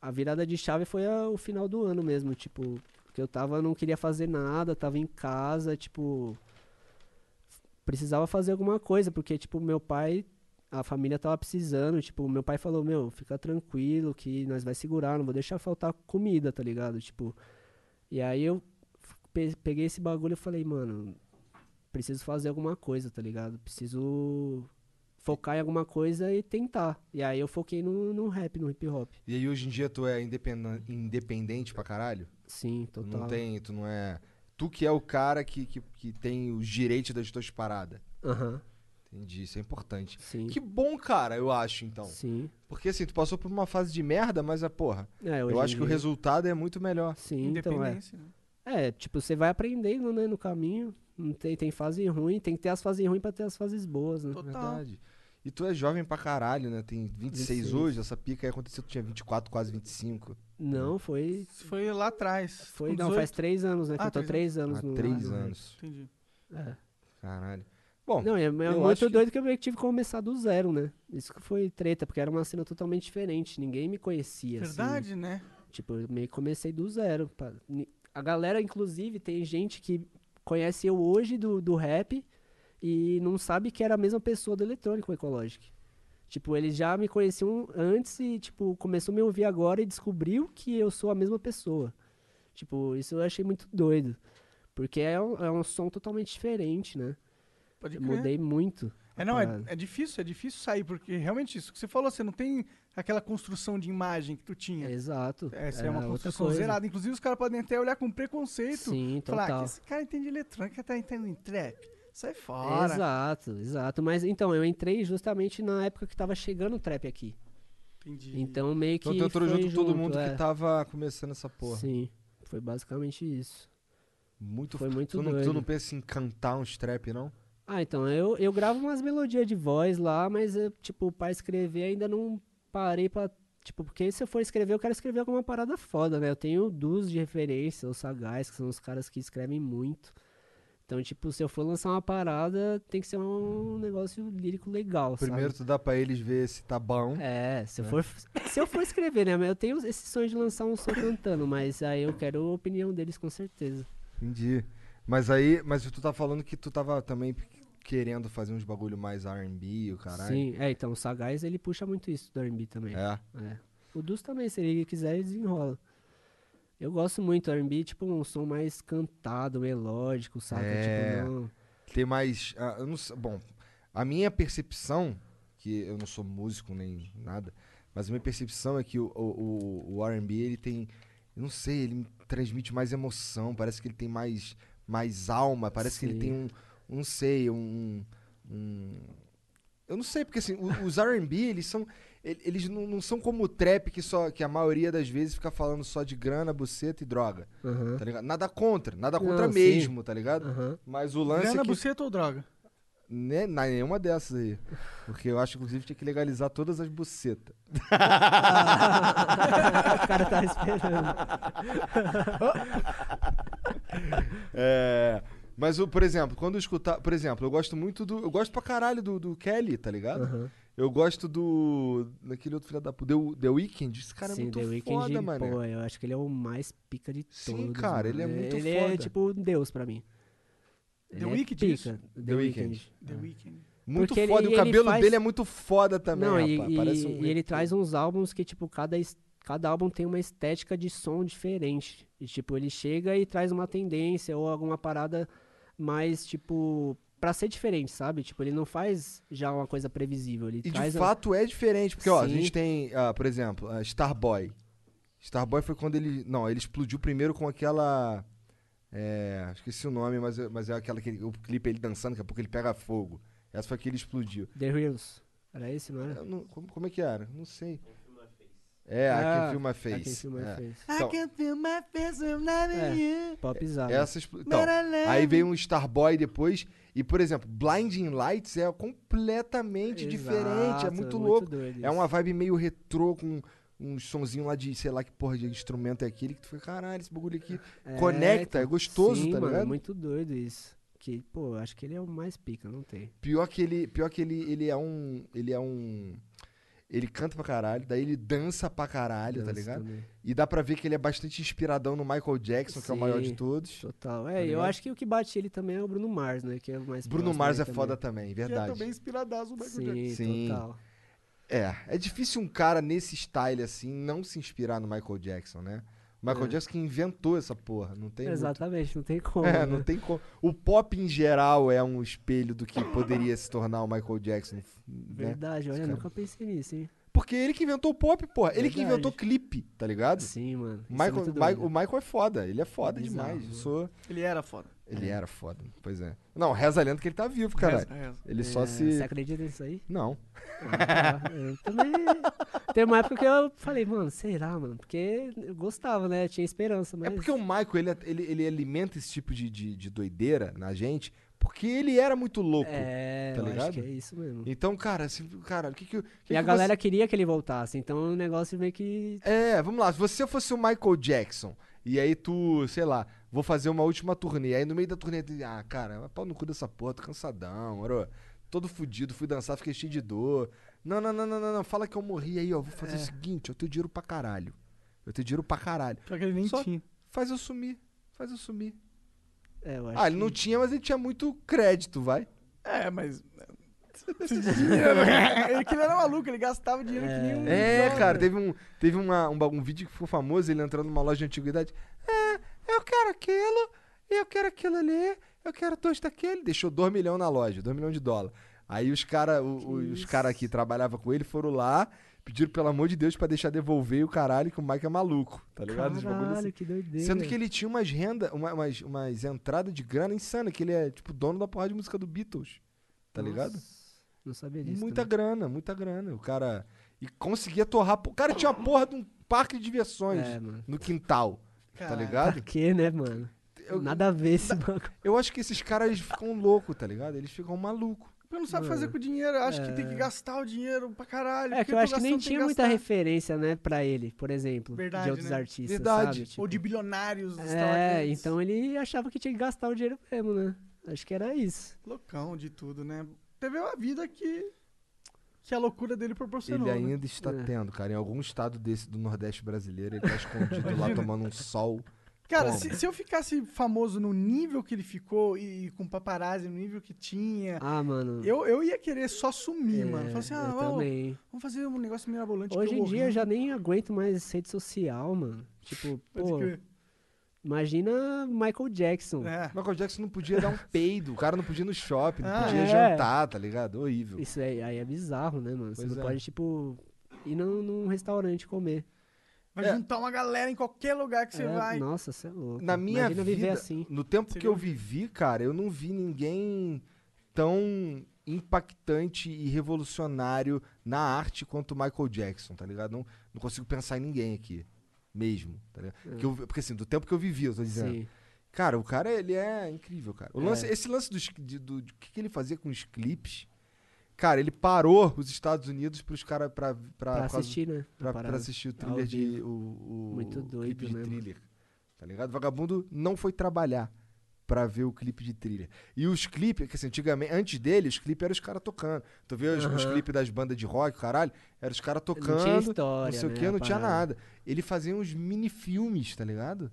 a virada de chave foi a- o final do ano mesmo, tipo, que eu tava, não queria fazer nada, tava em casa, tipo, precisava fazer alguma coisa, porque, tipo, meu pai, a família tava precisando, tipo, meu pai falou, meu, fica tranquilo que nós vai segurar, não vou deixar faltar comida, tá ligado? Tipo, e aí eu pe- peguei esse bagulho e falei, mano, preciso fazer alguma coisa, tá ligado? Preciso focar em alguma coisa e tentar. E aí eu foquei no, no rap, no hip hop.
E aí hoje em dia tu é independen- independente pra caralho?
Sim,
Tu
total.
não tem, tu não é. Tu que é o cara que, que, que tem os direitos das tuas paradas.
Aham,
Entendi, isso é importante.
sim.
Que bom, cara, eu acho, então.
Sim.
Porque assim, tu passou por uma fase de merda, mas a porra,
É, hoje
eu
em
acho que o
dia-
resultado é muito melhor.
Sim, então é.
independência. né?
É, tipo, você vai aprendendo, né, no caminho. Não tem, tem fase ruim, tem que ter as fases ruins pra ter as fases boas, né?
Total.
Verdade. E tu é jovem pra caralho, né? Tem 26 hoje, essa pica aí aconteceu, tu tinha 24, quase 25.
Não, foi.
Isso foi lá atrás.
foi
com
não, faz
18.
três anos, né? que
Ah,
eu tô
três
três anos
Há
no.
três
no-
anos.
Entendi.
É.
Caralho. Bom,
Não, é, é
eu
muito
acho que-
doido que... eu tive que começar do zero, né? Isso que foi treta, porque era uma cena totalmente diferente. Ninguém me conhecia. assim.
Verdade, né?
Tipo, eu meio que comecei do zero. pá. Ni- A galera, inclusive, tem gente que conhece eu hoje do, do rap e não sabe que era a mesma pessoa do eletrônico Ecologic. Tipo, eles já me conheciam antes e, tipo, começou a me ouvir agora e descobriu que eu sou a mesma pessoa. Tipo, isso eu achei muito doido. Porque é um, é um som totalmente diferente, né?
Pode
Eu
crer.
mudei muito.
É, não, é,
parada.
é difícil, é difícil sair, porque realmente isso que você falou, você não tem aquela construção de imagem que tu tinha.
Exato.
Essa é,
era
uma
outra
construção
coisa.
zerada. Inclusive, os caras podem até olhar com preconceito.
Sim,
falar
total.
que esse cara entende eletrônica, tá entendendo em trap. Sai fora.
Exato, exato. Mas então, eu entrei justamente na época que tava chegando o trap aqui.
Entendi.
Então meio que.
então tu entrou
foi
junto com todo mundo
é.
que tava começando essa porra.
Sim, foi basicamente isso.
Muito
Foi
f-
muito
tu, não, tu
doido.
não pensa em cantar uns trap, não?
Ah, então, eu, eu gravo umas melodias de voz lá, mas eu, tipo, pra escrever ainda não parei pra. Tipo, porque se eu for escrever, eu quero escrever alguma parada foda, né? Eu tenho duas de referência, os sagais, que são os caras que escrevem muito. Então, tipo, se eu for lançar uma parada, tem que ser um negócio lírico legal, sabe?
Primeiro tu dá pra eles ver se tá bom.
É, se eu, for, se eu for escrever, né? Eu tenho esse sonho de lançar um som cantando, mas aí eu quero a opinião deles com certeza.
Entendi. Mas aí, mas tu tá falando que tu tava também querendo fazer uns bagulho mais R&B, o caralho.
Sim, é, então o Sagaz ele puxa muito isso do R&B também.
É.
É. O Dus também, se ele quiser, ele desenrola. Eu gosto muito R&B, tipo um som mais cantado, melódico, saca?
É.
Tipo, não...
Tem mais, ah, eu não sei- bom, a minha percepção, que eu não sou músico nem nada, mas a minha percepção é que o, o, o- o R&B ele tem, eu não sei, ele me transmite mais emoção, parece que ele tem mais mais alma, parece que ele
Sim.
tem um, um, não sei, um, um- eu não sei, porque assim, o- os R&B, eles são ele- eles não, não são como o trap que só que a maioria das vezes fica falando só de grana, buceta e droga,
Aham,
tá ligado? Nada contra, nada contra
Não, sim.
mesmo, tá ligado?
aham.
Mas o lance
Grana,
é que
buceta ou droga?
né, na- nenhuma dessas aí. Porque eu acho, inclusive, que tinha que legalizar todas as bucetas.
O cara tá esperando.
É. Mas, o, por exemplo, quando eu escutar. Por exemplo, eu gosto muito do. Eu gosto pra caralho do, do Kelly, tá ligado?
Aham.
Eu gosto do. Daquele outro filho da puta. The, The Weeknd. Esse cara
Sim,
é muito
The Weeknd,
foda, mano.
pô, eu acho que ele é o mais pica de todos.
Sim, cara, ele é
mano.
muito
ele
foda.
é tipo um deus pra mim. Ele é
Weeknd, isso?
pica.
The Weeknd.
É.
The Weeknd.
Muito
Porque ele-
foda. e o
ele
cabelo
faz-
dele é muito foda também,
Não, e,
rapaz. Parece
e-
um.
e ele traz uns álbuns que, tipo, cada, es- cada álbum tem uma estética de som diferente. E, tipo, ele chega e traz uma tendência ou alguma parada mais, tipo, pra ser diferente, sabe? Tipo, ele não faz já uma coisa previsível. Ele
E de
traz a-
fato é diferente, porque ó, a
Sim.
gente tem, ah, por exemplo, a Starboy. Starboy foi quando ele. Não, ele explodiu primeiro com aquela. É, esqueci o nome, mas, é- mas é aquela que ele- o clipe ele dançando, daqui a pouco ele pega fogo. Essa foi a que ele explodiu.
The Reels. Era esse, não era?
Eu não- como, como é que era? Não sei. É, a
Ah,
quem filma
Ah,
fez.
quem filmou
é.
fez.
Então,
É, popzada.
essa expl- então, aí veio um Starboy depois. E, por exemplo, Blinding Lights é completamente diferente. É
Exato,
muito louco.
doido
É uma
isso.
vibe meio retrô com um sonzinho lá de, sei lá que porra de instrumento é aquele que tu fica, caralho, esse bagulho aqui
É,
conecta,
então,
é gostoso,
sim,
tá
mano,
ligado?
muito doido isso. Que, pô, eu acho que ele é o mais pica, não tem.
Pior que ele, pior que ele, ele é um, ele é um ele canta pra caralho, daí ele dança pra caralho, tá
Dança
ligado?
também.
E dá pra ver que ele é bastante inspiradão no Michael Jackson, que é o maior de
Sim.
todos.
Total. É,
Tá
eu
ligado?
acho que o que bate ele também é o Bruno Mars, né? Que é o mais
Bruno
próximo
Mars
aí
é foda também,
Que é também
verdade.
inspiradaço o Michael Jackson.
Sim,
Sim.
total.
É, é difícil um cara nesse style assim não se inspirar no Michael Jackson, né? Michael
É.
Jackson que inventou essa porra, não tem muito-
Exatamente, não tem como.
É,
né?
não tem como. O pop em geral é um espelho do que poderia se tornar o Michael Jackson. Né?
Verdade, olha,
cara-
nunca pensei nisso, hein?
Porque ele que inventou o pop, porra. Ele que
Verdade.
inventou clipe, tá ligado?
Sim, mano. isso é
Michael,
muito
Michael-
doido.
o Michael é foda, ele é foda
É bizarro,
demais. Eu
né?
sou-
Ele era foda.
Ele era foda, pois é. Não, reza a lenda que ele tá vivo, cara.
Reza, reza.
Ele
É,
só se.
Você acredita nisso aí?
Não.
Ah, eu também. Tem uma época que eu falei, mano, será, mano? Porque eu gostava, né? Eu tinha esperança, mas.
É porque o Michael, ele, ele, ele alimenta esse tipo de, de, de doideira na gente Porque ele era muito louco.
É,
tá
eu acho
ligado?
que é isso mesmo.
Então, cara, se, cara, o que que. o que
E a
que
galera queria que ele voltasse, então o negócio meio que.
Você... É, vamos lá. Se você fosse o Michael Jackson, e aí tu, sei lá, vou fazer uma última turnê. Aí no meio da turnê, tu, ah, cara, pau no cu dessa porra, tô cansadão, moro. Todo fudido, fui dançar, fiquei cheio de dor. Não, não, não, não, não, não. Fala que eu morri aí, ó. Vou
É.
fazer o seguinte, eu tenho dinheiro pra caralho. Eu tenho dinheiro pra caralho.
Pior que ele nem
Só-
tinha.
Faz eu sumir. Faz eu sumir.
É, eu acho
Ah, ele
que-
não tinha, mas ele tinha muito crédito, vai.
É, mas. ele que ele era maluco, ele gastava dinheiro que nem um.
É,
idiota.
cara, teve um, teve uma, um, ba- um vídeo que ficou famoso, ele entrando numa loja de antiguidade. Ah, eu quero aquilo, eu quero aquilo ali, eu quero dois daquele. Deixou 2 milhões na loja, 2 milhões de dólar. Aí os caras os cara que trabalhavam com ele foram lá, pediram pelo amor de Deus pra deixar devolver e o caralho, que o Mike é maluco, tá ligado? Os bagulho assim.
Caralho, que doideira.
Sendo que ele tinha umas renda, uma- umas, umas entradas de grana insana, que ele é tipo dono da porra de música do Beatles, tá ligado?
Não sabia disso.
Muita
também.
grana, muita grana. O cara. E conseguia torrar. O cara tinha a porra de um parque de diversões
É, mano.
no quintal. Tá
Caralho.
ligado?
Pra quê, né, mano?
Eu-
Nada a ver esse bagulho.
Eu acho que esses caras eles ficam loucos, tá ligado? Eles ficam malucos.
Porque não sabe fazer com o dinheiro, acho que tem que gastar o dinheiro pra caralho.
É
porque
que eu acho que nem
gastando tem
tinha muita
gastar.
referência, né, pra ele, por exemplo,
Verdade,
de outros
né?
artistas,
Verdade.
sabe? Tipo,
Ou de bilionários dos
é,
Estados
então ele achava que tinha que gastar o dinheiro mesmo, né? Acho que era isso.
Loucão de tudo, né? Teve uma vida que. que a loucura dele proporcionou.
ele
né?
ainda está
É.
tendo, cara. Em algum estado desse do Nordeste brasileiro, ele tá escondido lá tomando um sol.
Cara,
Como?
se, se eu ficasse famoso no nível que ele ficou e, e com paparazzi, no nível que tinha,
Ah, mano.
eu, eu ia querer só sumir, mano. Falar assim,
É, eu
ah, ó,
também.
vamos fazer um negócio mirabolante.
Hoje
que
em
eu
dia eu
ouvi.
já nem aguento mais rede social, mano. Tipo,
Pode
pô,
crer.
imagina Michael Jackson.
É.
Michael Jackson não podia dar um peido, o cara não podia ir no shopping, não
Ah,
podia
é.
jantar, tá ligado? Horrível.
Isso aí, aí é bizarro, né, mano? Você
Pois
não
é.
pode, tipo, ir num, num restaurante comer.
Vai juntar uma galera em qualquer lugar que você
É,
vai.
Nossa, você é louco.
Na minha
Imagina
vida,
viver assim.
no tempo que
Seria
eu vivi, cara, eu não vi ninguém tão impactante e revolucionário na arte quanto o Michael Jackson, tá ligado? Não, não consigo pensar em ninguém aqui, mesmo, tá ligado? Que eu- porque assim, do tempo que eu vivi, eu tô dizendo.
É. Sim.
Cara, o cara, ele é incrível, cara. O
É.
lance, Esse lance dos, de- do, de que, que ele fazia com os clipes, cara, ele parou os Estados Unidos pros caras pra, Ah, pra,
Pra
por causa-
assistir, né? a
Pra, pra
parada.
assistir o
Ao
thriller de. O, o-
Muito
o
doido,
clipe de
né, mano?
thriller. Tá ligado? Vagabundo não foi trabalhar pra ver o clipe de thriller. E os clipes, que assim, antigamente, antes dele, os clipes eram os caras tocando. Tu vê os, os
Aham.
clipes das bandas de rock, caralho, eram os caras tocando.
história,
não sei o
né,
que,
a
não tinha
parada.
nada. Ele fazia uns mini-filmes, tá ligado?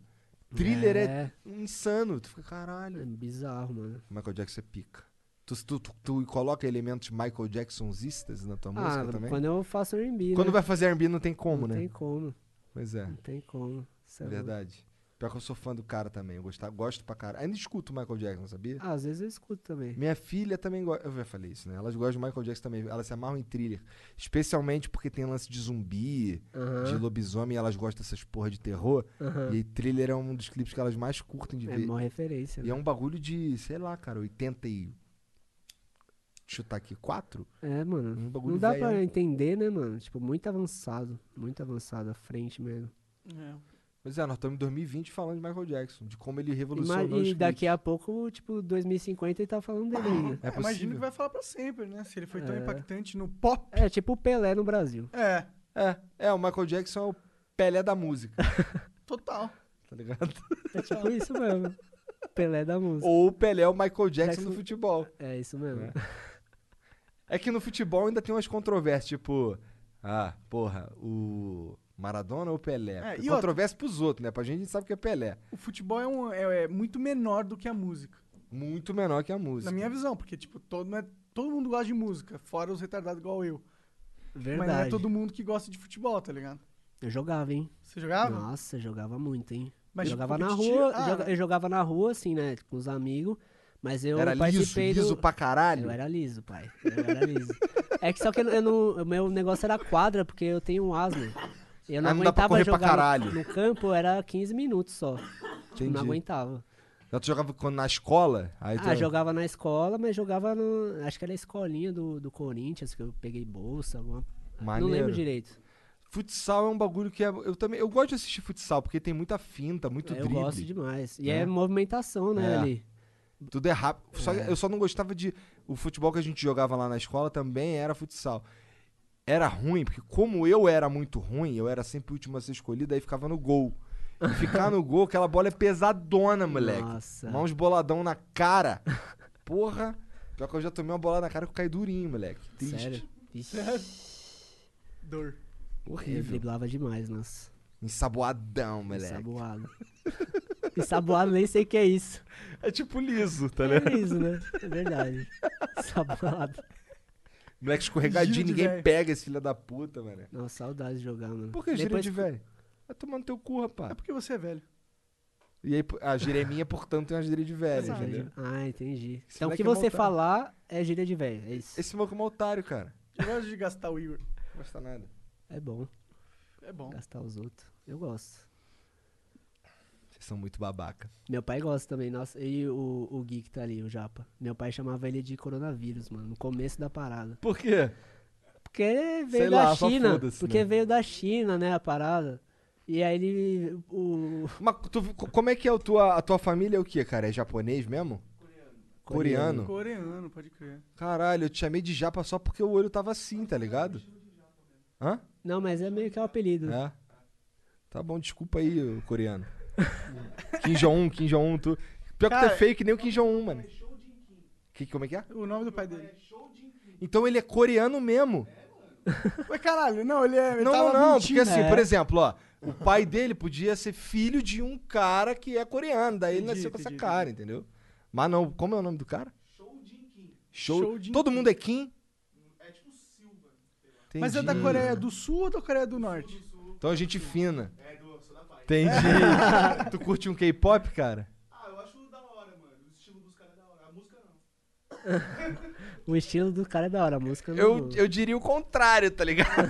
Thriller é.
É.
insano. Tu fica, caralho.
É bizarro, mano.
Michael Jackson é pica. Tu, tu, tu, tu coloca elementos Michael Jacksonzistas na tua
Ah,
música também? Quando,
quando eu faço R&B, né?
vai fazer R&B não tem como,
não
né?
tem Hum. como,
Pois é.
não tem como. Cê é
É
louco.
verdade. Pior que eu sou fã do cara também. Eu gosto, gosto pra cara. Ainda escuto o Michael Jackson, sabia?
Ah, às vezes eu escuto também.
Minha filha também gosta. Eu já falei isso, né? Elas gostam do Michael Jackson também. Elas se amarram em thriller. Especialmente porque tem lance de zumbi, de
Aham,
lobisomem, e elas gostam dessas porra de terror.
aham.
E aí, thriller é um dos clipes que elas mais curtem de
É
ver.
mó referência,
E
né?
é um bagulho de, sei lá, cara, 80 e. Chutar aqui, 4?
É, mano.
um bagulho
Não dá
velho,
pra
né?
entender, né, mano? Tipo, muito avançado. Muito avançado à frente mesmo.
É.
Pois é, nós estamos em 2020 falando de Michael Jackson, de como ele revolucionou
Ima-
os
E daqui
clipes.
a pouco, tipo, 2050 ele tá falando dele ainda.
É
Imagino
possível.
que vai falar pra sempre, né? Se ele foi tão
É.
impactante no pop.
É, tipo o Pelé no Brasil.
É,
É, é, o Michael Jackson é o Pelé da música,
total.
tá ligado?
É tipo isso mesmo. Pelé da música.
Ou o Pelé é o Michael Jackson
Jackson.
no futebol.
É isso mesmo.
É que no futebol ainda tem umas controvérsias, tipo, ah, porra, o Maradona ou o Pelé?
É,
É,
e outra-
controvérsia pros outros, né? Pra gente a gente sabe que é Pelé.
O futebol é, um, é, é muito menor do que a música.
Muito menor que a música.
Na minha visão, porque, tipo, todo, não é- todo mundo gosta de música, fora os retardados igual eu.
Verdade.
Mas não é todo mundo que gosta de futebol, tá ligado?
Eu jogava, hein?
Você jogava?
Nossa, eu jogava muito, hein?
Ah. Mas
eu jogava na
competitivo-
rua,
Ah,
joga-
né?
eu jogava na rua, assim, né? Com os amigos. Mas eu
Era liso,
participei
liso
do...
pra caralho.
Eu era liso, pai. Eu era liso. é que só que eu, eu não. O meu negócio era quadra, porque eu tenho um asma. E Eu não,
Ah, não dá pra
aguentava
correr pra
jogar no-
caralho.
no campo, era 15 minutos só. Eu
Entendi.
Não aguentava.
Já Então, tu jogava quando na escola? Aí tu... é.
Ah, jogava na escola, mas jogava no. Acho que era a escolinha do, do Corinthians, que eu peguei bolsa, alguma.
Maneiro.
Não lembro direito.
Futsal é um bagulho que é... eu também eu gosto de assistir futsal porque tem muita finta, muito
eu
drible.
gosto demais. E
né?
é movimentação, né,
É.
ali.
Tudo é rápido. Só que Eu só não gostava de. O futebol que a gente jogava lá na escola também era futsal. Era ruim, porque como eu era muito ruim, eu era sempre o último a ser escolhido, aí ficava no gol. E ficar no gol, aquela bola é pesadona, moleque.
Nossa.
Tomar uns boladão na cara. Porra. Pior que eu já tomei uma bola na cara que eu caí durinho, moleque. Triste.
Sério? Vixe,
Dor.
eu
É Horrível.
driblava demais, nossa.
Ensaboadão, moleque.
Ensaboado. Ensaboado, nem sei o que é isso.
É tipo liso, tá
É isso, né? É verdade. Ensaboado.
Moleque escorregadinho,
Giro de
ninguém
véio.
pega esse filho da puta, mané.
Nossa, saudade de jogar, mano.
Por que gíria
Depois-
de velho? Vai tomar no teu cu, rapaz.
É porque você é velho.
E aí, a gíria é minha, portanto, tem uma gíria de velho,
Gíria de-
entendeu?
Ah, entendi.
Esse
então o
moleque
que
é
você
maltado.
falar é gíria de velho, é isso.
Esse maluco é um otário, cara.
Eu gosto de gastar o Igor.
Não gosta nada.
É bom
É bom.
gastar os outros. Eu gosto.
Vocês são muito babaca.
Meu pai gosta também, nossa. E o, o Gui que tá ali, o Japa. Meu pai chamava ele de coronavírus, mano, no começo da parada.
Por quê?
Porque veio
Sei
da
lá, só
China.
foda-se,
Porque
né?
veio da China, né, a parada. E aí ele. O,
Mas tu- como é que é a tua, a tua família? É o quê, cara? É japonês mesmo? Coreano.
Coreano, pode crer.
Caralho, eu te chamei de japa só porque o olho tava assim, tá ligado? Hã?
Não, mas é meio que é o apelido.
É. Tá bom, desculpa aí, ô coreano. Kim Jong-un, Kim Jong-un, tu. Pior que tu é
Cara,
fake, nem o Kim Jong-un, mano. Que, como é que é?
O nome do pai dele.
Então ele é coreano mesmo.
Ué, caralho, não, ele é. Ele
não, não,
tava
não, porque
mentindo. né?
assim,
É.
por exemplo, ó, o pai dele podia ser filho de um cara que é coreano, daí ele
Entendi,
nasceu com essa
entendi,
cara, entendeu? Mas não, como é o nome do cara? Show Show
Show Jin
Todo
Kim.
mundo é Kim? É tipo Silva.
Mas é da Coreia do Sul ou da Coreia do Norte?
Então a gente fina. É, do, sou da Entendi. tu curte um K-pop, cara?
O estilo do cara é da hora, a música não.
Eu, eu diria o contrário, tá ligado?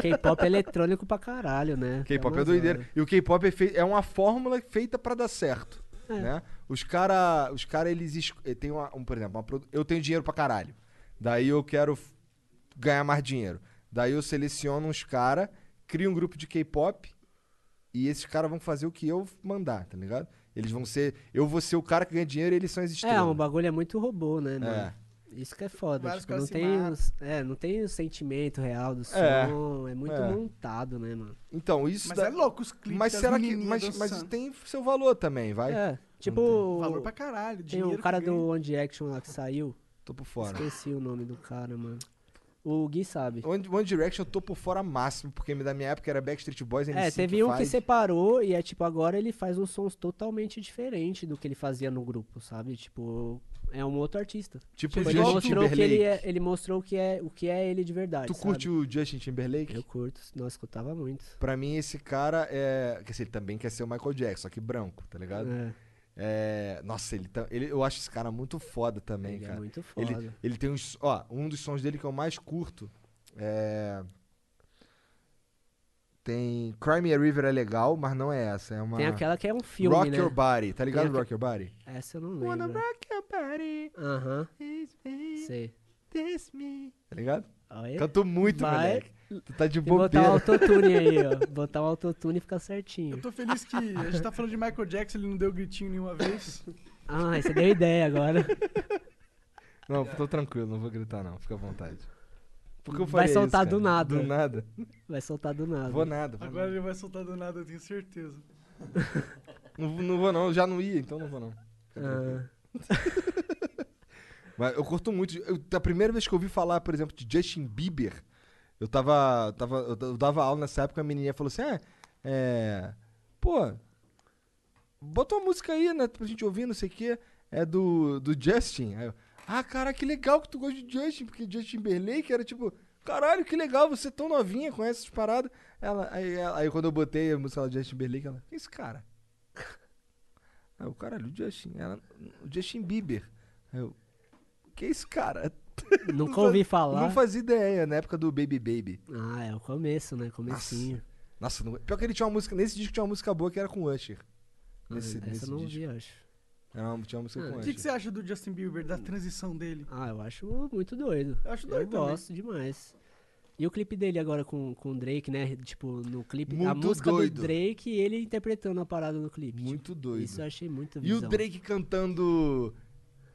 K-pop é eletrônico pra caralho, né?
K-pop é
umas
doideira.
horas.
E o K-pop é, fei- é uma fórmula feita pra dar certo.
É.
Né? Os cara, os cara, eles es- eh, tem uma, um, por exemplo, uma produ- eu tenho dinheiro pra caralho. Daí eu quero f- ganhar mais dinheiro. Daí eu seleciono uns cara, crio um grupo de K-pop e esses caras vão fazer o que eu mandar, tá ligado? Eles vão ser, eu vou ser o cara que ganha dinheiro, e eles são as estrelas.
É, um bagulho é muito robô, né, mano?
É.
Isso que é foda.
Vários
Tipo,
caras
não,
se
tem
matam.
os- é, não tem o sentimento real do som,
É.
é, muito
É.
montado, né, mano?
Então, isso
Mas
dá-
é louco os clipes.
Mas
das
será que.
menininhas
Mas, mas
dançando.
tem seu valor também, vai?
É, tipo,
Valor pra caralho.
tem o
dinheiro
cara
que ganha.
do One Action lá que saiu,
Tô por fora.
esqueci o nome do cara, mano. O Gui sabe.
One, One Direction eu tô por fora máximo, porque da minha época era Backstreet Boys MC.
É, teve um que
Five.
separou e é tipo, agora ele faz uns sons totalmente diferentes do que ele fazia no grupo, sabe? Tipo, é um outro artista.
Tipo
Tipo,
o
ele
Justin
mostrou que ele,
Timberlake.
é, ele mostrou que é, o que é ele de verdade.
Tu
sabe?
curte o Justin Timberlake?
Eu curto, não escutava muito.
Pra mim, esse cara é. Quer dizer, ele também quer ser o Michael Jackson, só que branco, tá ligado?
É,
É, Nossa, ele, tá... ele eu acho esse cara muito foda também,
ele é
cara.
muito foda.
Ele, ele tem uns. Ó, um dos sons dele que eu mais curto é. Tem. Crime Me a River é legal, mas não é essa. É uma.
Tem aquela que é um filme,
rock
né?
Your Body, tá ligado?
aque-
Rock Your Body?
Essa eu não lembro.
rock your body,
Aham,
it's me,
sei. É,
this me. Tá ligado?
Olha,
Canto muito,
Vai.
moleque. Tu tá de
tem que botar o
bobeira.
autotune aí, ó. Botar o autotune e ficar
Eu
certinho.
tô feliz que a gente tá falando de Michael Jackson, ele não deu gritinho nenhuma vez.
Ah, você deu ideia agora.
Não, tô tranquilo, não vou gritar não, fica à vontade. Porque eu
Vai
faria isso,
soltar
cara.
do nada. Tá
Do nada.
Vai soltar do nada.
Vou nada. Vou
Agora
nada.
ele vai soltar do nada, eu tenho certeza.
Não, vou- não vou não, eu já não ia, então não vou não.
Ah,
Mas eu curto muito. de- eu- a primeira vez que eu ouvi falar, por exemplo, de Justin Bieber, eu tava. tava eu, da- eu dava aula nessa época, a menininha falou assim: ah, é. Pô, bota uma música aí, né? Pra gente ouvir, não sei o quê. É do, do Justin. Aí eu, ah, cara, que legal que tu gosta de Justin, porque Justin Timberlake era tipo. Caralho, que legal, você é tão novinha, conhece essas paradas. Ela, aí, ela- aí quando eu botei a música lá de Justin Timberlake, ela, que esse cara? Aí eu, caralho, o Justin, ela, o Justin Bieber. Aí eu, que esse cara?
nunca ouvi falar.
Não fazia ideia, na época do Baby Baby.
Ah, é o começo, né? Comecinho.
Nossa, não- pior que ele tinha uma música, nesse disco tinha uma música boa que era com o Usher. Nesse,
Ah,
nesse
Essa eu não Ah,
disco.
vi, eu acho.
Era uma, tinha uma música com
O
o
que, que
Usher.
você acha do Justin Bieber, da transição dele?
Ah, eu acho muito doido.
Eu acho
Eu
doido também.
gosto demais. E o clipe dele agora com, com o Drake, né? Tipo, no clipe, a
Muito
música
doido.
do Drake e ele interpretando a parada no clipe. tipo,
Muito doido.
Isso eu achei muito
E o
visão.
Drake cantando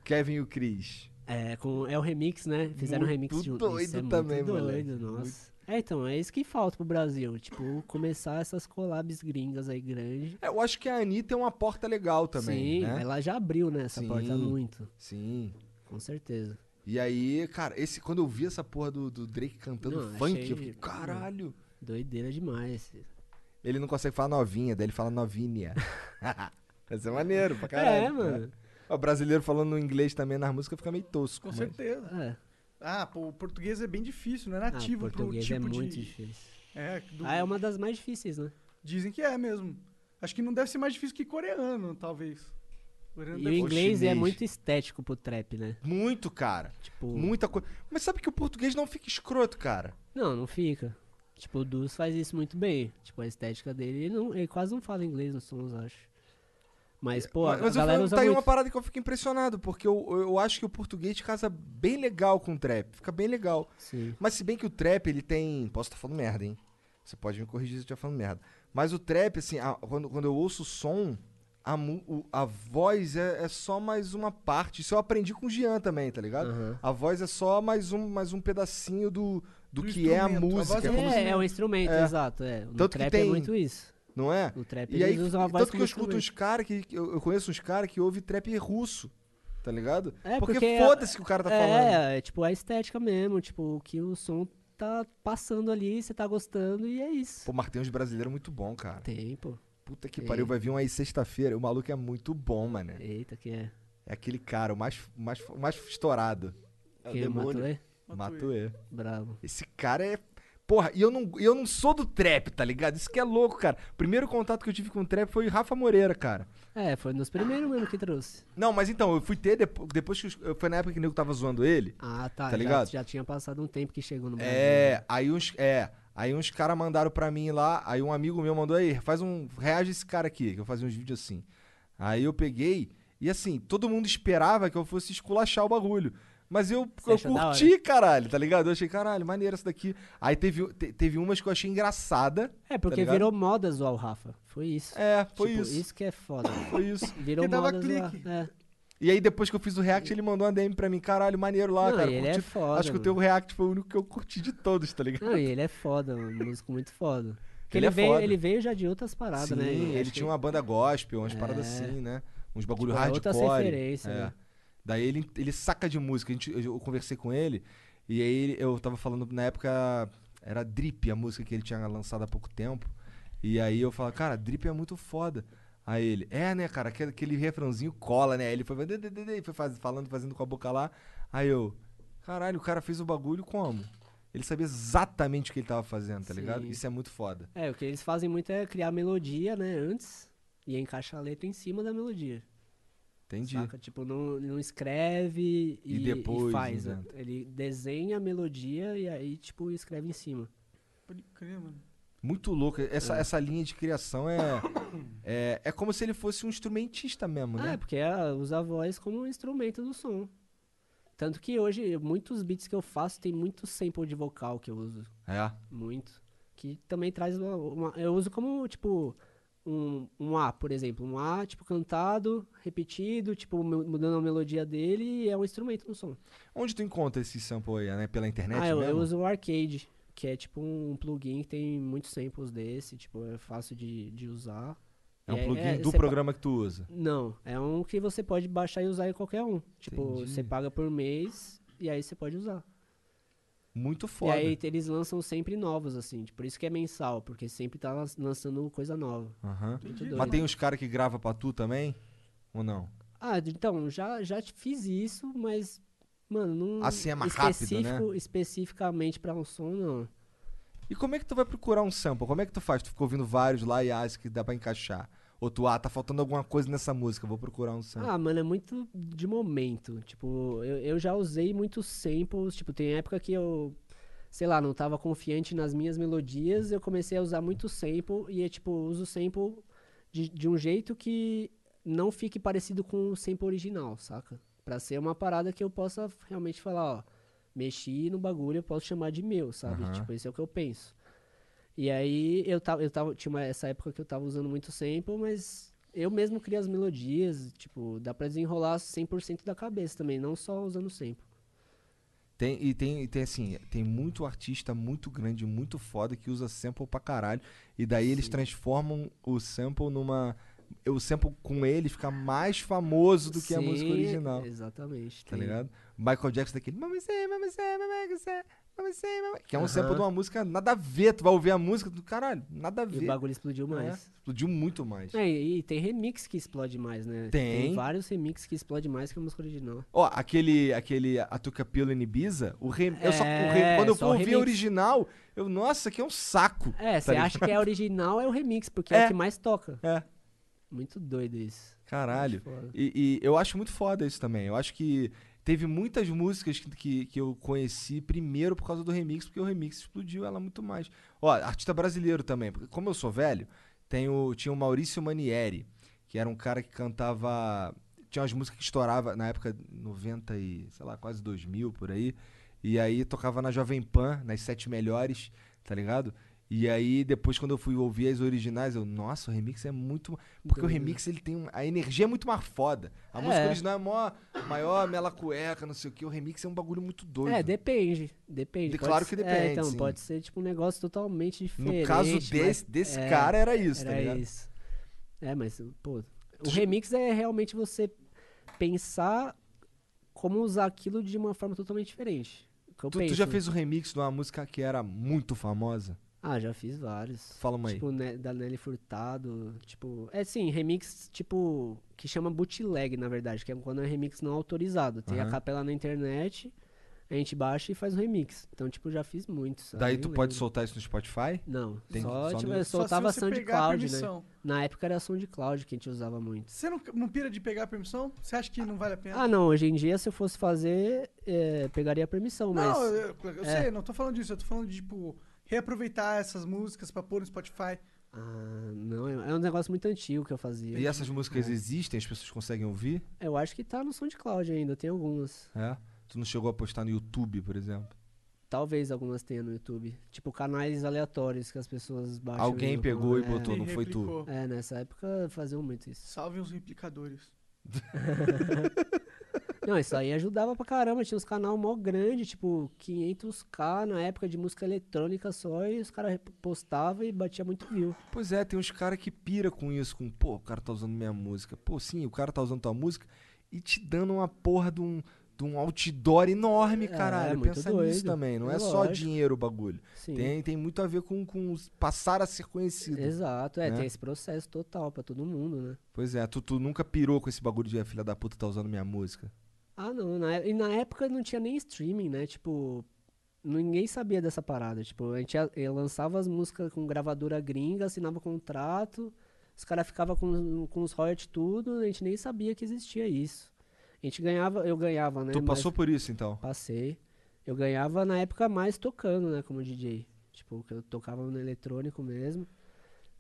Kevin e o Chris.
É, com, é o remix, né? Fizeram um remix
Muito
junto. Isso
doido
é muito
também,
doido,
moleque.
nossa.
Muito-
É, então, é isso que falta pro Brasil. Tipo, começar essas collabs gringas aí grande.
É, Eu acho que a Anitta é uma porta legal também,
Sim,
né?
ela já abriu, né? Essa
Sim.
porta muito.
Sim.
Com certeza.
E aí, cara, esse, quando eu vi essa porra do, do Drake cantando
Não,
funk,
achei-
eu fiquei, caralho.
Doideira demais.
Ele não consegue falar novinha, daí ele fala novinha. Mas é maneiro pra caralho.
é, mano.
O brasileiro falando inglês também nas músicas fica meio tosco.
Com
mas-
certeza.
É.
Ah, pô, o português é bem difícil, não é
Ah,
nativo pro
português
tipo
é muito
de...
difícil.
É, do-
Ah, é uma das mais difíceis, né?
dizem que é mesmo. Acho que não deve ser mais difícil que coreano, talvez. Coreano
E o
deve-
inglês é
chinês.
muito estético pro trap, né?
Muito, cara.
Tipo,
Muita coisa. Mas sabe que o português não fica escroto, cara.
não, não fica. Tipo, o Duz faz isso muito bem. Tipo, a estética dele, ele, não- ele quase não fala inglês nos sons, eu acho. Mas, pô,
mas
a
mas eu
galera
falo,
usa
tá aí
muito.
uma parada que eu fico impressionado, porque eu, eu acho que o português casa bem legal com o trap. Fica bem legal.
Sim.
Mas se bem que o trap, ele tem. Posso estar falando merda, hein? Você pode me corrigir se eu estiver falando merda. Mas o trap, assim, a- quando, quando eu ouço o som, a, mu- o- a voz é, é só mais uma parte. Isso eu aprendi com o Jean também, tá ligado?
Aham.
A voz é só mais um, mais um pedacinho do, do,
Do
que é a
instrumento. A
música.
voz
É,
é como
se-
é um instrumento,
É.
exato. É. No
Tanto que
trap é
tem-
muito isso.
Não é?
No trap
E aí,
eles usam a voz
tanto que eu
como
escuto uns
instrumento.
caras que. que Eu, eu conheço uns caras que ouvem trap russo, tá ligado?
É,
porque
porque a-
foda-se que o cara tá falando.
É, é tipo a estética mesmo, tipo, o que o som tá passando ali, você tá gostando e é isso.
Pô, mas tem uns brasileiros muito bom, cara.
Tem, pô.
Puta que
Tem.
pariu, vai vir um aí sexta-feira. O maluco é muito bom, mano.
Eita, que é.
É aquele cara, o mais, o mais, o mais estourado.
É o
que
demônio.
matou, é?
Matuê.
Bravo.
Esse cara é. Porra, e eu não, e eu não sou do trap, tá ligado? Isso que é louco, cara. Primeiro contato que eu tive com o trap foi Rafa Moreira, cara.
É, foi nos primeiros mesmo que trouxe.
Não, mas então, eu fui ter depois, depois que. os- eu- Foi na época que o nego tava zoando ele.
Ah, tá.
Tá
já-
ligado?
Já, tinha passado um tempo que chegou no Brasil.
É, aí uns. É. Aí uns caras mandaram pra mim lá, aí um amigo meu mandou aí, faz um. Reage esse cara aqui, que eu fazia uns vídeos assim. Aí eu peguei, e assim, todo mundo esperava que eu fosse esculachar o bagulho. Mas eu,
Você
eu
achou da
curti, caralho, tá ligado? Eu achei, caralho, maneiro essa daqui. Aí teve, te- teve umas que eu achei engraçada.
É, porque
tá ligado?
virou moda zoar o Rafa. Foi isso.
É, foi
Tipo,
isso.
que é foda.
Foi isso.
Virou
Que dava
moda zoar.
clique.
É.
E aí depois que eu fiz o react, ele mandou uma DM pra mim, caralho, maneiro lá,
Não,
cara.
ele
curti.
é foda,
Acho que o teu react foi o único que eu curti de todos, tá ligado?
Não, e ele é foda, mano. um Músico muito foda. Porque
Ele
ele,
é
veio,
foda.
ele veio já de outras paradas,
Sim,
né?
ele tinha uma banda gospel, umas paradas
É.
assim, né? Uns bagulho
Tipo, é
hardcore.
outras referências,
é.
né?
Daí ele, ele saca de música. A gente- eu, eu conversei com ele e aí ele- eu tava falando na época era Drip, a música que ele tinha lançado há pouco tempo. E aí eu falo, cara, Drip é muito foda. Aí ele, é, né, cara, aquele, aquele refrãozinho cola, né? Aí ele foi, dê, dê, dê, dê, foi faz- falando, fazendo com a boca lá. Aí eu, caralho, o cara fez o bagulho como? Ele sabia exatamente o que ele tava fazendo, tá ligado?
Sim.
Isso é muito foda.
É, o que eles fazem muito é criar melodia, né, antes e encaixar a letra em cima da melodia.
Entendi.
Saca? Tipo, não, não escreve e,
E depois
faz. né?
inventa.
Ele desenha a melodia e aí, tipo, escreve em cima.
Pode crer, mano.
Muito louco.
É.
Essa, essa linha de criação é, é. É como se ele fosse um instrumentista mesmo,
Ah, é,
né?
porque ah, usa a voz como um instrumento do som. Tanto que hoje, muitos beats que eu faço tem muito sample de vocal que eu uso.
É.
Muito. Que também traz uma. uma- eu uso como, tipo, um, um A, por exemplo. Um A, tipo, cantado, repetido, tipo, mu- mudando a melodia dele e é um instrumento no som.
Onde tu encontra esse sample aí? Né? Pela internet
ah, eu,
mesmo?
eu uso o Arcade, que é tipo um plugin que tem muitos samples desse, tipo, é fácil de, de usar.
É um
E
plugin
é-
do
você pa-
programa que tu usa.
Não, é um que você pode baixar e usar em qualquer um. Tipo,
Entendi.
você paga por mês e aí você pode usar.
Muito foda.
E aí eles lançam sempre novos, assim. tipo, Por isso que é mensal, porque sempre tá lan- lançando coisa nova.
Aham.
Muito
Entendi.
doido.
Mas tem uns caras que grava pra tu também? Ou não?
Ah, d- então, já, já te fiz isso, mas, mano, não.
Assim é mais rápido, né?
Especificamente pra um som, não.
E como é que tu vai procurar um sample? Como é que tu faz? Tu fica ouvindo vários lá e acha que dá pra encaixar. Ou tu, ah, tá faltando alguma coisa nessa música, vou procurar um sample.
Ah, mano, é muito de momento. Tipo, eu, eu já usei muitos samples. Tipo, tem época que eu, sei lá, não tava confiante nas minhas melodias. Eu comecei a usar muito sample. E é tipo, uso sample de, de um jeito que não fique parecido com o sample original, saca? Pra ser uma parada que eu possa realmente falar, ó. mexi no bagulho, eu posso chamar de meu, sabe? Tipo, isso é o que eu penso. E aí eu tava, eu tava, tinha uma, essa época que eu tava usando muito sample, mas eu mesmo crio as melodias, tipo, dá pra desenrolar 100% da cabeça também, não só usando sample.
Tem, e tem, e tem assim, tem muito artista muito grande, muito foda que usa sample pra caralho. E daí eles transformam o sample numa. O sample com ele fica mais famoso do que é a música
Sim,
original.
Exatamente.
Tá
tem-
ligado? Michael Jackson daquele. Mama say, mama say, mama say, mama say, mama. Que é um sample de uma música nada a ver. Tu vai ouvir a música do caralho, nada a
E o
ver.
bagulho explodiu mais.
É, explodiu muito mais.
É, e, e tem remix que explode mais, né?
Tem.
vários remix que explode mais que a música original.
Ó, aquele, aquele Atuca Pilo em Ibiza, o rem... eu só, o
É,
rem- quando eu for
só o
ouvir
remix.
o original, eu, nossa, que é um saco.
É, você acha que é original, é o remix, porque é,
É.
o que mais toca.
É.
Muito doido isso.
Caralho.
Muito foda.
E, e eu acho muito foda isso também. Eu acho que teve muitas músicas que, que, que eu conheci primeiro por causa do remix, porque o remix explodiu ela muito mais. Ó, artista brasileiro também, porque como eu sou velho, tenho, tinha o Maurício Manieri, que era um cara que cantava. Tinha umas músicas que estourava na época 90 e, sei lá, quase 2000 por aí. E aí tocava na Jovem Pan, nas sete melhores, tá ligado? E aí depois quando eu fui ouvir as originais, eu, nossa, o remix é muito, ma-" porque o remix ele tem um- a energia é muito mais foda. A música
É.
original é mó, maior, mela cueca, não sei o que. O remix é um bagulho muito doido.
É, depende. Depende.
De-
pode
claro
ser-
que depende,
É, então,
sim.
pode ser tipo um negócio totalmente diferente.
no caso
mas-
desse, desse
é,
cara era isso,
era
tá ligado?
isso. É, mas, pô, o remix é realmente você pensar como usar aquilo de uma forma totalmente diferente. O que eu
Tu, tu
penso,
já
né?
fez o remix de uma música que era muito famosa?
Ah, já fiz vários.
Fala uma aí.
Tipo, né, da Nelly Furtado, tipo... É, sim, remix, tipo, que chama bootleg, na verdade, que é quando é remix não autorizado. Tem a
Aham.
capela na internet, a gente baixa e faz o remix. Então, tipo, já fiz muitos. sabe?
Daí
Nem
tu pode
lembro.
soltar isso no Spotify?
Não,
Tem que-
só,
só
tipo,
no-
Só
eu
se
soltava
você pegar a
SoundCloud, né?
permissão.
Na época era SoundCloud que a gente usava muito.
Você não, não pira de pegar a permissão? Você acha que não vale a pena?
Ah, não, hoje em dia, se eu fosse fazer, é, pegaria a permissão, mas... é.
Não, eu, eu sei, não tô falando disso. Eu tô falando de, tipo, reaproveitar essas músicas pra pôr no Spotify.
Ah, não, é é um negócio muito antigo que eu fazia.
E essas
É.
músicas existem? As pessoas conseguem ouvir?
Eu acho que tá no SoundCloud ainda, tem algumas.
É? Tu não chegou a postar no YouTube, por exemplo?
Talvez algumas tenha no YouTube. Tipo, canais aleatórios que as pessoas baixam.
Alguém
no-
pegou e
é,
botou, não
E
foi tu?
replicou.
É, nessa época faziam muito isso.
Salve os replicadores.
Não, isso aí ajudava pra caramba. Tinha uns canal mó grande, tipo 500k na época de música eletrônica só. E os caras postavam e batia muito view.
Pois é, tem uns caras que pira com isso, com, pô, o cara tá usando minha música. Pô, sim, o cara tá usando tua música e te dando uma porra de um, de um outdoor enorme, caralho.
É, muito
Pensa
doido.
nisso também, não é,
É
só
lógico.
dinheiro o bagulho.
Sim.
Tem, tem muito a ver com, com os- passar a ser conhecido.
Exato, é,
né?
tem esse processo total pra todo mundo, né?
Pois é, tu, tu nunca pirou com esse bagulho de "Ah, filha da puta tá usando minha música.
Ah, não. Na, e na época não tinha nem streaming, né? Tipo, ninguém sabia dessa parada. Tipo, a gente a- eh, lançava as músicas com gravadora gringa, assinava contrato, os caras ficavam com, com os royalties tudo, a gente nem sabia que existia isso. A gente ganhava, eu ganhava, né?
tu
mas-
passou por isso, então?
Passei. Eu ganhava na época mais tocando, né? Como DJ. Tipo, que eu tocava no eletrônico mesmo.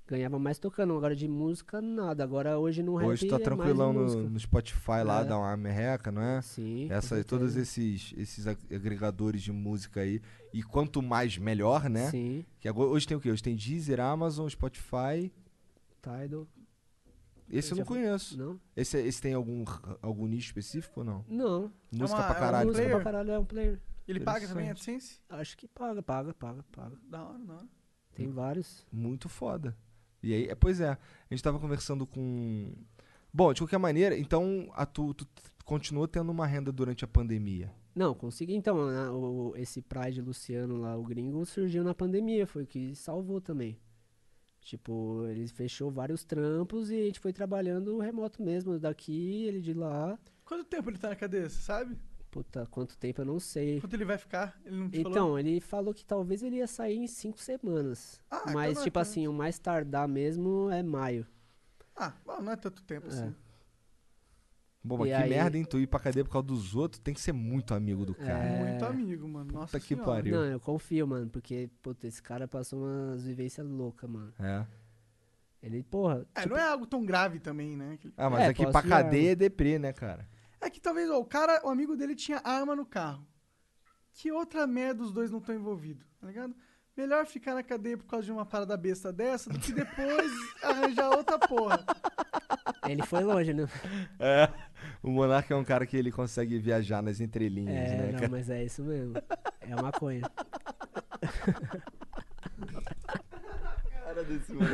Ganhava mais tocando. Agora de música, nada. Agora hoje no rap
Hoje tu tá
é mais
tranquilão
música.
no, no Spotify lá,
É.
dá uma merreca, não é?
Sim. com
Essa, todos
certeza.
esses, esses ag- agregadores de música aí. E quanto mais, melhor, né?
Sim.
Que agora- hoje tem o quê? Hoje tem Deezer, Amazon, Spotify.
Tidal.
Esse eu
Já
não
foi-
conheço.
Não?
Esse, esse tem algum, r- algum nicho específico ou não?
Não.
Música
uma-
pra
é um
caralho.
música
também.
pra caralho é um player.
Ele paga também a AdSense?
Acho que paga, paga, paga, paga.
Da hora, da hora.
Tem vários.
Muito foda. E aí, é, pois é, a gente tava conversando com. Bom, de qualquer maneira, então a tu, tu t- continuou tendo uma renda durante a pandemia.
Não, consegui. Então, na- o, o- esse Pride Luciano lá, o gringo, surgiu na pandemia. Foi o que salvou também. Tipo, ele fechou vários trampos e a gente foi trabalhando remoto mesmo. Daqui, ele de lá.
Quanto tempo ele tá na cadeia, você sabe?
Puta, quanto tempo eu não sei.
Quanto ele vai ficar? Ele não te falou?
Então, ele falou que talvez ele ia sair em cinco semanas.
Ah, então
mas,
não é
tipo
tanto.
assim, o mais tardar mesmo é maio.
Ah, bom, não é tanto tempo assim.
Bom, mas
E
que
aí-
merda, hein? Tu ir pra cadeia por causa dos outros, tem que ser muito amigo do cara.
É.
Muito amigo, mano. Nossa
É. Puta que
senhora.
pariu.
Não, eu confio, mano, porque, puta, esse cara passou umas vivências loucas, mano.
É.
Ele, porra.
É,
tipo,
não é algo tão grave também, né? Aquele-
Ah, mas
É,
aqui
posso
pra
ir a-
cadeia é deprê, né, cara?
É que talvez ó, o cara, o amigo dele tinha arma no carro. que outra merda os dois não estão envolvidos, tá ligado? Melhor ficar na cadeia por causa de uma parada besta dessa do que depois arranjar outra porra.
Ele foi longe, né?
É. O Monarca é um cara que ele consegue viajar nas entrelinhas,
É,
né,
não,
cara?
mas é isso mesmo. É maconha.
Cara desse mano.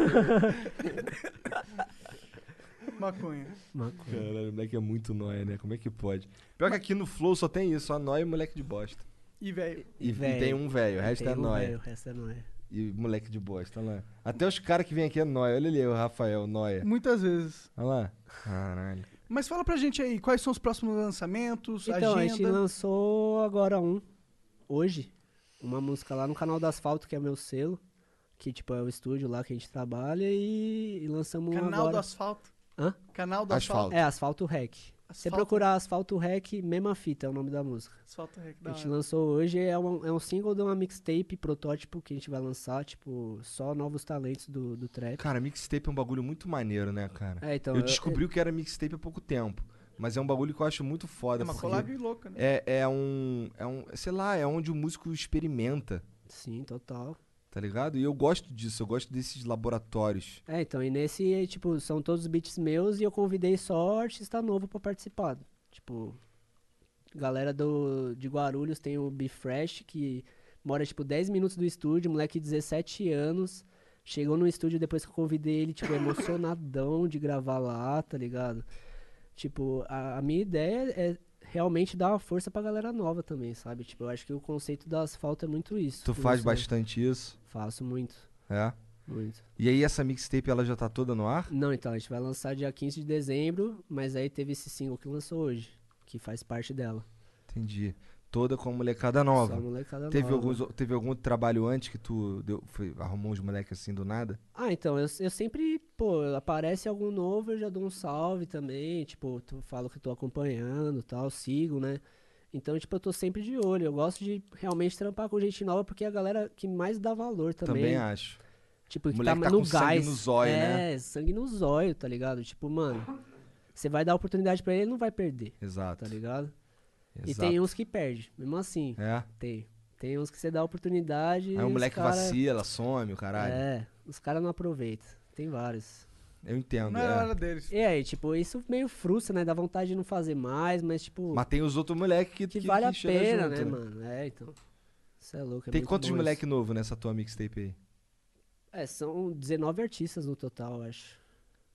Maconha.
Maconha.
Caralho, o moleque é muito nóia, né? Como é que pode? Pior que aqui no Flow só tem isso, só nóia e moleque de bosta.
E, velho,
E, e
véio.
tem um velho, o resto
Tem
é
um
nóia.
velho, O resto é nóia.
E moleque de bosta, olha lá. Até os caras que vêm aqui é nóia. Olha ali, o Rafael, nóia.
muitas vezes.
Olha lá. Caralho.
Mas fala pra gente aí, quais são os próximos lançamentos,
Então, a gente
agenda...
lançou agora um, hoje, uma música lá no canal do Asfalto, que é meu selo, que tipo é o estúdio lá que a gente trabalha e, e lançamos um
Canal do
agora.
Asfalto.
Hã?
Canal do
Asfalto.
Asfalto.
É, Asfalto Rec. Se você
Asfalto-
procurar Asfalto Rec, mesma fita é o nome da música.
Asfalto Rec,
A
da
gente
hora.
lançou hoje, é um, é um single de uma mixtape protótipo que a gente vai lançar, tipo, só novos talentos do, do trap.
Cara, mixtape é um bagulho muito maneiro, né, cara?
É, então,
eu
eu-
descobri o que era mixtape há pouco tempo. Mas é um bagulho que eu acho muito foda.
É uma
porque
collab louca, né?
é, é um. É um. Sei lá, é onde o músico experimenta,
Sim, total.
tá ligado? E eu gosto disso, eu gosto desses laboratórios.
É, então, e nesse, é, tipo, são todos os beats meus e eu convidei só artista novo pra participar. Tipo, galera do, de Guarulhos tem o Bifresh, que mora, tipo, 10 minutos do estúdio, moleque de 17 anos. Chegou no estúdio depois que eu convidei ele, tipo, emocionadão de gravar lá, tá ligado? Tipo, a, a minha ideia é realmente dar uma força pra galera nova também, sabe? Tipo, eu acho que o conceito do asfalto é muito isso.
Tu
que
faz
você-
bastante isso,
Faço muito,
é?
muito.
E aí essa mixtape ela já tá toda no ar?
Não, então, a gente vai lançar dia 15 de dezembro, mas aí teve esse single que lançou hoje, que faz parte dela.
Entendi. Toda com a molecada
Só
nova.
molecada
Teve,
nova.
alguns, teve algum trabalho antes que tu deu, foi- arrumou uns moleques assim do nada?
Ah, então, eu, eu sempre, pô, aparece algum novo, eu já dou um salve também, tipo, tu, falo que tô acompanhando e tal, sigo, né? Então, tipo, eu tô sempre de olho, eu gosto de realmente trampar com gente nova, porque é a galera que mais dá valor
Também,
também.
acho.
Tipo, que tá
Moleque tá
no
com sangue
gás.
no zóio,
é,
né?
sangue no zóio, tá ligado? Tipo, mano, você vai dar oportunidade pra ele, ele não vai perder,
Exato.
tá ligado? E
exato.
tem uns que perde, mesmo assim.
É.
Tem. Tem uns que você dá oportunidade. e
Aí o
os
moleque
cara...
vacila, some, o caralho.
É, os caras não aproveitam. Tem vários.
Eu entendo.
Não era
é.
hora deles.
E aí, tipo, isso meio frustra, né? Dá vontade de não fazer mais, mas, tipo,
Mas tem os outros moleques que,
que, vale a
chega
pena,
junto,
né, mano? É, então. Isso é louco. é
Tem
muito
quantos
bom isso.
moleque novo nessa tua mixtape aí?
É, são 19 artistas no total, eu acho.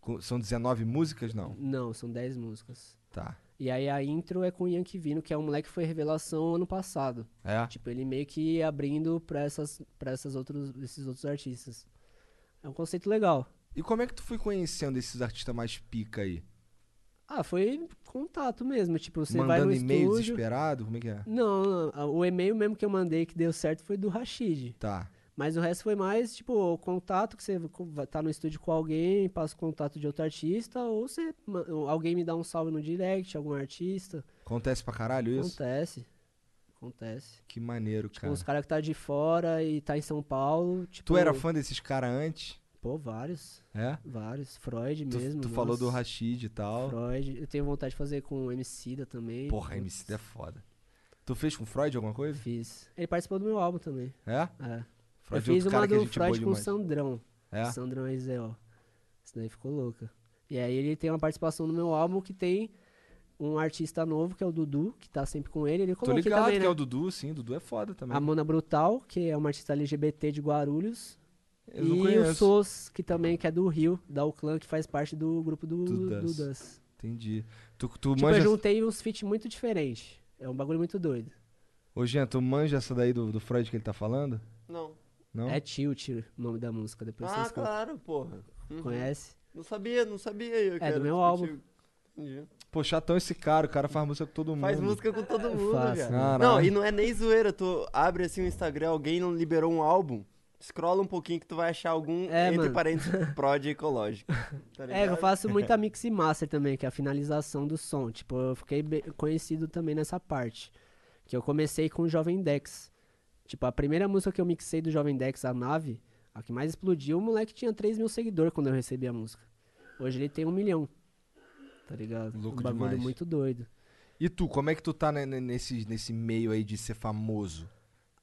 Co- São 19 músicas? Não.
Não, são 10 músicas.
Tá.
E aí a intro é com o Yankee Vino, que é um moleque que foi revelação ano passado.
É?
Tipo, ele meio que ia abrindo pra, essas, pra essas outros, esses outros artistas. É um conceito legal.
E como é que tu foi conhecendo esses artistas mais pica aí?
Ah, foi contato mesmo. Tipo, você vai
Mandando
no
e-mail
estúdio.
desesperado? Como é que é?
Não, não, a- o e-mail mesmo que eu mandei que deu certo foi do Rashid.
Tá.
Mas o resto foi mais, tipo, o contato que você co- va- tá no estúdio com alguém, passa o contato de outro artista, ou você ma- ou alguém me dá um salve no direct, algum artista.
Acontece pra caralho isso?
Acontece. Acontece.
Que maneiro,
Tipo,
cara.
os caras que tá de fora e tá em São Paulo, tipo.
Tu era fã desses caras antes?
Pô, vários.
É?
Vários. Freud
Tu,
mesmo.
tu falou do
nossa.
Rashid e tal.
Freud. Eu tenho vontade de fazer com o Emicida também.
Porra, MC é foda. Tu fez com Freud alguma coisa?
Fiz. Ele participou do meu álbum também.
É?
É.
Freud
eu
é
fiz
outro
uma
cara que a
do
gente
Freud com
boa
o
demais.
Sandrão.
É?
Sandrão e Zé, ó. Isso daí ficou louca. E aí ele tem uma participação no meu álbum que tem um artista novo, que é o Dudu, que tá sempre com ele. Ele
Tô
colocou aqui
ligado
também,
que
né? Ah,
é o Dudu, sim. Dudu é foda também.
A Mona Brutal, que é uma artista LGBT de Guarulhos.
Eu não
e
conheço.
o Sos, que também que é do Rio, da Uclã, que faz parte do grupo do,
Do
do,
Das.
Das.
Entendi. Tu, tu
Tipo,
manja...
eu juntei uns feats muito diferentes. É um bagulho muito doido.
Ô, Jean, tu manja essa daí do, do Freud que ele tá falando?
Não.
Não?
É Tilt o nome da música, depois
Ah,
vocês
claro, porra. Uhum.
conhecem.
Não sabia, não sabia. Eu
É
quero
do meu
discutir.
álbum.
Entendi.
tipo-
Pô, chatão esse cara. O cara faz música com todo mundo.
Faz música com todo mundo,
fácil, né?
cara.
Caralho.
Não, e não é nem zoeira. Tu abre assim o Instagram, alguém não liberou um álbum, scrolla um pouquinho que tu vai achar algum,
É,
entre
mano.
parênteses, prod ecológico. Tá
É, eu
ligado?
faço muita mix e master também, que é a finalização do som. Tipo, eu fiquei be- conhecido também nessa parte. Que eu comecei com o Jovem Dex. Tipo, a primeira música que eu mixei do Jovem Dex, a nave, a que mais explodiu, o moleque tinha 3 mil seguidores quando eu recebi a música. Hoje ele tem um milhão. Tá ligado?
Louco
um bagulho
demais.
muito doido.
E tu, como é que tu tá ne- ne- nesse, nesse meio aí de ser famoso?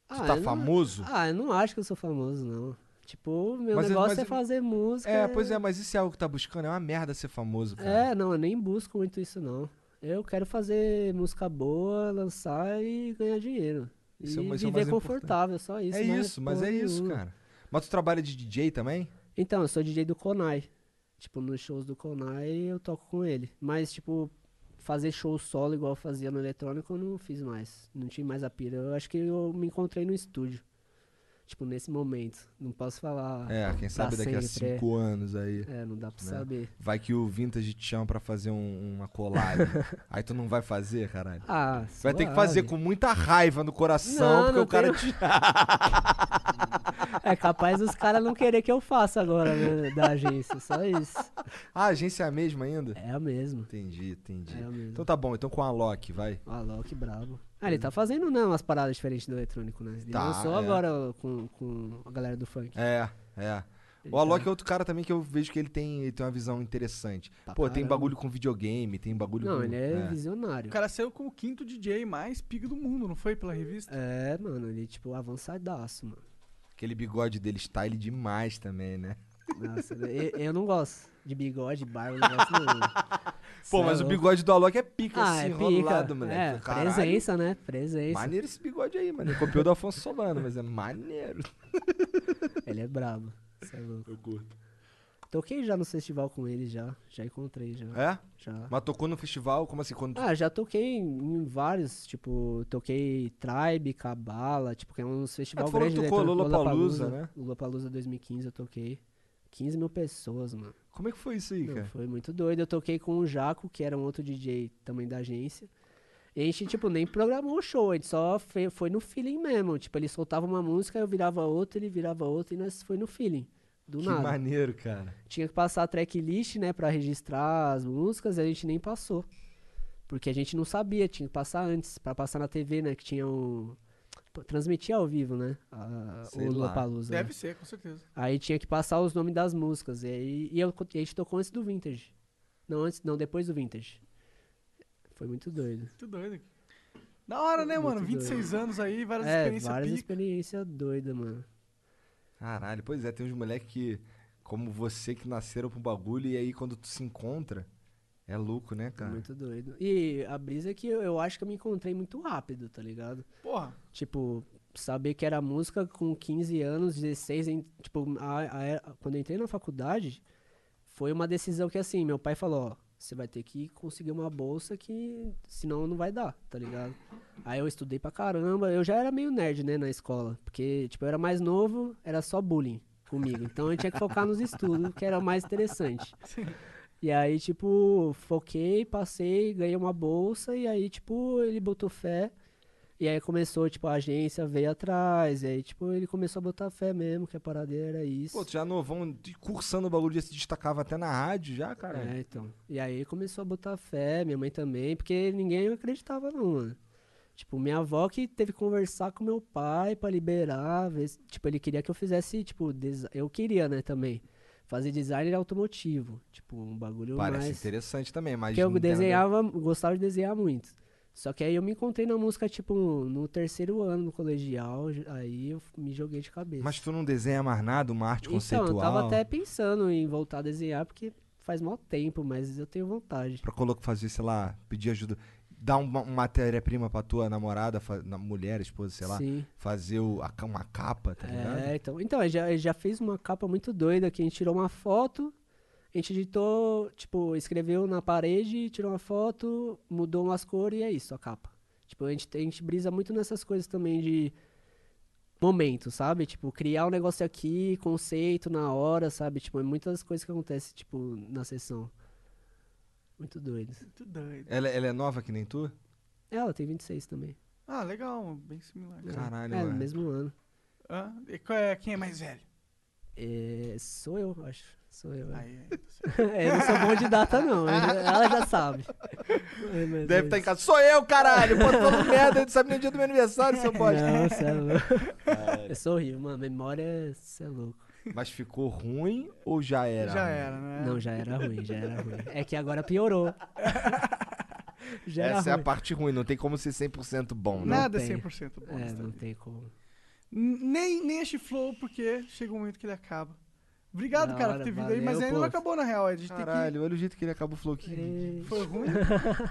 Tu
Ah,
tá
eu não-
famoso?
Ah, eu não acho que eu sou famoso, não. Tipo, meu
Mas-
negócio
mas-
é fazer música.
É, pois é, mas isso é algo que tá buscando? É uma merda ser famoso, cara.
É, não, eu nem busco muito isso, não. Eu quero fazer música boa, lançar e ganhar dinheiro.
Isso é o- isso é
e
o mais
viver
importante.
confortável, só isso. né?
É
não
isso, mas
porra
é isso,
nenhuma.
cara. Mas tu trabalha de DJ também?
Então, eu sou DJ do Konai. Tipo, nos shows do Konai eu toco com ele. Mas, tipo, fazer show solo igual eu fazia no eletrônico eu não fiz mais. Não tinha mais a pira. Eu acho que eu me encontrei no estúdio. Tipo, nesse momento. Não posso falar.
É, quem sabe daqui a
Ah, sempre, é.
cinco anos aí.
É, não dá pra
Né?
saber.
Vai que o Vintage te chama pra fazer um- uma colagem. aí tu não vai fazer, caralho.
Ah,
Vai ter que fazer
suave.
com muita raiva no coração,
Não,
porque
não
o cara
tenho-
te.
É capaz os caras não querer que eu faça agora, né? Da agência. Só isso.
Ah, a agência é a mesma ainda?
É a mesma.
Entendi, entendi.
É a mesma.
então tá bom, então com a Loki, vai.
Ah, Alô, que brabo. Ah, ele tá fazendo não umas paradas diferentes do eletrônico, né? Ele
Tá,
lançou
é.
agora com, com a galera do funk.
É, é. O Alok é outro cara também que eu vejo que ele tem, ele tem uma visão interessante.
Pra
Pô, tem
caramba.
bagulho com videogame, tem bagulho
Não,
com.
ele é,
é.
visionário.
O cara saiu como o quinto DJ mais pique do mundo, não foi? Pela revista?
É, mano, ele, tipo, avançadaço, mano.
Aquele bigode dele style demais também, né?
Nossa, eu, eu não gosto de bigode, barba, não gosto não.
Pô,
Cê
mas
é
o
louco.
bigode do Alok é pica,
ah,
assim,
é
enrolado,
pica.
moleque.
É,
Caralho,
presença, né? Presença.
Maneiro esse bigode aí, mano. Ele Copiou do Afonso Solano, mas é maneiro.
Ele é brabo. Cê é louco.
Eu curto.
Toquei já no festival com ele, já. Já encontrei, já.
É?
Já.
Mas tocou no festival, como assim? Quando...
Ah, já toquei em, em vários, tipo, toquei Tribe, Cabala, tipo, que é uns festival
tu falou que
grande. né?
tocou
Então,
Lollapalooza, né?
Lollapalooza 2015 eu toquei. 15 mil pessoas, mano.
Como é que foi isso aí,
Ah. Não,
cara?
foi muito doido. Eu toquei com o Jaco, que era um outro DJ também da agência. E a gente, tipo, nem programou o show, a gente só fe- foi no feeling mesmo. Tipo, ele soltava uma música, eu virava outra, ele virava outra, e nós foi no feeling. Do
Que
nada.
maneiro, cara.
Tinha que passar a tracklist, né, pra registrar as músicas, e a gente nem passou. Porque a gente não sabia, tinha que passar antes, pra passar na TV, né, que tinha o... pô, Transmitia ao vivo, né, a,
Sei
o
lá.
Lollapalooza. né?
Deve ser, com certeza.
Aí tinha que passar os nomes das músicas. E, aí, e, eu, co- e a gente tocou antes do Vintage. Não, antes, não, depois do Vintage. Foi muito doido.
Muito doido. Da hora, né, mano?
Muito
26 anos aí, várias
é,
experiências
várias
pica.
experiências doidas, mano.
Caralho, pois é, tem uns moleques que, como você, que nasceram pro bagulho e aí quando tu se encontra, é louco, né, cara?
Muito doido. E a brisa é que eu, eu acho que eu me encontrei muito rápido, tá ligado?
Porra,
Tipo, saber que era música com 15 anos, 16, em- tipo, a- a- a- quando eu entrei na faculdade, foi uma decisão que assim, meu pai falou, ó, você vai ter que conseguir uma bolsa que senão não vai dar, tá ligado? Aí eu estudei pra caramba, eu já era meio nerd, né, na escola, porque, tipo, eu era mais novo, era só bullying comigo, então eu tinha que focar nos estudos, que era o mais interessante. E aí, tipo, foquei, passei, ganhei uma bolsa, e aí, tipo, ele botou fé. E aí começou, tipo, a agência veio atrás, e aí, tipo, ele começou a botar fé mesmo, que a parada era isso.
Pô, tu já novão, de- cursando o bagulho, já se destacava até na rádio já, cara.
É, então. E aí começou a botar fé, minha mãe também, porque ninguém acreditava não, mano. Tipo, minha avó que teve que conversar com meu pai pra liberar, ver se- tipo, ele queria que eu fizesse, tipo, desi- eu queria, né, também, fazer design automotivo, tipo, um bagulho
Parece
mais...
interessante também, mas...
Porque eu
não tem nada a ver.
desenhava, gostava de desenhar muito. Só que aí eu me encontrei na música, tipo, no terceiro ano no colegial, j- aí eu f- me joguei de cabeça.
Mas tu não desenha mais nada, uma arte
então,
conceitual?
eu tava até pensando em voltar a desenhar, porque faz mal tempo, mas eu tenho vontade.
Pra colocar, fazer, sei lá, pedir ajuda, dar uma, uma matéria-prima pra tua namorada, fa- na, mulher, esposa, sei lá,
Sim.
fazer o- a ca- uma capa, tá ligado?
É, então, então ele já, ele já fez uma capa muito doida que a gente tirou uma foto, a gente editou, tipo, escreveu na parede, tirou uma foto, mudou umas cores e é isso, a capa. Tipo, a gente, a gente brisa muito nessas coisas também de momento, sabe? Tipo, criar um negócio aqui, conceito na hora, sabe? Tipo, é muitas coisas que acontecem, tipo, na sessão. Muito doido.
muito doido.
Ela, ela é nova que nem tu?
Ela tem 26 também.
Ah, legal, bem similar. Né?
É.
Caralho, ué.
É, no mesmo ano.
Hã? E qual é- quem é mais velho?
É, sou eu, acho. Sou eu. é.
Aí, aí, tá certo.
É, eu não sou bom de data, não. Ela já sabe. Ai, meu
Deve tá
Deus.
estar em casa. Sou eu, caralho! Pô, todo merda, não sabe nem o dia do meu aniversário, seu bosta.
Não, cê é louco.
É.
Eu sou horrível, mano. Memória, você é louco.
Mas ficou ruim ou já era?
já
ruim?
era, né?
É Não, já era ruim, já era ruim. É que agora piorou. Já era
Essa é a
ruim.
parte ruim, não tem como ser 100% bom, né?
Nada é
tem.
100% bom.
É,
nessa
não
vida.
tem como.
N- Nem, nem este flow, porque chega um momento que ele acaba. Obrigado,
Da
cara,
hora,
por ter vindo aí, mas
valeu,
ainda
pô.
não acabou, na real. A gente
Caralho, olha o jeito que ele acaba o flow aqui.
tem que... Foi ruim.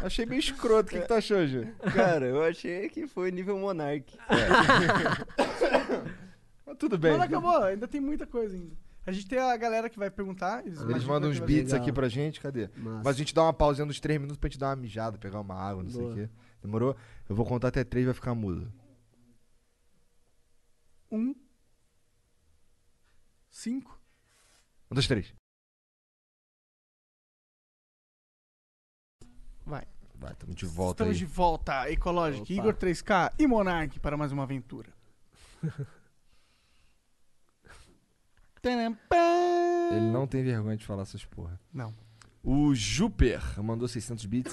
Achei meio escroto. O que, que tu achou, Ju?
Cara, eu achei que foi nível Monark.
É.
Mas tudo bem.
mas não acabou, ainda tem muita coisa ainda. A gente tem a galera que vai perguntar. Eles,
Eles
imaginam
mandam uns
que vai-
beats
legal.
aqui pra gente, cadê?
Massa.
Mas a gente dá uma pausinha dos três minutos pra gente dar uma mijada, pegar uma água, não
Boa.
sei o quê. Demorou? Eu vou contar até três vai ficar mudo.
Um. Cinco.
Um, dois, três.
Vai.
Vai, tamo de volta aí.
Estamos de volta, Ecológico,
Opa.
Igor 3K e Monark para mais uma aventura. Tadam, pá.
Ele não tem vergonha de falar essas porra.
Não.
O Júper mandou 600 bits.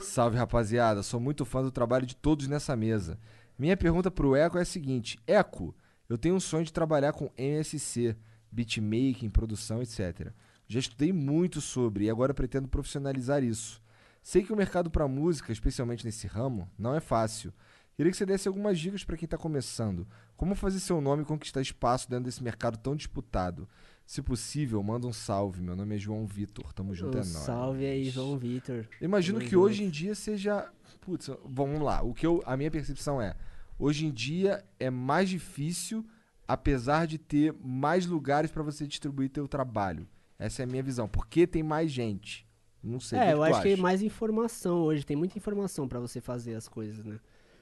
Salve, rapaziada. Sou muito fã do trabalho de todos nessa mesa. Minha pergunta pro Eco é a seguinte. Eco, eu tenho um sonho de trabalhar com MSC, beatmaking, produção, etc. Já estudei muito sobre e agora pretendo profissionalizar isso. Sei que o mercado pra música, especialmente nesse ramo, não é fácil. Queria que você desse algumas dicas pra quem tá começando. Como fazer seu nome e conquistar espaço dentro desse mercado tão disputado? Se possível, manda um salve. Meu nome é João Vitor. Tamo junto,
Um
é nóis.
salve aí, João Vitor.
Imagino
Tamo
que
junto.
hoje em dia seja. Putz, vamos lá. O que eu, a minha percepção é: hoje em dia é mais difícil, apesar de ter mais lugares pra você distribuir teu trabalho. Essa é a minha visão. Porque tem mais gente. Não sei. o que
É,
que
eu
tu
acho que
acha?
mais informação hoje, tem muita informação pra você fazer as coisas, né?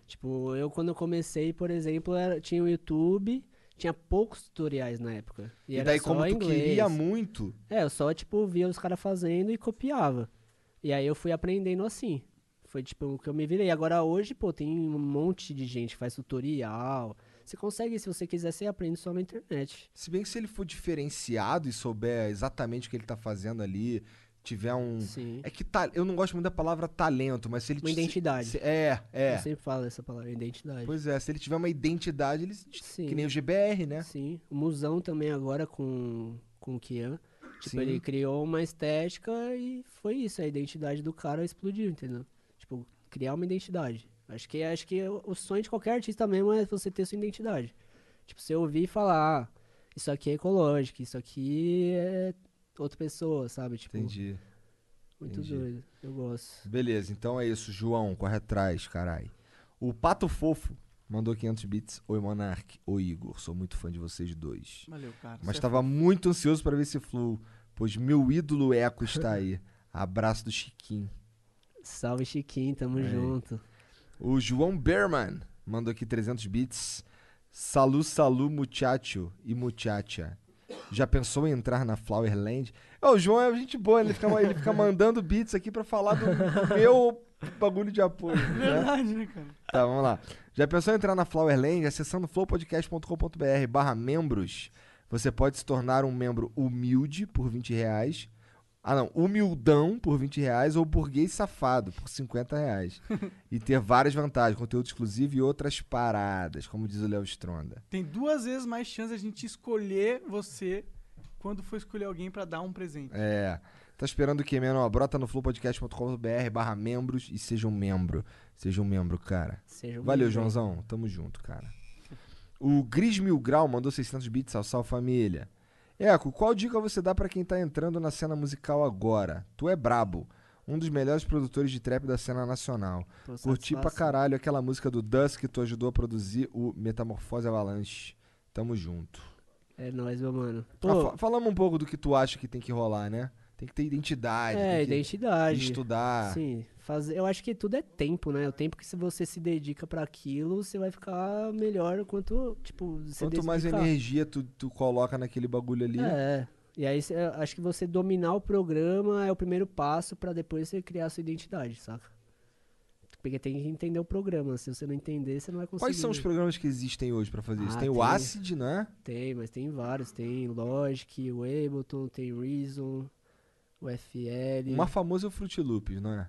Tipo, eu quando eu comecei, por exemplo, era- tinha o YouTube, tinha poucos tutoriais na época. E,
E
era
daí,
só
como tu
inglês.
queria muito,
É, eu só, tipo, via os caras fazendo e copiava. E aí eu fui aprendendo assim. Foi, tipo, o que eu me virei. Agora, hoje, pô, tem um monte de gente que faz tutorial. Você consegue, se você quiser, você aprende só na internet.
Se bem que se ele for diferenciado e souber exatamente o que ele tá fazendo ali, tiver um.
Sim.
É que tá, eu não gosto muito da palavra talento, mas se ele
Uma
ti-
identidade.
se- é, é.
Eu sempre falo essa palavra, identidade.
Pois é, se ele tiver uma identidade, ele se-
Sim.
que nem o GBR, né?
Sim. O Musão também agora com, com o Kian. Tipo,
Sim.
ele criou uma estética e foi isso. A identidade do cara explodiu, entendeu? Tipo, criar uma identidade. Acho que, acho que o o sonho de qualquer artista mesmo é você ter sua identidade. Tipo, você ouvir e falar, ah, isso aqui é ecológico, isso aqui é outra pessoa, sabe? Tipo,
Entendi.
muito
entendi.
doido. Eu gosto.
Beleza, então é isso, João, corre atrás, carai. O Pato Fofo mandou 500 bits. Oi, Monark. Oi, Igor. Sou muito fã de vocês dois.
Valeu, cara.
Mas
Você- é
tava muito ansioso pra ver esse flow, pois meu ídolo Eco está aí. Abraço do Chiquinho.
Salve, Chiquinho, tamo
Aí.
junto.
O João Berman mandou aqui 300 bits. Salu, salu, muchacho e muchacha. Já pensou em entrar na Flowerland? Ó, o João é gente boa, ele fica, ele fica mandando beats aqui pra falar do, do meu bagulho de apoio. Né?
Verdade, né, cara?
Tá, vamos lá. Já pensou em entrar na Flowerland? Acessando flowpodcast.com.br barra membros, você pode se tornar um membro humilde por 20 reais. Ah não, humildão por 20 reais ou burguês safado por 50 reais. e ter várias vantagens, conteúdo exclusivo e outras paradas, como diz o Léo Stronda.
Tem duas vezes mais chance a gente escolher você quando for escolher alguém pra dar um presente.
É. Tá esperando o quê, menor? Brota no flowpodcast.com.br barra membros e seja um membro. Seja um membro, cara.
Seja um
Valeu,
membro.
Joãozão. Tamo junto, cara. O Gris Mil Grau mandou 600 bits. Salve, salve, família. Eco, qual dica você dá pra quem tá entrando na cena musical agora? Tu é brabo. Um dos melhores produtores de trap da cena nacional.
Pô,
Curti pra
satisfação.
caralho aquela música do Dusk que tu ajudou a produzir o Metamorfose Avalanche. Tamo junto.
É nóis, meu mano. Pô,
Ah, fa- falamos um pouco do que tu acha que tem que rolar, né? Tem que ter identidade.
é,
tem que
identidade.
Estudar.
Sim, fazer, eu acho que tudo é tempo, né? O tempo que se você se dedica pra aquilo, você vai ficar melhor quanto, tipo, você
Quanto mais
dedicar.
energia tu, tu coloca naquele bagulho ali. né?
É. E aí, cê- eu acho que você dominar o programa é o primeiro passo pra depois você criar a sua identidade, saca? Porque tem que entender o programa. Se você não entender, você não vai conseguir.
Quais são os programas que existem hoje pra fazer isso?
Ah,
tem, o
tem-
Acid, né?
Tem, mas tem vários. Tem Logic, o Ableton, tem Reason, o FL.
O mais famoso é o Fruit Loops, não é?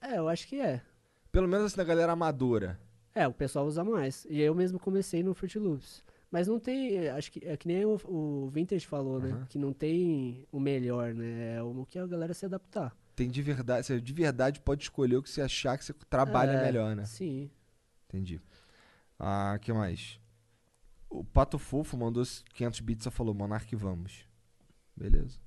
É, eu acho que é.
Pelo menos assim da galera amadora.
É, o pessoal usa mais. E eu mesmo comecei no Fruit Loops. Mas não tem, eh, acho que é que nem o, o Vintage falou, né? Que não tem o melhor, né? É o que a galera se adaptar.
tem de verdade, você de verdade pode escolher o que você achar que você trabalha
É,
melhor, né?
Sim.
Entendi. Ah, que mais? O Pato Fofo mandou 500 bits e falou, Monark, vamos. Beleza.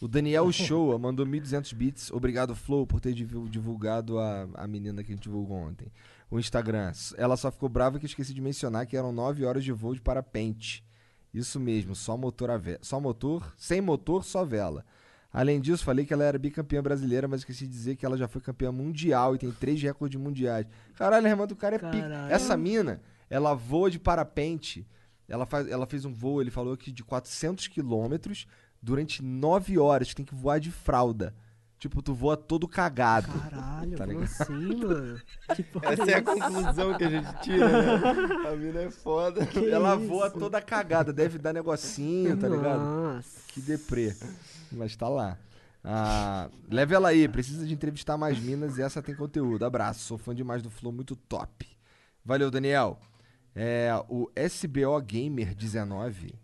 O Daniel Showa mandou 1.200 bits. Obrigado, Flow, por ter divu- divulgado a, a menina que a gente divulgou ontem. O Instagram. S- Ela só ficou brava que eu esqueci de mencionar que eram 9 horas de voo de parapente. Isso mesmo, só motor, a ve- só motor, sem motor, só vela. Além disso, falei que ela era bicampeã brasileira, mas esqueci de dizer que ela já foi campeã mundial e tem três recordes mundiais. Caralho, a irmã do cara é pica.
Caralho.
Essa mina, ela voa de parapente. Ela, faz, ela fez um voo, ele falou que de 400 quilômetros durante 9 horas. Tu tem que voar de fralda. Tipo, tu voa todo cagado.
Caralho,
Tá
como
ligado?
assim, mano? Que porra
Essa é a
tá
conclusão que a gente tira, né? A mina é foda.
ela voa toda cagada. Deve dar negocinho, tá ligado?
Nossa.
Que deprê. Mas tá lá. Ah, leve ela aí, precisa de entrevistar mais minas e essa tem conteúdo. Abraço, sou fã demais do Flow, muito top. Valeu, Daniel. É, o SBO Gamer 19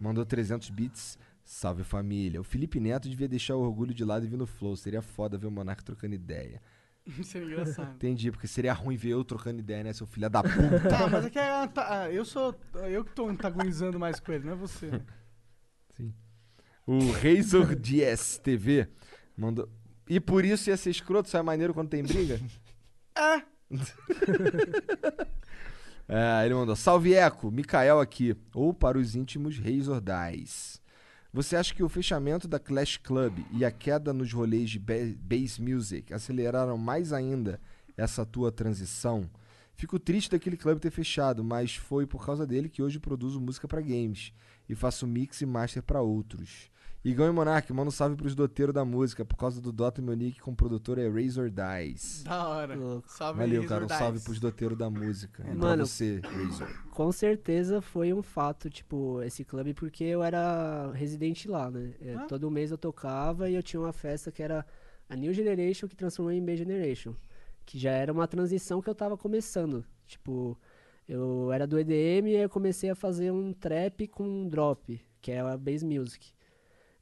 mandou 300 bits. Salve família. O Felipe Neto devia deixar o orgulho de lado e vir no Flow. Seria foda ver o Monark trocando ideia.
Isso é engraçado.
Entendi, porque seria ruim ver eu trocando ideia, né, seu filho da puta.
Tá, mas é que é anta- ah, eu sou. Eu que tô antagonizando mais com ele, não é você. né?
O Razor DS TV mandou. E por isso ia ser escroto, só é maneiro quando tem briga? É, ele mandou: Salve Eco, Mikael aqui. Ou para os íntimos, Reis Ordais. Você acha que o fechamento da Clash Club e a queda nos rolês de ba- bass music aceleraram mais ainda essa tua transição? Fico triste daquele clube ter fechado, mas foi por causa dele que hoje produzo música pra games e faço mix e master pra outros. Igão e Monark, manda um salve pros doteiros da música, por causa do Dota e meu nick com produtor é Razor Dice.
Da hora.
Louco.
Salve
Valeu,
Razor
cara. Um
Dice.
salve pros doteiros da música. E pra
Mano.
você, Razor.
Com certeza foi um fato, tipo, esse clube, porque eu era residente lá, né? É,
Ah.
Todo mês eu tocava e eu tinha uma festa que era a New Generation que transformou em B Generation. Que já era uma transição que eu tava começando. Tipo, eu era do EDM e eu comecei a fazer um trap com drop, que é a bass music.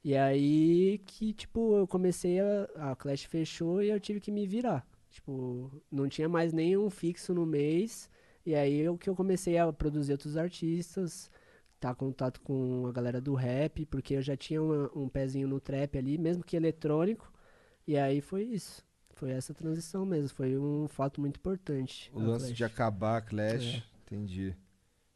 E aí que, tipo, eu comecei a. A Clash fechou e eu tive que me virar. Tipo, não tinha mais nenhum fixo no mês. E aí eu que eu comecei a produzir outros artistas, tá contato com a galera do rap, porque eu já tinha uma- um pezinho no trap ali, mesmo que eletrônico. E aí foi isso. Foi essa transição mesmo. Foi um fato muito importante.
O
na
lance de
Clash.
acabar a Clash.
É.
Entendi.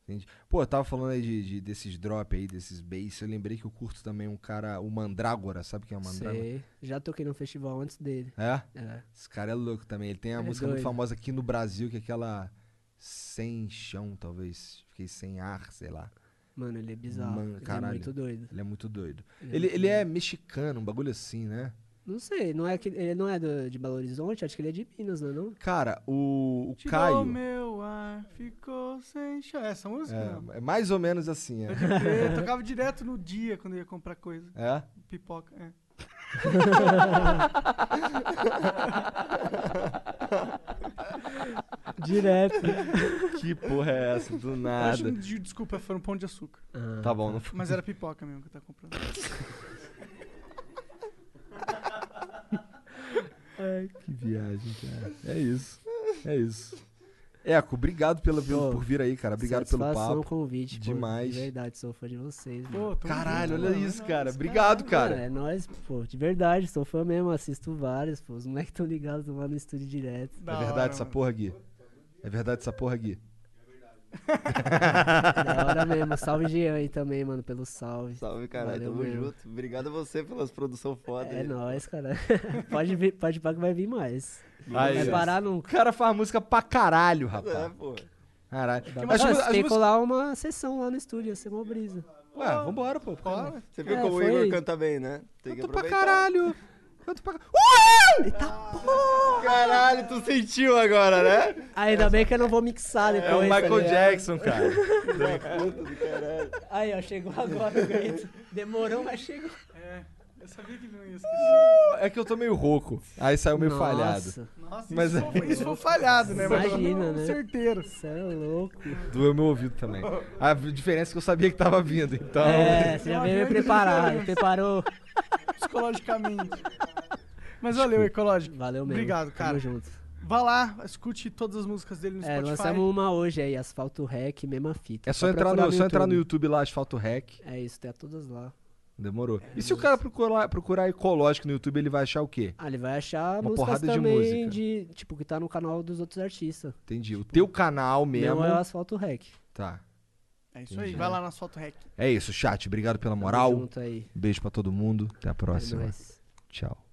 Entendi. Pô, eu tava falando aí de, de- desses drop aí, desses bass. Eu lembrei que eu curto também um cara, o Mandrágora. Sabe quem é o Mandrágora?
Sei. Já toquei no festival antes dele.
É?
É.
Esse cara é louco também. Ele tem a
É
música muito
doido.
famosa aqui no Brasil, que é aquela Sem Chão, talvez. Fiquei sem ar, sei lá.
Mano, ele é bizarro.
Mano,
ele é
caralho.
muito doido.
Ele é muito doido.
Ele é
Ele,
muito
ele é
doido.
mexicano, um bagulho assim, né?
Não sei, não é que, ele não é do- de Belo Horizonte, acho que ele é de Minas, não é não?
Cara, o, o
Tirou
Caio.
meu ar, ficou sem chão. Essa música? não.
É, é mais ou menos assim, é.
Eu tocava direto no dia quando eu ia comprar coisa.
É?
Pipoca, é.
Direto.
Que porra é essa? Do
Acho,
nada.
de- desculpa, foi um pão de açúcar.
Tá bom, não foi.
Mas era pipoca mesmo que eu tava comprando.
É Que viagem, cara. É isso. É isso. Eco, obrigado pela, pelo- por vir aí, cara. Obrigado pelo
Satisfação o
papo.
convite, pô.
Demais.
De verdade, sou fã de vocês, mano.
Pô, tamo
Caralho,
junto,
olha
mano.
isso, cara. Obrigado,
Mano,
cara.
É nóis, pô. De verdade, sou fã mesmo, assisto vários, pô. Os moleques tão ligados lá no estúdio direto.
Da
É
hora,
verdade essa
mano.
porra, Gui? É verdade essa porra, Gui?
É da hora mesmo. Salve Jean aí também, mano, pelo salve.
Salve, caralho.
Valeu
Tamo
mesmo.
junto. Obrigado a você pelas produçõões foda.
É
aí.
nóis, cara. pode vir, pode ir pra que vai vir mais.
Aí,
não vai
ó.
parar
O
nunca.
cara faz música pra caralho,
É,
tá.
rapaz.
pô.
Caralho.
Mas,
As, mu- as
tem que
músicas...
colar uma sessão lá no estúdio, ia ser uma brisa.
Ué, vambora, pô.
Bora.
Você viu
É,
como o
foi
Igor
isso.
canta bem, né? Tem que
Canto pra
aproveitar.
caralho. Canto pra caralho. Ué!
Caralho, tu sentiu agora, né?
Ainda bem que eu não vou mixar depois.
É o
tá
Michael
ligado?
Jackson, cara.
Aí, ó, chegou agora o grito. Demorou, mas chegou.
É, eu sabia que ele não ia esquecer.
É que eu tô meio rouco. Aí saiu meio falhado.
Nossa,
Nossa,
Mas
isso,
é-
foi, isso foi falhado, né? Mas
Imagina,
foi
né?
Certeiro.
Você é louco.
Doeu meu ouvido também. A diferença é que eu sabia que tava vindo, então.
É, você já
uma
veio
grande
preparado,
diferença.
preparou.
Psicologicamente. Mas valeu, Ecológico.
Valeu mesmo.
Obrigado,
Tamo
cara.
junto.
Vá lá, escute todas as músicas dele no
É,
Spotify.
lançamos uma hoje aí, Asfalto Rec, mesma fita.
É só, entrar no,
procurar
só entrar no YouTube lá, Asfalto Hack.
É isso, tem todas lá.
Demorou. E se o cara procurar, procurar ecológico no YouTube, ele vai achar o quê?
Ah, ele vai achar
Uma
músicas
porrada de
também
música.
de, Tipo, que tá no canal dos outros artistas.
Entendi. O teu canal mesmo.
Mesmo é o Asfalto Rec.
Tá.
É isso aí, vai lá no Asfalto Rec.
É isso, chat. Obrigado pela
Tamo
moral.
Junto aí.
Beijo pra todo mundo. Até a
É
próxima.
nóis.
Tchau.